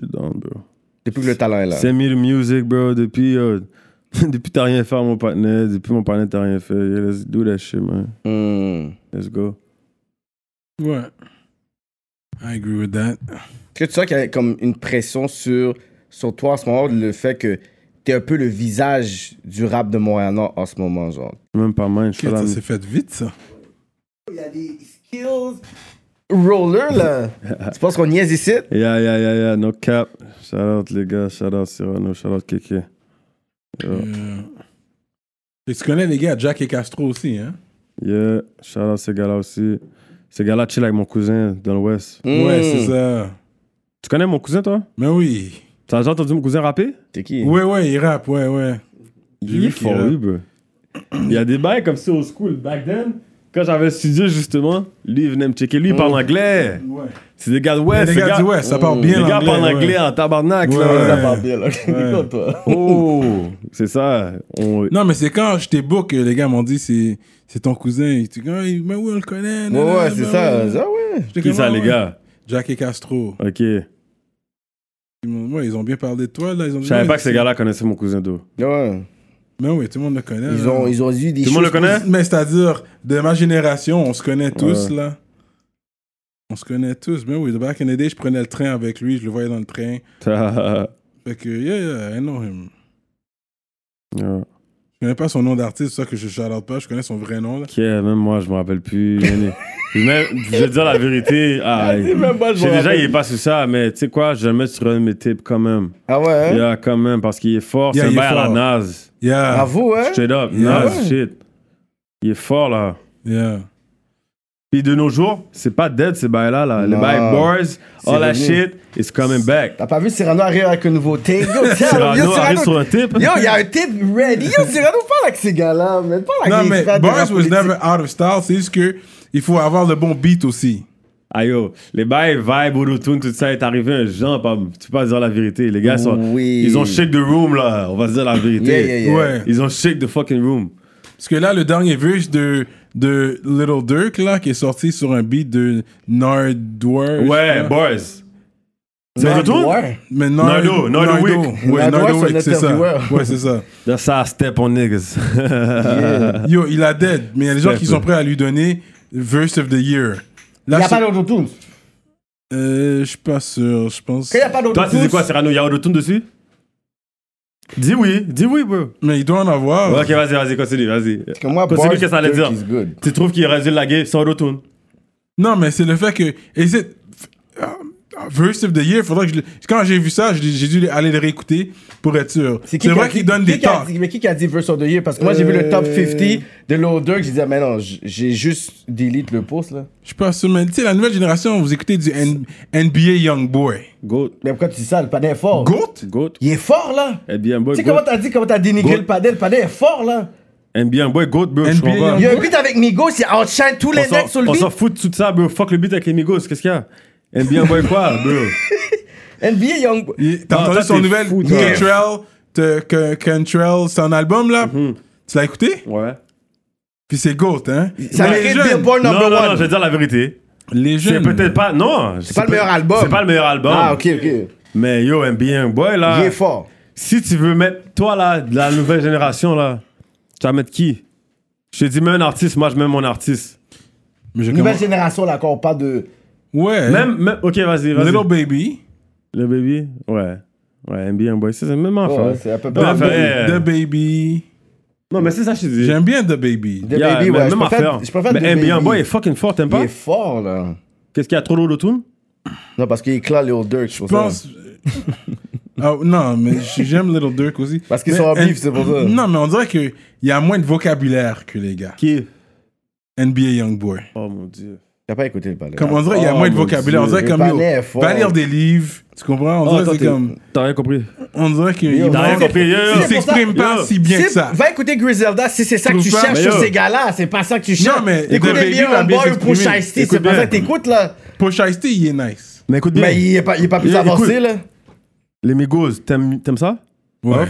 Je suis down, bro.
Depuis que le talent est là.
C'est mille music, bro. Depuis, euh, depuis t'as rien fait à mon partenaire. Depuis mon partenaire, t'as rien fait. Yeah, let's do that shit, man.
Hmm.
Let's go.
Ouais. I agree with that.
Est-ce que tu sens qu'il y a comme une pression sur, sur toi en ce moment, le fait que t'es un peu le visage du rap de Montréal-Nord en ce moment, genre?
Même pas mal, je fais la
Ça s'est fait vite, ça.
Roller, là! tu penses qu'on niaise ici?
Yeah, yeah, yeah, yeah, no cap. Shout out les gars, shout out Cyrano, shout out Kéké. Yo.
Euh, Et tu connais les gars, Jack et Castro aussi, hein?
Yeah, shout out ces gars-là aussi. Ces gars-là chill avec mon cousin dans l'Ouest.
Ouais,
Hmm.
c'est ça.
Tu connais mon cousin, toi
Mais oui.
T'as déjà entendu mon cousin rapper
T'es qui?
Ouais, ouais, il rappe, ouais, ouais. J'ai
Il
vu
est
qu'il
fort,
rappe.
lui, bro. Il y a des bails comme ça au school. Back then, quand j'avais le studio, justement, lui, il venait me checker. Lui, il parle anglais.
Ouais.
C'est des gars de
Mais
l'Ouest.
les
ces
Mm. gars, du West, ça part
Les
bien
gars
l'anglais,
parlent
ouais.
anglais hein. en tabarnak,
Ouais.
Ça
là.
parle bien, là. Déconne, toi.
Oh, c'est ça. On-
Non, mais c'est quand j'étais beau que les gars m'ont dit c'est, c'est ton cousin. Ils disent, ah, mais oui, on le connaît.
Ouais,
nanana,
ouais, c'est
bah
ça.
ouais.
Ah ouais.
J'étais
Qui
comme,
ça,
ah,
les
ouais.
gars
Jack et Castro.
Ok. Je
Ils m'ont- ouais, ils ont bien parlé de toi, là. Ils ont dit,
savais
ouais,
pas que ces
c'est-
gars-là connaissaient mon cousin d'eau.
Ouais.
Mais oui, tout le monde le connaît. hein.
Ils
là.
ont, ils ont eu des
Tout le monde le connaît
Mais c'est-à-dire, de ma génération, on se connaît tous,
Ouais.
là. On se connaît tous. Mais oui, de back in the day, je prenais le train avec lui, je le voyais dans le train.
T'as-
Fait que, yeah, yeah, I know him.
Ouais.
Je connais pas son nom d'artiste, c'est ça que je shout pas, je connais son vrai nom, là.
Ok, même moi, je me rappelle plus. Même- je vais te dire la vérité. Ah,
moi,
je
je
sais
me
déjà,
rappelle.
il est pas sur ça, mais tu sais quoi, je vais le mettre sur un de mes tips quand même.
Ah ouais, hein?
Il Yeah, quand même, parce qu'il est fort.
Yeah,
c'est un
il est
bail à la
fort.
Nas.
Yeah.
Bravo, hein?
Straight up,
Yeah.
Nas, shit. Il est fort, là.
Yeah.
Puis de nos jours, c'est pas dead, ces bails-là, là. Les
Non.
bails bars, all that
revenu.
shit, is coming back.
T'as pas vu Cyrano arriver avec un nouveau tape? Yo, Cyrano, Ah, yo,
Cyrano arrive sur
Cyrano.
un tip.
Yo, il y a un tape ready. Yo, Cyrano, parle avec ces gars-là, man. Parle avec
Non,
les
mais
frères de
Boris
rap
was
politique.
never out of style, c'est juste que il faut avoir le bon beat aussi.
Ah yo, les bails, vibe, auto-tune, tout ça est arrivé un genre, pas, tu peux pas dire la vérité. Les gars, sont,
Oui.
ils ont shake the room là, on va se dire la vérité.
Yeah, yeah, yeah.
Ouais.
Ils ont shake the fucking room.
Parce que là, le dernier verse de, de Little Dirk, là, qui est sorti sur un beat de Nardwar.
Ouais, boys. C'est un auto-tune?
Ouais.
Mais Nardo,
Nardo, Nardo
Nardo.
Wick.
Ouais,
Nardo,
Nardo
c'est
Wick,
un
c'est ça.
intervieweur.
Ouais, c'est ça.
That's how I step on niggas.
Yo, il a dead, mais il y a des gens qui sont prêts à lui donner verse of the year. Là,
Il n'y a
je-
pas d'autotune. Quand
euh, je suis pas sûr, je pense.
il n'y a pas
Toi, tu dis
d'autotune.
quoi, Cyrano? Y'a auto-tune dessus? Dis oui, dis oui, bro.
Mais il doit en avoir.
Ok, vas-y, vas-y, continue, vas-y.
Comme moi,
Continue,
Boris
qu'est-ce que ça allait
Dirk
dire?
is good.
Tu trouves qu'il aurait dû laguer sans auto-tune?
Non, mais c'est le fait que. Is it, euh, verse of the year, faudrait que je. le- Quand j'ai vu ça, je l'ai- j'ai dû aller le réécouter pour être sûr. C'est
qui qui a
vrai
dit-
qu'il donne
qui
des
qui a
talks.
dit- Mais qui qui a dit Verse of the Year? Parce que moi, j'ai vu le top
Euh.
50 de l'odeur que j'ai dit, ah, mais non, j- j'ai juste delete le post, là.
Je suis pas sûr, mais tu sais, la nouvelle génération, vous écoutez du N- NBA Young Boy.
Goat.
Mais pourquoi tu dis ça? Le padin est fort.
Goat?
Goat.
Il est fort, là.
Eh bien, boy,
Tu sais comment
goat.
t'as dit, comment t'as dénigré
Goat.
le padin? Le padin est fort, là.
Eh bien, boy, goat, bro. Je
NBA,
comprends pas.
Il y a un beat avec Migos, il outshine tous
On
les
s'en-
necks sur le
On
beat.
s'en fout de tout ça, bro. Fuck le beat avec les Migos, qu'est-ce qu'il y a? NBA Boy quoi, bro?
NBA Young.
Il- T'as
Ah,
entendu
toi,
son
t'es
nouvel
fou, toi.
Cantrell, te- que- Cantrell, c'est un album là?
Mm-hmm.
Tu l'as écouté?
Ouais.
Puis c'est Goat, hein?
Ça
Mais les
mérite
jeunes,
Billboard
Non, non,
Oh, number
non, je
one.
vais dire la vérité.
les
C'est
jeunes.
peut-être pas. Non! C'est
pas le meilleur album.
C'est pas le meilleur album. Ah.
Ah, ok, ok.
Mais yo, NBA Boy là.
Il est fort.
Si tu veux mettre, toi là, de la nouvelle génération là, tu vas mettre qui? Je te dis, mets un artiste, moi je mets mon artiste.
Mais je
Nouvelle
commence-
génération, là, quand on parle de.
Ouais.
Même, même- ok, vas-y, vas-y.
Little Baby,
Le baby? Ouais. Ouais, NBA Boy, c'est la même affaire.
Ouais, c'est à peu
Ouais,
près.
enfin, eh,
The Baby.
Non, mais c'est ça, que je te dis.
J'aime bien The Baby.
The
Yeah,
Baby,
mais
ouais.
Même
je préfère-
affaire.
Je préfère
Mais
The
NBA
Baby.
Boy est fucking fort, t'aimes
Il
pas?
est fort, là.
Qu'est-ce qu'il y a trop d'autotune?
Non, parce qu'il éclate les Dirk. Je
Je pense. Ah, non, mais j- j'aime Little Dirk aussi.
Parce qu'ils
Mais-
sont en
N-
bif, c'est pour ça.
Non, mais on dirait qu'il y a moins de vocabulaire que les gars.
Qui est
NBA Youngboy.
Oh mon dieu.
T'as pas écouté le palais.
Comme on dirait, il y a
Oh,
moins de
mon
vocabulaire. on
Dieu.
dirait
Le
comme, yo,
palais est fort.
va lire des livres. Tu comprends? On
Oh,
dirait
toi,
que c'est
t'es-
comme.
T'as rien compris.
On dirait qu'il
T'as rien compris. yo, yo.
il s'exprime pas
Yo.
si bien que
C'est-
ça.
Va écouter Griselda si c'est ça que tu
Trouve pas,
cherches
mais
sur
yo.
ces gars-là. C'est pas ça que tu cherches.
mais
écoute
The
les
Baby va
Young
bien
Boy ou Push
s'exprimer.
Ice T, c'est
Écoute
pas
bien.
ça que t'écoutes là.
Push Ice T, il est nice.
Mais écoute bien.
Mais il est pas, il est pas plus
Yo, écoute.
avancé, là.
Les Migos, t'aimes t'aimes ça
Ouais.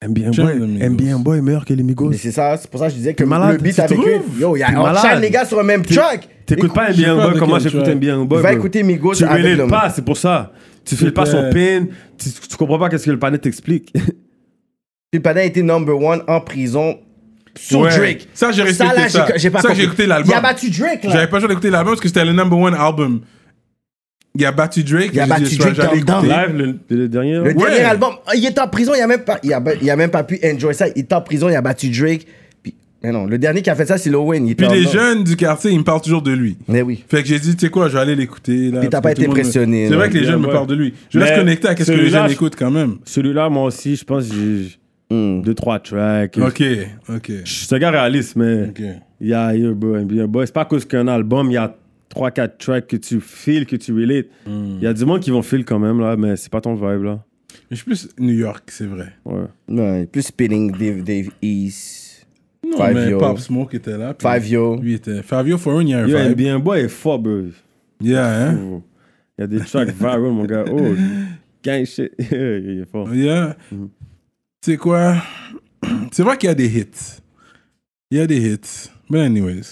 Aime bien
J'aime
boy.
les Migos.
Aime bien boy est meilleur que les Migos.
Mais c'est ça, c'est pour ça que je disais que
T'es malade,
le beat
tu
avec eux.
trouves?
Yo, il y
T'es
a on
malade.
chaîne les gars sur le même track.
T'écoutes pas Aime bien
pas
boy
de
comment
quel
j'écoute
track.
Aime bien boy.
Va
bro.
écouter Migos
Tu
avec
fais
le-
le pas, c'est pour ça. Tu fais pas
euh,
son pin, tu, tu comprends pas qu'est-ce que le panel t'explique.
Puis le palais a été number one en prison sur
Ouais.
Drake.
Ça, j'ai respecté
là,
ça.
j'ai- j'ai pas
Ça, j'ai
compris.
écouté l'album.
Il a battu Drake, là.
J'avais pas le choix d'écouter l'album parce que c'était le number one album. Il a battu Drake.
Il
j'ai
a
dit,
battu
je vais
Drake
jamais
dans
écouter.
le
Live, le, le dernier. là.
Le
Ouais.
dernier album, ah, il est en prison, il a même pas, il a, il a même pas pu enjoy ça. Il est en prison, il a battu Drake. Puis, mais non, le dernier qui a fait ça, c'est Lowen. Il était
Puis
en
les
or.
jeunes du quartier, ils me parlent toujours de lui.
Mais oui.
Fait que j'ai dit, tu sais quoi, je vais aller l'écouter. là,
Puis t'as
parce
pas
que tout
été
le monde me-
impressionné,
C'est vrai
là.
que les jeunes me
Ouais.
parlent de lui. Je laisse
Mais
connecter à quest ce que les
celui-là,
jeunes
je-
écoutent quand même.
Celui-là, moi aussi, je pense que j'ai
Hmm.
j'ai deux, trois tracks.
Ok, ok.
Je suis un gars réaliste, mais.
Ok.
Il y a un boy, il y a un boy. C'est pas à cause qu'un album, il y a 3-4 tracks que tu files, que tu relates. Il y a du monde qui vont feel quand même, là, mais c'est pas ton vibe, là.
Mais je suis plus New York, c'est vrai.
Ouais.
Ouais, plus spinning, Dave, Dave East,
Non,
Five
mais
Yo.
Pop Smoke était là. puis
Fabio.
Lui était. Fabio Foreign, il y a un
Yo, un
vibe.
bien boy est fort, bro.
Yeah, hein?
Oh. Il y a des tracks viral, mon gars. Oh, gang shit. il est fort.
Yeah.
Mm-hmm.
Tu sais quoi? C'est vrai qu'il y a des hits. Il y a des hits. Mais anyways.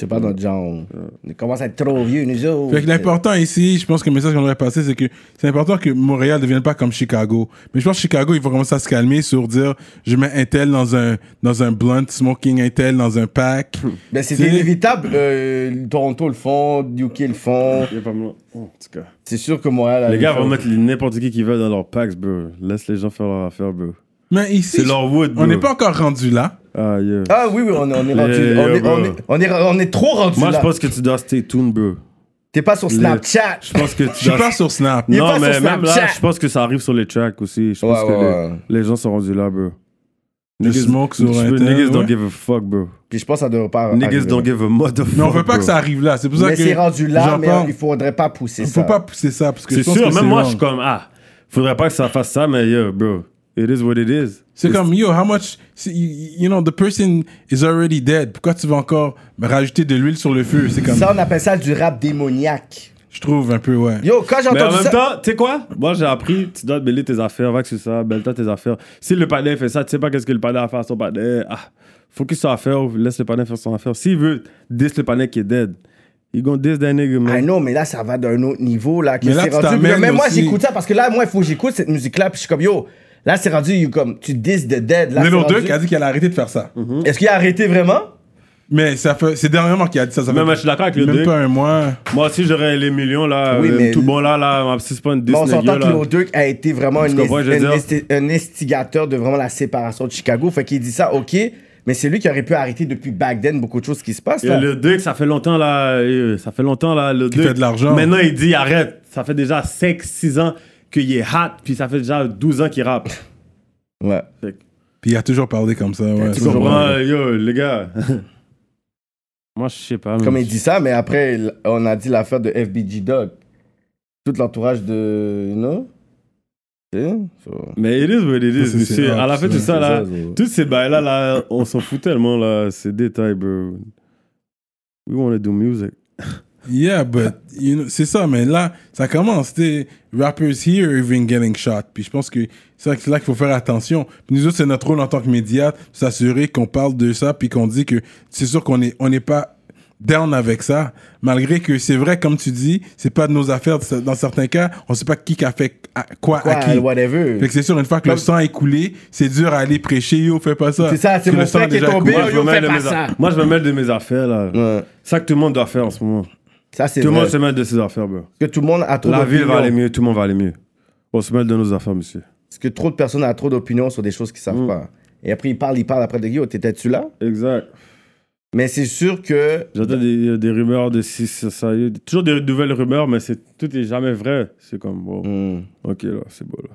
C'est pas notre genre. On commence à être trop vieux, nous autres.
Fait que l'important ici, je pense que le message qu'on devrait passer, c'est que c'est important que Montréal ne devienne pas comme Chicago. Mais je pense que Chicago, il faut commencer à se calmer sur dire je mets un tel dans un, dans un blunt, smoking un tel dans un pack.
Ben, c'est
C'est-
inévitable. Euh, Toronto le font, UK le font.
Il est pas mal. Oh, en tout cas.
C'est sûr que Montréal. a
Les
le
gars
font.
vont mettre les- n'importe qui qu'ils veulent dans leurs packs, bro. Laisse les gens faire leur affaire, bro.
Mais ici,
C'est leur wood, bro.
on n'est pas encore rendu là.
Ah, yeah.
Ah oui, oui, on est, on est rendu.
Les-
on, est,
yo,
on,
bro.
est, on, est, on est trop rendu
Moi, je
là.
pense que tu dois stay tuned, bro.
T'es pas sur
Les-
Snapchat.
Je pense que tu dois
Je suis pas sur Snap.
Il est
Non,
pas
mais
sur
même là,
Snapchat.
je pense que ça arrive sur les tracks aussi. Je pense
Ouais,
que
ouais,
les,
ouais.
les gens sont rendus là, bro.
Le smoke sur un
Niggas
tel, ouais.
don't give a fuck, bro.
Puis je pense que ça devrait pas.
Niggas
arriver.
don't give a motherfucker.
Mais on veut pas que ça arrive là. C'est pour ça
Mais
que.
c'est rendu là,
j'en
mais
parle.
il faudrait pas pousser
Il
ça.
faut pas pousser ça parce que je
C'est
pense
sûr,
que
même
c'est
moi, je
wrong.
suis comme, ah, faudrait pas que ça fasse ça, mais yo, bro. It is what it is.
C'est comme yo, how much c'est- you you know the person is already dead. Pourquoi tu vas encore rajouter de l'huile sur le feu C'est comme
Ça, on appelle ça du rap démoniaque.
je trouve un peu ouais.
Yo, quand j'ai
Mais en
entendu
même
ça.
temps, tu sais quoi? Moi, j'ai appris, tu dois te mêler tes affaires, va que c'est ça, belle-toi tes affaires. Si le panel fait ça, tu sais pas qu'est-ce que le panel a à faire à son panel. Ah, focus sur l'affaire, laisse le panel faire son affaire. S'il veut, diss le panel qui est dead. You gonna diss that nigga,
Ah
man.
non, mais là, ça va d'un autre niveau. Là, que
Mais là,
c'est
tu
rendu.
t'amènes
Même moi,
aussi.
j'écoute ça parce que là, moi, il faut que j'écoute cette musique-là. Puis je suis comme, yo, là, c'est rendu, you, comme, tu dis de dead. Là,
Little
c'est
Duck a
rendu-
dit qu'elle a arrêté de faire ça.
Est-ce qu'il a arrêté vraiment?
Mais ça fait c'est dernièrement qu'il a dit ça. ça fait
Même, je suis d'accord avec le
Même
Duck.
pas un mois.
Moi aussi, j'aurais les millions, là.
Oui,
euh,
mais-
Tout bon, là, là. ma petite, C'est pas une
Mais on
Disney
s'entend
gueule,
que
là.
Lil Durk a été vraiment un,
Tu comprends, je veux
un
dire?
insti- un instigateur de vraiment la séparation de Chicago. Fait qu'il dit ça, ok, mais c'est lui qui aurait pu arrêter depuis back then beaucoup de choses qui se passent.
Et
là.
le Duc, ça fait longtemps, là. euh, Ça fait longtemps, là. Le
Qu'il
Duc.
fait de l'argent.
Maintenant, il dit arrête. Ça fait déjà 5, 6 ans qu'il est hot, puis ça fait déjà 12 ans qu'il rappe.
Ouais.
Puis il a toujours parlé comme ça. Ouais,
tu
ça,
comprends,
ouais.
euh, yo, les gars. Moi, je sais pas.
Comme il dit ça, mais après, il- on a dit l'affaire de FBG Dog. Tout l'entourage de. Non?
Mais it is what it
Ça,
is,
c'est-
monsieur.
c'est
à la
rap,
fin, tout
c'est-
ça,
c'est
là.
ça, c'est-
Toutes ces bails-là, là, on s'en fout tellement, là. Ces détails, bro. We wanna do music.
Yeah, but you know, c'est ça. Mais là, ça commence. t'sais, rappers here are even getting shot. Puis je pense que c'est là que- c'est là qu'il faut faire attention. Puis nous autres, c'est notre rôle en tant que médias de s'assurer qu'on parle de ça, puis qu'on dit que c'est sûr qu'on est on n'est pas down avec ça, malgré que c'est vrai comme tu dis, c'est pas de nos affaires. Dans certains cas, on sait pas qui a fait à- quoi,
Quoi,
à qui.
whatever.
Fait que c'est sûr, une fois que le sang est coulé, c'est dur à aller prêcher, yo, fais pas ça.
C'est ça,
Parce que
c'est mon
le sang
frère qui est
déjà
tombé,
coulé.
Moi, je
yo,
me
fais
mêle de
pas
mes
ça.
a- Moi, je me mêle de mes affaires, là.
Ouais.
Ça que tout le monde doit faire en ce moment.
Ça, c'est
Tout le
vrai.
monde se mêle de ses affaires, bro.
Parce que tout le monde a trop
La ville va aller
d'opinions.
mieux, tout le monde va aller mieux. On se mêle de nos affaires, monsieur.
Parce que trop de personnes
Mm.
a trop d'opinions sur des choses qu'ils savent pas. Et après, ils parlent, ils parlent après de Yo, t'étais-tu là?
Exact.
Mais c'est sûr que.
J'entends des, des rumeurs de si ça, ça, toujours des nouvelles rumeurs, mais c'est tout est jamais vrai. C'est comme wow.
Hmm.
Ok là, c'est beau là.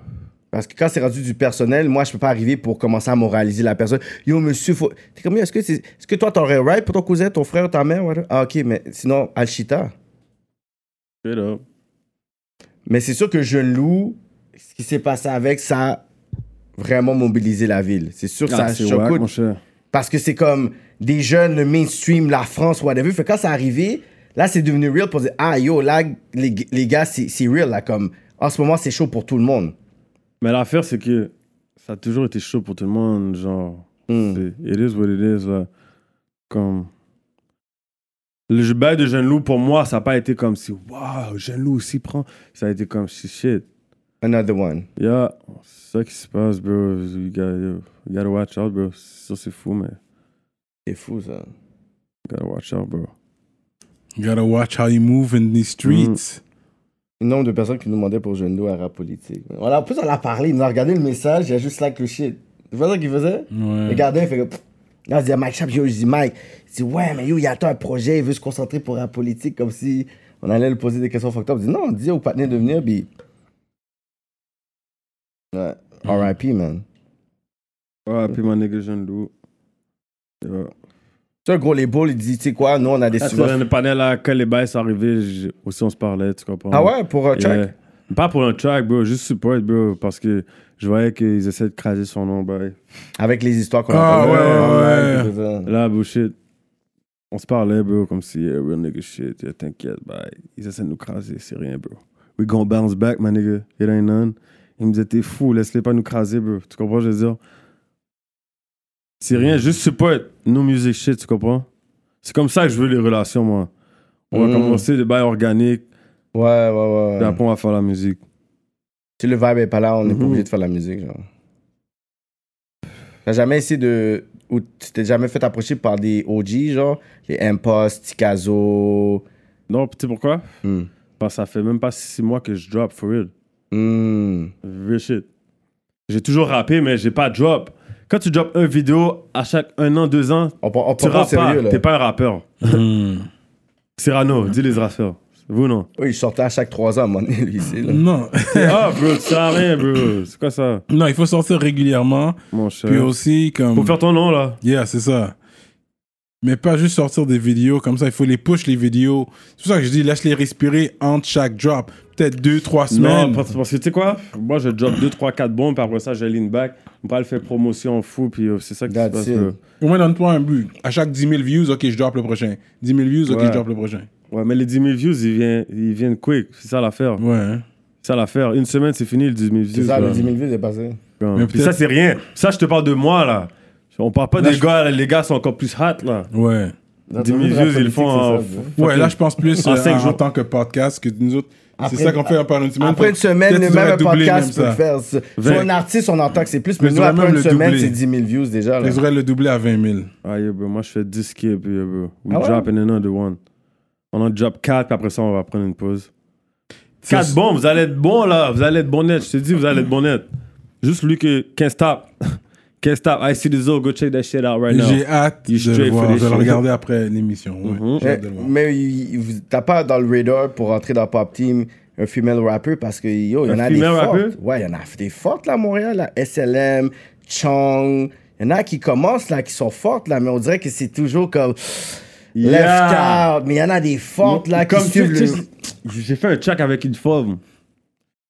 Parce que quand c'est rendu du personnel, moi, je peux pas arriver pour commencer à moraliser la personne. Yo, monsieur, faut. T'es comme, yo, est-ce que, c'est... est-ce que toi, t'aurais right pour ton cousin, ton frère, ta mère, whatever? Ah, ok, mais sinon, Alchita.
Ok, là.
Mais c'est sûr que je loue ce qui s'est passé avec, ça a vraiment mobilisé la ville. C'est sûr que
Ah,
ça
c'est wack,
chocoute.
mon cher.
parce que c'est comme des jeunes, le mainstream, la France, whatever. Fait que quand c'est arrivé, là, c'est devenu real pour dire, ah, yo, là, les, les gars, c'est, c'est real, là, comme, en ce moment, c'est chaud pour tout le monde.
Mais l'affaire, c'est que ça a toujours été chaud pour tout le monde. Genre,
Hmm.
c'est- it is what it is. Là. Comme. Le jeu- bail de Jeune Loup, pour moi, ça n'a pas été comme si, waouh, Jeune Loup aussi prend. Ça a été comme si, shit.
Another one.
Yeah, c'est ça qui se passe, bro. You gotta, you gotta watch out, bro. Ça, c'est fou, mais.
C'est fou, ça.
Gotta watch out, bro.
You gotta watch how you move in these streets.
Le nombre de personnes qui nous demandaient pour Jeune Loup à rap politique. Voilà, en plus, on l'a parlé, il nous a regardé le message, il a juste like le shit. Tu vois ça qu'il faisait?
Ouais.
Regardez, il fait que. pff. Là, je dis à Mike Chap, yo, je dis Mike, il dit ouais, mais yo, il attend un projet, il veut se concentrer pour la politique, comme si on allait lui poser des questions fucked up. Je dis non, on dit au patiné de venir, puis. Ouais,
Mm.
RIP, man.
Ouais, puis mon nigga Jeune Loup. Yeah.
Tu vois, gros, les boules, il dit, tu sais quoi, nous, on a des
Ah, c'est
subventions.
dans le panel là, quand les bails sont arrivés, j'ai- aussi on se parlait, tu comprends?
Ah ouais, pour un
Yeah.
track?
Pas pour un track, bro, juste support, bro, parce que je voyais qu'ils essaient de craser son nom, bail.
Avec les histoires qu'on
Ah,
entendait.
ouais,
ouais, ouais, ouais.
Là, bullshit. On se parlait, bro, comme si, yeah, real nigga shit, yeah, t'inquiète, bye. Ils essaient de nous craser, c'est rien, bro. We gonna bounce back, my nigga, it ain't none. Ils me disaient, t'es fou, laisse-les pas nous craser, bro. Tu comprends, je veux dire? C'est rien, juste support, no music shit, tu comprends? C'est comme ça que je veux les relations, moi. On
Mm.
va commencer des bails organiques,
Ouais, ouais, ouais.
puis après on va faire la musique.
Si le vibe est pas là, on n'est pas
Mhm.
obligé de faire la musique, genre. T'as jamais essayé de. Ou tu t'es jamais fait approcher par des OG, genre Les Impost, Tikazo.
Non, tu sais pourquoi?
Hmm.
Parce que ça fait même pas six mois que je drop, for real.
Hmm.
Real shit. J'ai toujours rappé, mais j'ai pas drop. Quand tu drops une vidéo à chaque un an, deux ans,
On, prend- on
tu
prend pas au
rappes pas.
sérieux, là.
T'es pas un rappeur.
Mm.
Mm.
Cyrano, dis les rappeurs. Vous non.
Oui, il sortait à chaque trois ans, mon lui, ici, là.
Non.
Ah, bro, tu sers à rien, bro. C'est quoi ça,
non, il faut sortir régulièrement.
mon cher?
Puis aussi, comme.
Faut faire ton nom, là.
Yeah, c'est ça. Mais pas juste sortir des vidéos comme ça, il faut les push les vidéos. C'est pour ça que je dis laisse-les respirer entre chaque drop. Peut-être deux, trois
Non,
semaines.
parce, parce que tu sais quoi? Moi, je drop 2, 3, 4 bombes, puis après ça, je lean back. Bral fait promotion fou, puis euh, c'est ça qui se
That's
passe,
it.
bro.
Au moins, donne-toi un but. À chaque 10 000 views, ok, je drop le prochain. 10 000 views, ok,
Ouais.
je drop le prochain.
Ouais, mais les 10 000 views, ils viennent, ils viennent quick. C'est ça l'affaire.
Ouais. hein.
C'est ça l'affaire. Une semaine, c'est fini, les 10 000 views.
C'est ça,
là.
le 10 000 vues, c'est passé.
Comme,
Mais
puis
peut-être-
ça, c'est rien. Ça, je te parle de moi, là. On parle pas des gars, là, les gars sont encore plus hot, là.
Ouais.
10 000 views, ils le font en.
Ouais, là, je pense plus
En
euh,
cinq
en,
jours.
tant que podcast que nous autres.
Après-
C'est ça qu'on fait en par une semaine.
Après
Faut-
une semaine,
peut-être
même
ils auraient
un
doublé
podcast peut
même
le
ça.
faire. Sur
Vingt.
un artiste, on entend que c'est plus,
Mais
mais nous,
ils auraient
après
même
une
le
semaine,
doublé.
c'est 10 000 views déjà. là.
Ils auraient le doublé à 20 000.
Ah, yeah, bro, moi, je fais 10 k, puis, yeah, bro. We
Ah ouais?
dropping another one. On en drop 4, puis après ça, on va prendre une pause. 4
c'est-
bons, vous allez être bons, là. Vous allez être bon net. Je te dis, vous allez être bon net. Juste lui que 15 taps. 15 taps. I see the zoo, go check that shit out right now.
J'ai hâte
You
de le
straight
voir.
for
Je vais
this
le
shit.
regarder après l'émission. ouais.
Mhm.
J'ai hâte de le voir.
Mais il- il- vous- t'as pas dans le radar pour entrer dans Pop Team un female rapper parce que yo, il y en
Un
a des
female
fortes.
rapper?
Ouais, il y en a des fortes là à Montréal, là. SLM, Chong. Il y en a qui commencent là, qui sont fortes là, mais on dirait que c'est toujours comme
Yeah.
left out. Mais il y en a des fortes là
Comme
qui
tu-
suivent
tu-
le.
J'ai fait un track avec une femme.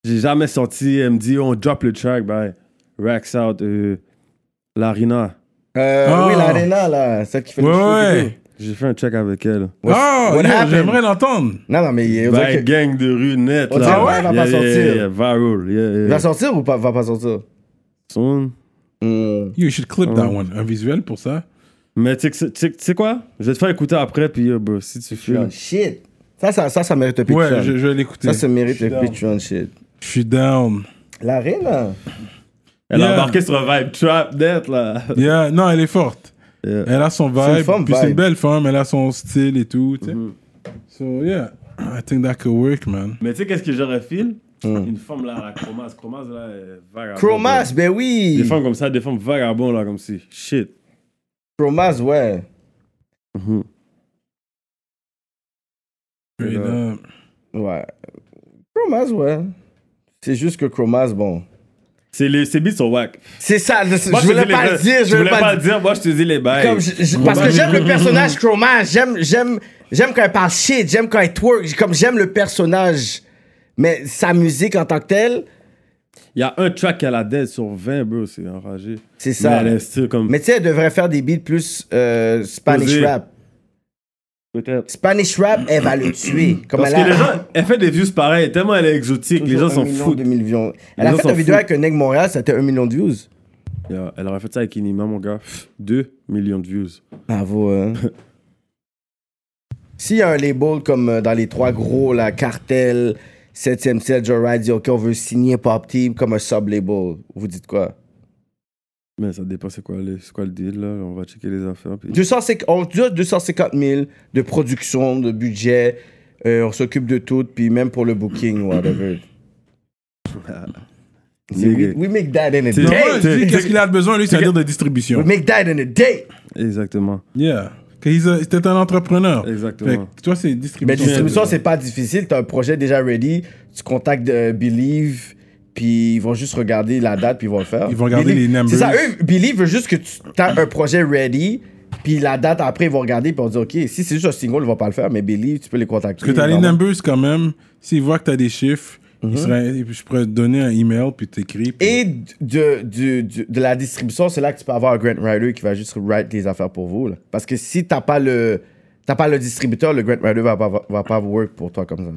J'ai jamais sorti. Elle me dit, oh, on drop le track, by Racks Out, euh, Larina.
Euh,
Ah.
Oui, l'Arena là, celle qui fait
Ouais,
le show.
ouais.
J'ai fait un track avec elle.
Ah,
What
yo,
happened?
j'aimerais l'entendre.
Non, non, mais on
By
dirait que-
gang de rue net.
On
là.
dirait qu'elle va pas
Yeah, yeah,
sortir.
yeah, viral. Yeah, yeah.
Il va sortir ou pas, va pas sortir?
Soon.
Hmm.
You should clip that
Ouais.
one. Un visuel pour ça.
Mais tu sais que c'est- tu sais- tu sais quoi? Je vais te faire écouter après, puis yo, bro, si tu
Oh,
filmes.
shit. Ça, ça, ça, ça mérite un Patreon.
Ouais, je, je vais l'écouter.
Ça, ça mérite un
down.
Patreon shit.
Je suis down.
L'Arena?
Elle a
Yeah.
embarqué sur un vibe trap net, là.
Yeah, non, elle est forte.
Yeah.
Elle a son
une
vibe. Mm-hmm.
femme
puis c'est une
vibe.
belle femme. Elle a son style et tout. tu sais. So yeah, I think that could work, man.
Mais tu sais qu'est-ce que j'aurais fil? Une femme, là, la Chromas. Chromas, là, elle est vagabond.
Hmm. Chromas, ben oui!
Des femmes comme ça, des femmes vagabondes, là, comme si. Shit.
Chromas, ouais.
Mhm.
Straight up.
Ouais. Chromaz, ouais. C'est juste que Chromaz, bon.
C'est les, ces beats sont whack.
C'est ça, le-
Moi,
je voulais
te dis
pas
les-
le dire, je voulais pas le dire.
Moi, je te dis les bails.
Comme je- je- parce que j'aime le personnage Chromaz, j'aime, j'aime, j'aime quand il parle shit, j'aime quand il twerk, comme j'aime le personnage, mais sa musique en tant que telle,
Il y a un track à la dead sur 20, bro. C'est enragé.
c'est ça.
Mais elle est style comme.
Mais tu sais, elle devrait faire des beats plus euh, Spanish
Posé.
rap.
Peut-être.
Spanish rap, elle va le tuer. Comme
Parce
elle a...
que les gens, elle fait des views pareilles, tellement elle est exotique, les gens
Toujours un
s'en
million,
foutent.
deux millions. Elle
gens
a fait
s'en
une vidéo
foutent.
avec un nègre Montréal, ça a été un million de views.
Yo, elle aurait fait ça avec Inima, mon gars. 2 millions de views.
Bravo. Hein. S'il y a un label comme euh, dans les trois gros, là, Cartel, 7ème Ciel, Joe dit, OK, on veut signer Pop Team comme un sub-label, vous dites quoi?
Mais ça dépend c'est quoi, le- c'est quoi le deal, là. On va checker les affaires. puis-
250, on dit 250 000 de production, de budget, euh, on s'occupe de tout, puis même pour le booking, whatever. C'est- we, we make that in a
C'est-
Non,
day.
moi, je dis
Hey,
qu'est-ce qu'il a besoin, lui, c'est-à-dire de distribution.
We make that in a day.
Exactement.
Yeah. Que he's a- C'était un entrepreneur. Fait
Exactement.
que toi, c'est
Mais
distribution.
distribution, c'est pas difficile. T'as un projet déjà ready, tu contactes euh, Believe, puis ils vont juste regarder la date, puis ils vont le faire.
Ils vont regarder
Believe-
les numbers.
C'est ça, eux, Believe veut juste que tu as un projet ready, puis la date après, ils vont regarder, puis ils vont dire, OK, si c'est juste un single, ils vont pas le faire, mais Believe, tu peux les contacter.
Parce que t'as les
vraiment.
numbers quand même. S'ils voient que t'as des chiffres, ils seraient- je pourrais te donner un email puis t'écris. puis-
Mhm. Et de, de, de, de la distribution, c'est là que tu peux avoir un Grant Rider qui va juste write les affaires pour vous. là. Parce que si t'as pas le. T'as pas le distributeur, le Grant Rider va pas, va pas work pour toi comme ça.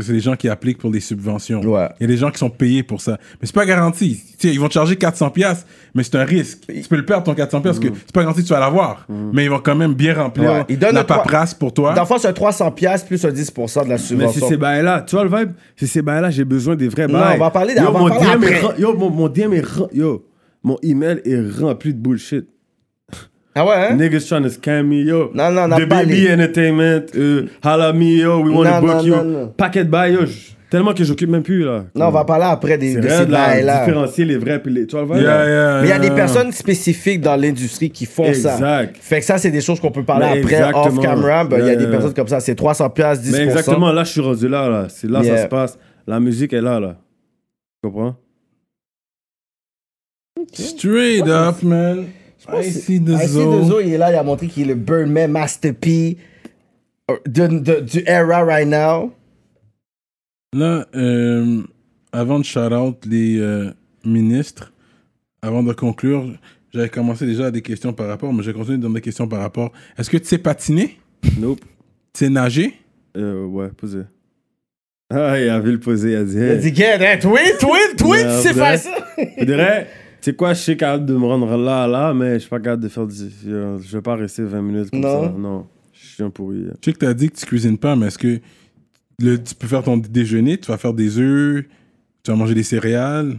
C'est les gens qui appliquent pour des subventions.
Ouais.
Il y a des gens qui sont payés pour ça. Mais c'est pas garanti. Tu sais, ils vont te charger 400$, piastres, mais c'est un risque. Tu peux le perdre ton 400$ parce que c'est pas garanti que tu vas l'avoir. Mais ils vont quand même bien remplir
Mhm. Ouais. Ils donnent
la
le trois-
paperasse pour toi.
Dans le fond, c'est un 300$ plus un 10% de la
Mais
subvention.
c'est ces bails-là, tu vois le vibe? C'est ces bails-là, j'ai besoin des vrais
Non,
bails.
on va parler d'avant,
yo,
on
mon
va parler
DM est
après.
rem- yo, mon, mon DM est rem- Yo, mon email est rempli de bullshit.
Ah ouais, hein?
Niggas trying to scam me, yo.
Non, non, on n'a
The
pas
BB
les-
Entertainment, euh, holla me, yo, we want
Non,
to book
non,
you.
non, non.
Paquet de bails, yo. j- Tellement que j'occupe même plus, là.
Non, on va parler après des,
C'est
de
vrai
ces
de la-
bails-là.
différencier les vrais puis les. Tu vois le vibe?
Yeah,
là?
yeah,
Mais il y a des
yeah.
personnes spécifiques dans l'industrie qui font ça.
Exact.
Fait que ça, c'est des choses qu'on peut parler
Mais
après,
exactement.
off camera. Ben, Il y a
Yeah,
des
yeah.
personnes comme ça, c'est 300$, 10%.
Mais exactement, là, je suis rendu là, là. C'est là, ça
Yeah.
se passe. La musique est là, là. Tu comprends?
Straight up, man.
pense
I
que-
see the
Ah, ici,
zone.
Dezo, il est là, il a montré qu'il est le Birdman Masterpiece de- de- du era right now.
Là, euh, avant de shout-out les euh, ministres, avant de conclure, j'avais commencé déjà à des questions par rapport, mais je continue dans des questions par rapport. Est-ce que tu sais patiner?
Nope.
Tu sais nager?
Euh, ouais, posé. Ah, il a vu le poser, il a dit.
Il a
Hey.
dit, get it, tweet, tweet, tweet,
Ouais,
c'est
vrai.
facile.
Je dirais, c'est quoi, je suis capable de me rendre là, là, mais je suis pas capable de faire du. Je je vais pas rester 20 minutes comme
Non.
ça. Non. Je suis un pourri.
Je sais que tu as dit que tu cuisines pas, mais est-ce que le, tu peux faire ton déjeuner? Tu vas faire des œufs, tu vas manger des céréales,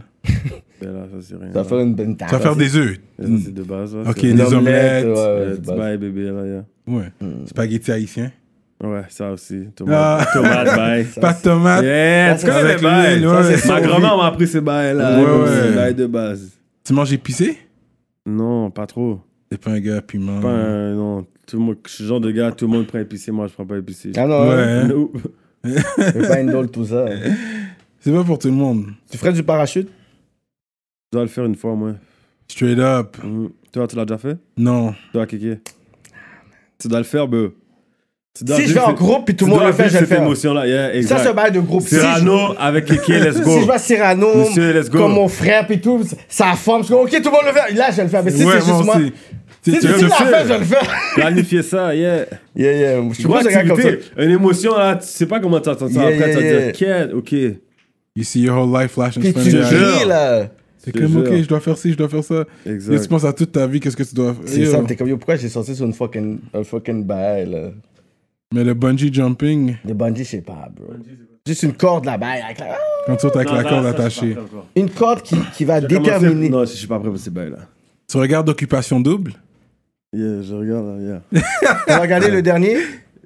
Mais là, ça, c'est rien.
Ça
là.
va faire une bonne
tu vas faire des œufs.
Ça, c'est de base. là.
Ok,
C'est-
des omelettes.
ouais, ouais,
Euh,
c'est
du
bon.
bye, bébé, là, yeah.
Ouais. Spaghetti haïtien.
Ouais, ça aussi.
Ah.
Tomate, tomate bye.
Pas de tomates.
Yeah, tu
ça,
connais
c'est-
les bails.
Ça, c'est
Ma
survie.
grand-mère m'a appris ces bails-là.
Ouais,
comme
ouais.
ces bails de base.
Tu manges épicé?
Non, pas trop.
T'es pas un gars piment.
Pas un- non, tout le monde, je suis le genre de gars, tout le monde prend épicé, moi je prends pas épicé.
Ah non,
Ouais,
hein,
hein.
Nope.
c'est pas une dole tout ça.
C'est pas pour tout le monde.
Tu ferais du parachute?
Tu dois le faire une fois, moi.
Straight up.
Mhm. Toi, tu l'as déjà fait
Non.
Toi, Kéké. Tu dois le faire, bro. Tu dois
Ah, Si je vais
vivre
en
ce-
groupe puis tout le
tu
monde
dois
le fait,
vivre
je le
cette
fais.
émotion-là, yeah, exact.
Ça, c'est un bail de groupe. Si je-
Cyrano avec Kéké, let's go.
Si je vois Cyrano,
Monsieur, let's go.
comme mon frère puis tout, ça forme. Je dis, ok, tout le monde le fait. Là, je vais le fais. Mais si
ouais,
c'est juste moi.
aussi. Tu-
Si
tu
tu
veux
dis
le
la
faire?
fin, je le fais.
Planifier ça, yeah.
Yeah, yeah. Je suis
Gros
pas un gars comme ça.
activité, une émotion là, tu sais pas comment t'entends ça
Yeah,
après,
yeah,
t'as
yeah.
dit, quête, ok.
You see your whole life flashing
Puis
in front
tu
of your eyes.
jure.
ris, là.
C'est
Je
comme,
jure.
ok, je dois faire ci, je dois faire ça.
Exact.
Et tu penses à toute ta vie, qu'est-ce que tu dois faire.
C'est
Yo.
ça, t'es comme, yo, pourquoi j'ai sorti sur une fucking, un fucking bail, là?
Mais le bungee jumping,
De bungee, je sais pas, bro. Juste une corde, la bail. avec la- Ah!
quand tu sautes avec la corde attachée.
Une corde qui, qui va
Déterminé.
déterminer.
Non, je suis pas prêt pour ces bails là.
Tu regardes Occupation Double hein,
Yeah, je regarde là, yeah.
T'as regardé le dernier?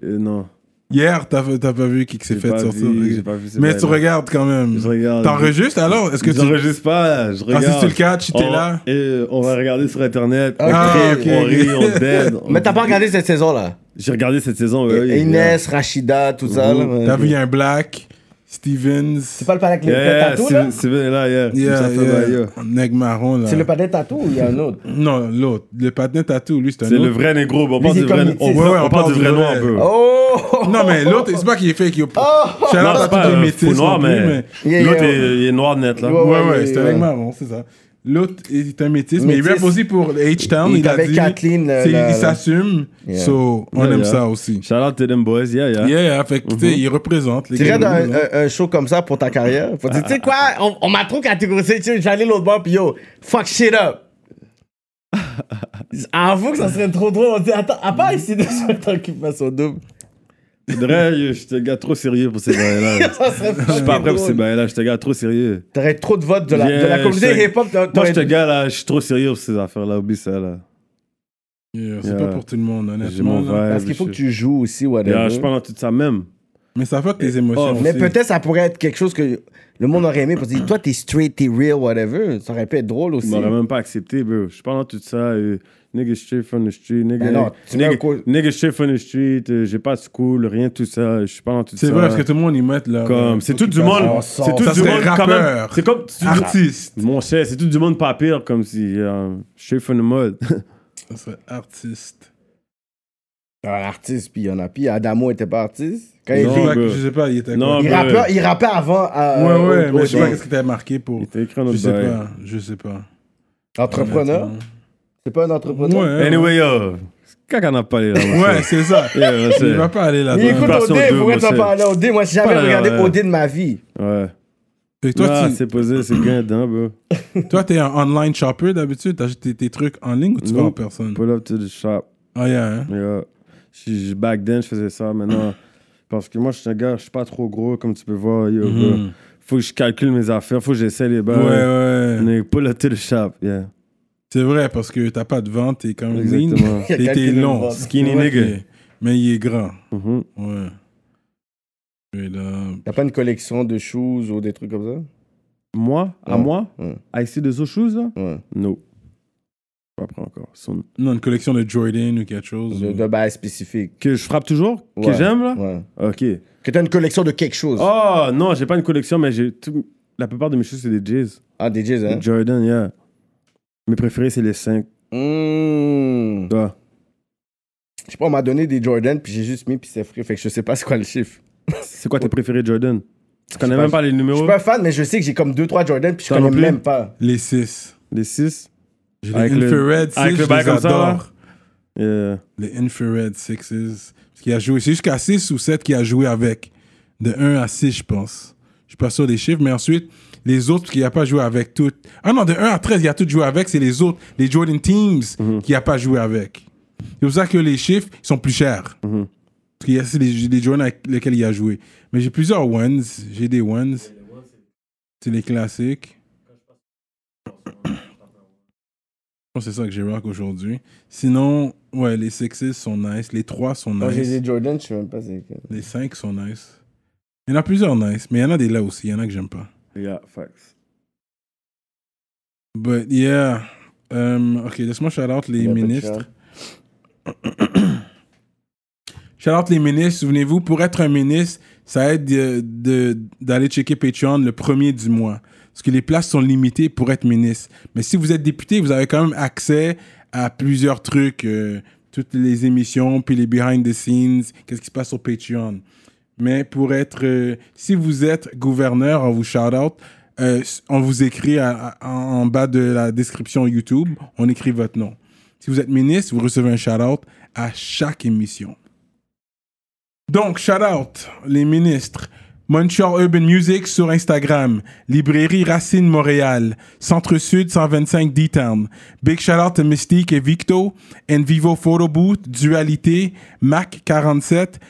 Euh, non.
Hier, t'as t'as pas vu qui que s'est
J'ai
fait
pas
sur
vu,
ça.
j'ai pas vu ces
Mais tu
bails-là.
regardes quand même.
Je regarde.
T'enregistres alors Est-ce que tu.
J'enregistre pas, je
Ah,
regarde.
si tu le catches, t'es
On-
là.
euh, on va regarder sur Internet.
Ah,
on tripe,
ok.
on rit, on dead.
Mais t'as pas regardé cette saison-là?
J'ai regardé cette saison. ouais, ouais,
Inès, Rachida, tout ça. là,
Oh.
ouais.
T'as vu, il y a un Black, Stevens.
C'est pas le palais avec le
yeah.
le
Yeah,
tatou, là?
c'est c'est bien là, yeah.
Yeah,
Ça fait mal,
yeah.
yeah.
Nègre marron, là.
C'est le palais tatou ou il y a un autre?
Non, l'autre. Le patin tatou, lui, c'est un
C'est
autre.
le vrai négro, on parle
c'est
du vrai,
comme
on,
métis.
on
Ouais, ouais, on
parle du vrai noir
vrai.
un peu.
Oh!
Non, mais l'autre, c'est pas qu'il est fake. Il est Shout
Non,
out à
c'est
tous
pas
les
un
métis
faux noir,
non plus,
mais
Yeah,
l'autre
yeah.
est- euh, il est noir net là.
Ouais,
Ouais,
ouais,
ouais, c'est
ouais.
un marron, c'est ça. L'autre est un métis, mais il
Métis.
rappe aussi pour H-Town.
Il
Il,
est
a
avec
dit.
Kathleen, le-
c'est-
la- la-
il s'assume.
Yeah.
So, on
Yeah,
aime
yeah.
ça aussi.
Shout out to them boys, yeah, yeah. Mm-hmm.
Yeah, yeah, fait que, tu sais, il représente. les hein.
Tu
gars.
regardes un, un- un show comme ça pour ta carrière? Faut dire, tu sais quoi? On, on m'a trop catégorisé, tu sais, j'allais l'autre bord, puis yo, fuck shit up! Avoue que ça serait trop drôle. On dit, attends, à part ici, déjà, tant qu'il fasse son double.
De vrai, je te gars trop sérieux pour ces bails là.
Ça serait
Je suis pas
fucking
prêt pour ces
drôle.
bails là, je te gars trop sérieux.
T'aurais trop de votes de la, de
Yeah,
la communauté
je te-
hip-hop.
Moi, je te gars là, je suis trop sérieux pour ces affaires là, oublie ça là.
euh,
Yeah, c'est
Yeah.
pas pour tout le monde,
J'ai mon
honnêtement. là.
vibe.
Parce qu'il faut que
je-
tu joues aussi, whatever.
Yeah, Je suis pas dans tout ça même.
Mais ça fuck tes émotions.
oh,
Mais
aussi.
peut-être ça pourrait être quelque chose que le monde aurait aimé pour dire toi t'es straight, t'es real, whatever. Ça aurait pu être drôle
Ils
aussi.
m'auraient même pas accepté, bro. Je suis pas dans tout ça. euh, nigga straight from the street. Nigga,
Ben non, tu mets un
Euh, nigga,
coup-
nigga straight from the street. euh, J'ai pas de school, rien de tout ça. Je suis pas dans tout ça.
C'est vrai, parce que tout le monde y met là.
Comme, c'est tout du monde.
on
C'est
sort.
tout
Ça,
du
c'est
monde quand même.
rappeur.
C'est comme. tu-
Artiste.
Mon cher, c'est tout du monde pas pire, comme si. euh, straight from the mud.
Oh, Ça serait artiste.
Un artiste, puis il y en a. Puis Adamo était pas artiste. Quand
Je
il,
Non,
sais pas-
bro.
je sais pas, il était
Non,
quoi.
il,
bro.
rappait, il rappait avant. euh,
Ouais, ouais,
au-
mais
au-
je sais pas qu'est-ce qui t'a marqué pour.
Il était écrit
Je
notre
sais
bail.
pas, je sais pas.
Entrepreneur C'est pas un entrepreneur
Ouais.
Anyway, yo. Quand on a parlé là. mon
Ouais,
cher.
c'est ça.
Yeah,
Il va
c'est-
pas aller
Mais
là-dedans.
écoute
Version
OD,
deux,
pourquoi tu vas
monsieur.
pas aller à OD Moi j'ai jamais
Pas là,
regardé
ouais.
OD de ma vie.
Ouais.
Fait que
Toi,
Toi,
c'est posé, c'est bien dedans, bro.
tu- toi, t'es un online shopper d'habitude? T'achètes tes, tes trucs en ligne ou tu vas en
Nope.
personne?
Pull up to the shop.
Ah, yeah, hein?
Yeah. Je- je- back then, je faisais ça. Maintenant, parce que moi, je suis un gars, je suis pas trop gros, comme tu peux voir. Yo, bro.
Mm-hmm.
Mhm.
Faut que je calcule mes affaires, faut que j'essaie les
Ouais,
bails.
ouais.
Nigga, Pull up to the shop, yeah.
C'est vrai, parce que t'as pas de vente, t'es quand même lean.
Exactement.
Il y
T'es
a
t'es
quelqu'un
long.
qui me
Skinny
Ouais.
nigga.
Mais il est grand.
Mhm.
Ouais. Et là...
T'as pas une collection de shoes ou des trucs comme
Moi, à
Ouais.
moi,
Ouais.
à essayer des autres choses, là?
ça Ouais.
Non. Je vais pas prendre encore. Son-
Non, une collection de Jordan ou quelque
Mm.
chose.
De,
ou-
de bail spécifique.
Que je frappe toujours? Que
Ouais.
j'aime, là?
Ouais.
Ok.
Que t'as une collection de quelque chose.
Oh, non, j'ai pas une collection, mais j'ai tout- la plupart de mes choses, c'est des J's.
Ah, des jeans, hein
Des Jordan, yeah. Mes préférés, c'est les 5.
Mmh.
Toi?
Je sais pas, on m'a donné des Jordan, puis j'ai juste mis, puis c'est frais. Fait que je sais pas c'est quoi le chiffre.
C'est quoi tes préférés, Jordan? Tu connais
pas,
même pas les
Je
numéros?
suis pas fan, mais je sais que j'ai comme 2-3 Jordan, puis je
T'en as
connais
plus
même pas.
Les 6.
Les 6?
J'ai
Avec
les
le-
Infrared 6,
avec le
je
bail
les
comme ça, là.
adore.
Yeah.
Les Infrared 6s. Parce qu'il a joué, c'est jusqu'à 6 ou 7 qu'il a joué avec. De 1 à 6, je pense. Je suis pas sûr des chiffres, mais ensuite, les autres, parce qu'il a pas joué avec toutes. Ah non, de 1 à 13, il a tout joué avec, c'est les autres, les Jordan Teams,
Mhm.
qu'il a pas joué avec. C'est pour ça que les chiffres, ils sont plus chers.
Mhm.
Parce qu'il y a c'est les, les Jordan avec lesquels il a joué. Mais j'ai plusieurs ones, j'ai des ones. C'est les classiques. Bon, c'est ça que j'ai rock aujourd'hui. Sinon, ouais, les sexes sont nice. Les 3 sont
Moi, j'ai
nice.
des Jordan, je sais même pas c'est quoi.
Les 5 sont nice. Il y en a plusieurs nice, mais il y en a des là aussi. Il y en a que j'aime pas.
Yeah, facts.
But yeah. Um, ok, laisse-moi shout out les
Y a pas de
ministres. shout out les ministres. Souvenez-vous, pour être un ministre, ça aide de- de- d'aller checker Patreon le premier du mois. Parce que les places sont limitées pour être ministre. Mais si vous êtes député, vous avez quand même accès à plusieurs trucs. euh, toutes les émissions, puis les behind the scenes, qu'est-ce qui se passe sur Patreon. Mais pour être, euh, si vous êtes gouverneur, on vous shout out. Euh, on vous écrit à- à- en en bas de la description YouTube, on écrit votre nom. Si vous êtes ministre, vous recevez un shout out à chaque émission. Donc, shout out les ministres. Montreal Urban Music sur Instagram, Librairie Racine Montréal, Centre Sud 125 D-Town, Big shout out to Mystique et Victo, Envivo Photo Booth, Dualité, Mac 47,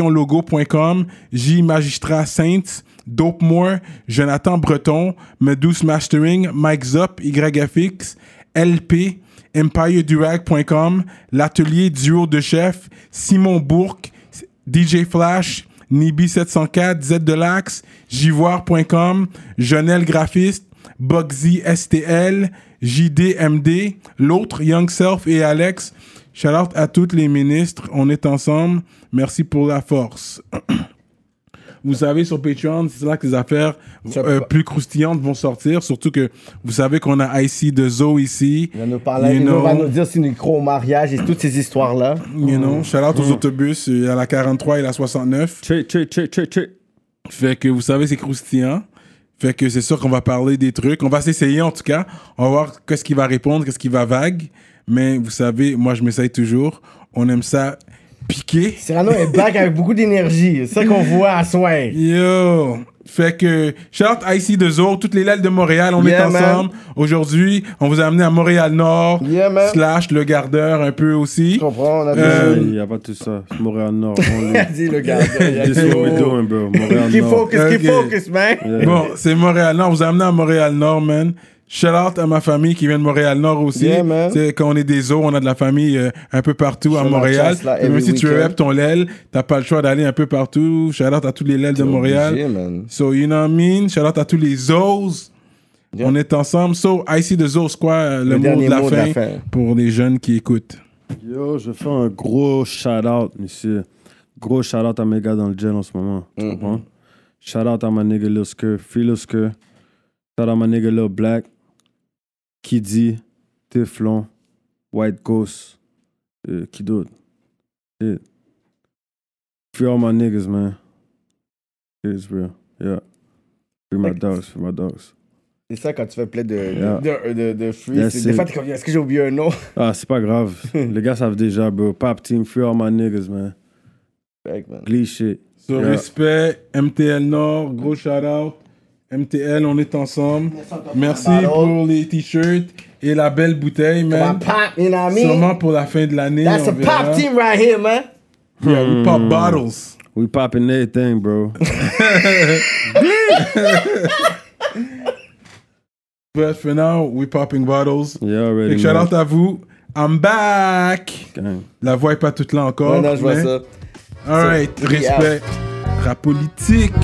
ConceptionLogo.com, J Magistrat Saints, Dope Moore, Jonathan Breton, Medus Mastering, Mike Zop, YFX, LP, EmpireDurag.com, L'Atelier Duo de Chef, Simon Bourque, DJ Flash, Nibi704, Z de l'Axe, Jivoire.com, Jonel Graphiste, Bugsy STL, JDMD, l'autre, Young Self et Alex. Shout out à toutes les ministres, on est ensemble. Merci pour la force. Vous savez, sur Patreon, c'est là que les affaires euh, plus croustillantes vont sortir. Surtout que vous savez qu'on a IC de Zoe ici.
Il va nous parler,
You
il
know.
va nous dire si nous croit au mariage et toutes ces histoires-là.
You know, shout out
Mm.
aux autobus, il y a la 43 et la 69.
Check, check, check, check, check.
Fait que vous savez, c'est croustillant. Fait que c'est sûr qu'on va parler des trucs. On va s'essayer en tout cas. On va voir qu'est-ce qu'il va répondre, qu'est-ce qu'il va vague. Mais vous savez, moi je m'essaye toujours. On aime ça piquer.
Cyrano est back avec beaucoup d'énergie. C'est ça qu'on voit à soin.
Yo! Fait que, shout IC de Zo, toutes les lèvres de Montréal, on est
Yeah, man.
ensemble. Aujourd'hui, on vous a amené à Montréal-Nord,
Yeah, man.
slash le gardeur un peu aussi.
Je comprends, on a
Euh,
Il n'y a pas tout ça. Montréal Nord. only.
dit le gars.
This is what we're doing, bro. Montréal
Keep
Nord.
focus, keep
Ok.
focus, man.
Yeah.
Bon, c'est Montréal-Nord. On vous a amené à Montréal-Nord, man. Shout out à ma famille qui vient de Montréal-Nord aussi.
Yeah, man.
C'est quand on est des eaux, on a de la famille euh, un peu partout à
Shout out
Montréal.
Chance, là,
Et Même
every
si tu
weekend.
rep ton l'aile, t'as pas le choix d'aller un peu partout. Shout out à tous les lailes de Montréal.
Obligé, man.
So, you know what I mean? Shout out à tous les Zoos. On est ensemble. So, IC de Zoos, quoi, euh, le, mot,
dernier
de la,
mot de
fin
la fin.
pour les jeunes qui écoutent.
Yo, je fais un gros shout-out, monsieur. Gros shout-out à mes gars dans le gel en ce moment. Tu
Mm-hmm.
comprends? Shout-out à ma nigga Lil Skur, Free Lil Skur. Shout-out à ma nigga Lil Black. Kiddy, Teflon, White Ghost. Euh, qui d'autre? Shit. Free all my niggas, man. It's real. Yeah. Free my dogs, free my dogs.
C'est ça quand tu fais plein de,
Yeah.
de, de, de, de fruits.
That's
c'est- Des
it.
fois, t'es comme, est-ce que j'ai oublié un nom?
Ah, c'est pas grave. Les gars savent déjà, bro. Pop Team, free all my niggas, man.
Fait que, man.
Glee shit.
So,
Yeah.
respect, MTL Nord, gros shout out. MTL, on est ensemble. Merci pour les t-shirts et la belle bouteille,
My
man.
pop, you know what I mean?
Sûrement pour la fin de l'année.
That's
on
a
verra.
pop team right here, man.
Yeah, we pop bottles.
We popping everything, bro.
But for now, we popping bottles.
You already
Big shout
know.
out à vous. I'm back.
Gang.
La voix est pas toute là encore.
Ouais, non, je vois
mais-
ça.
All right,
We
respect. Rap politique.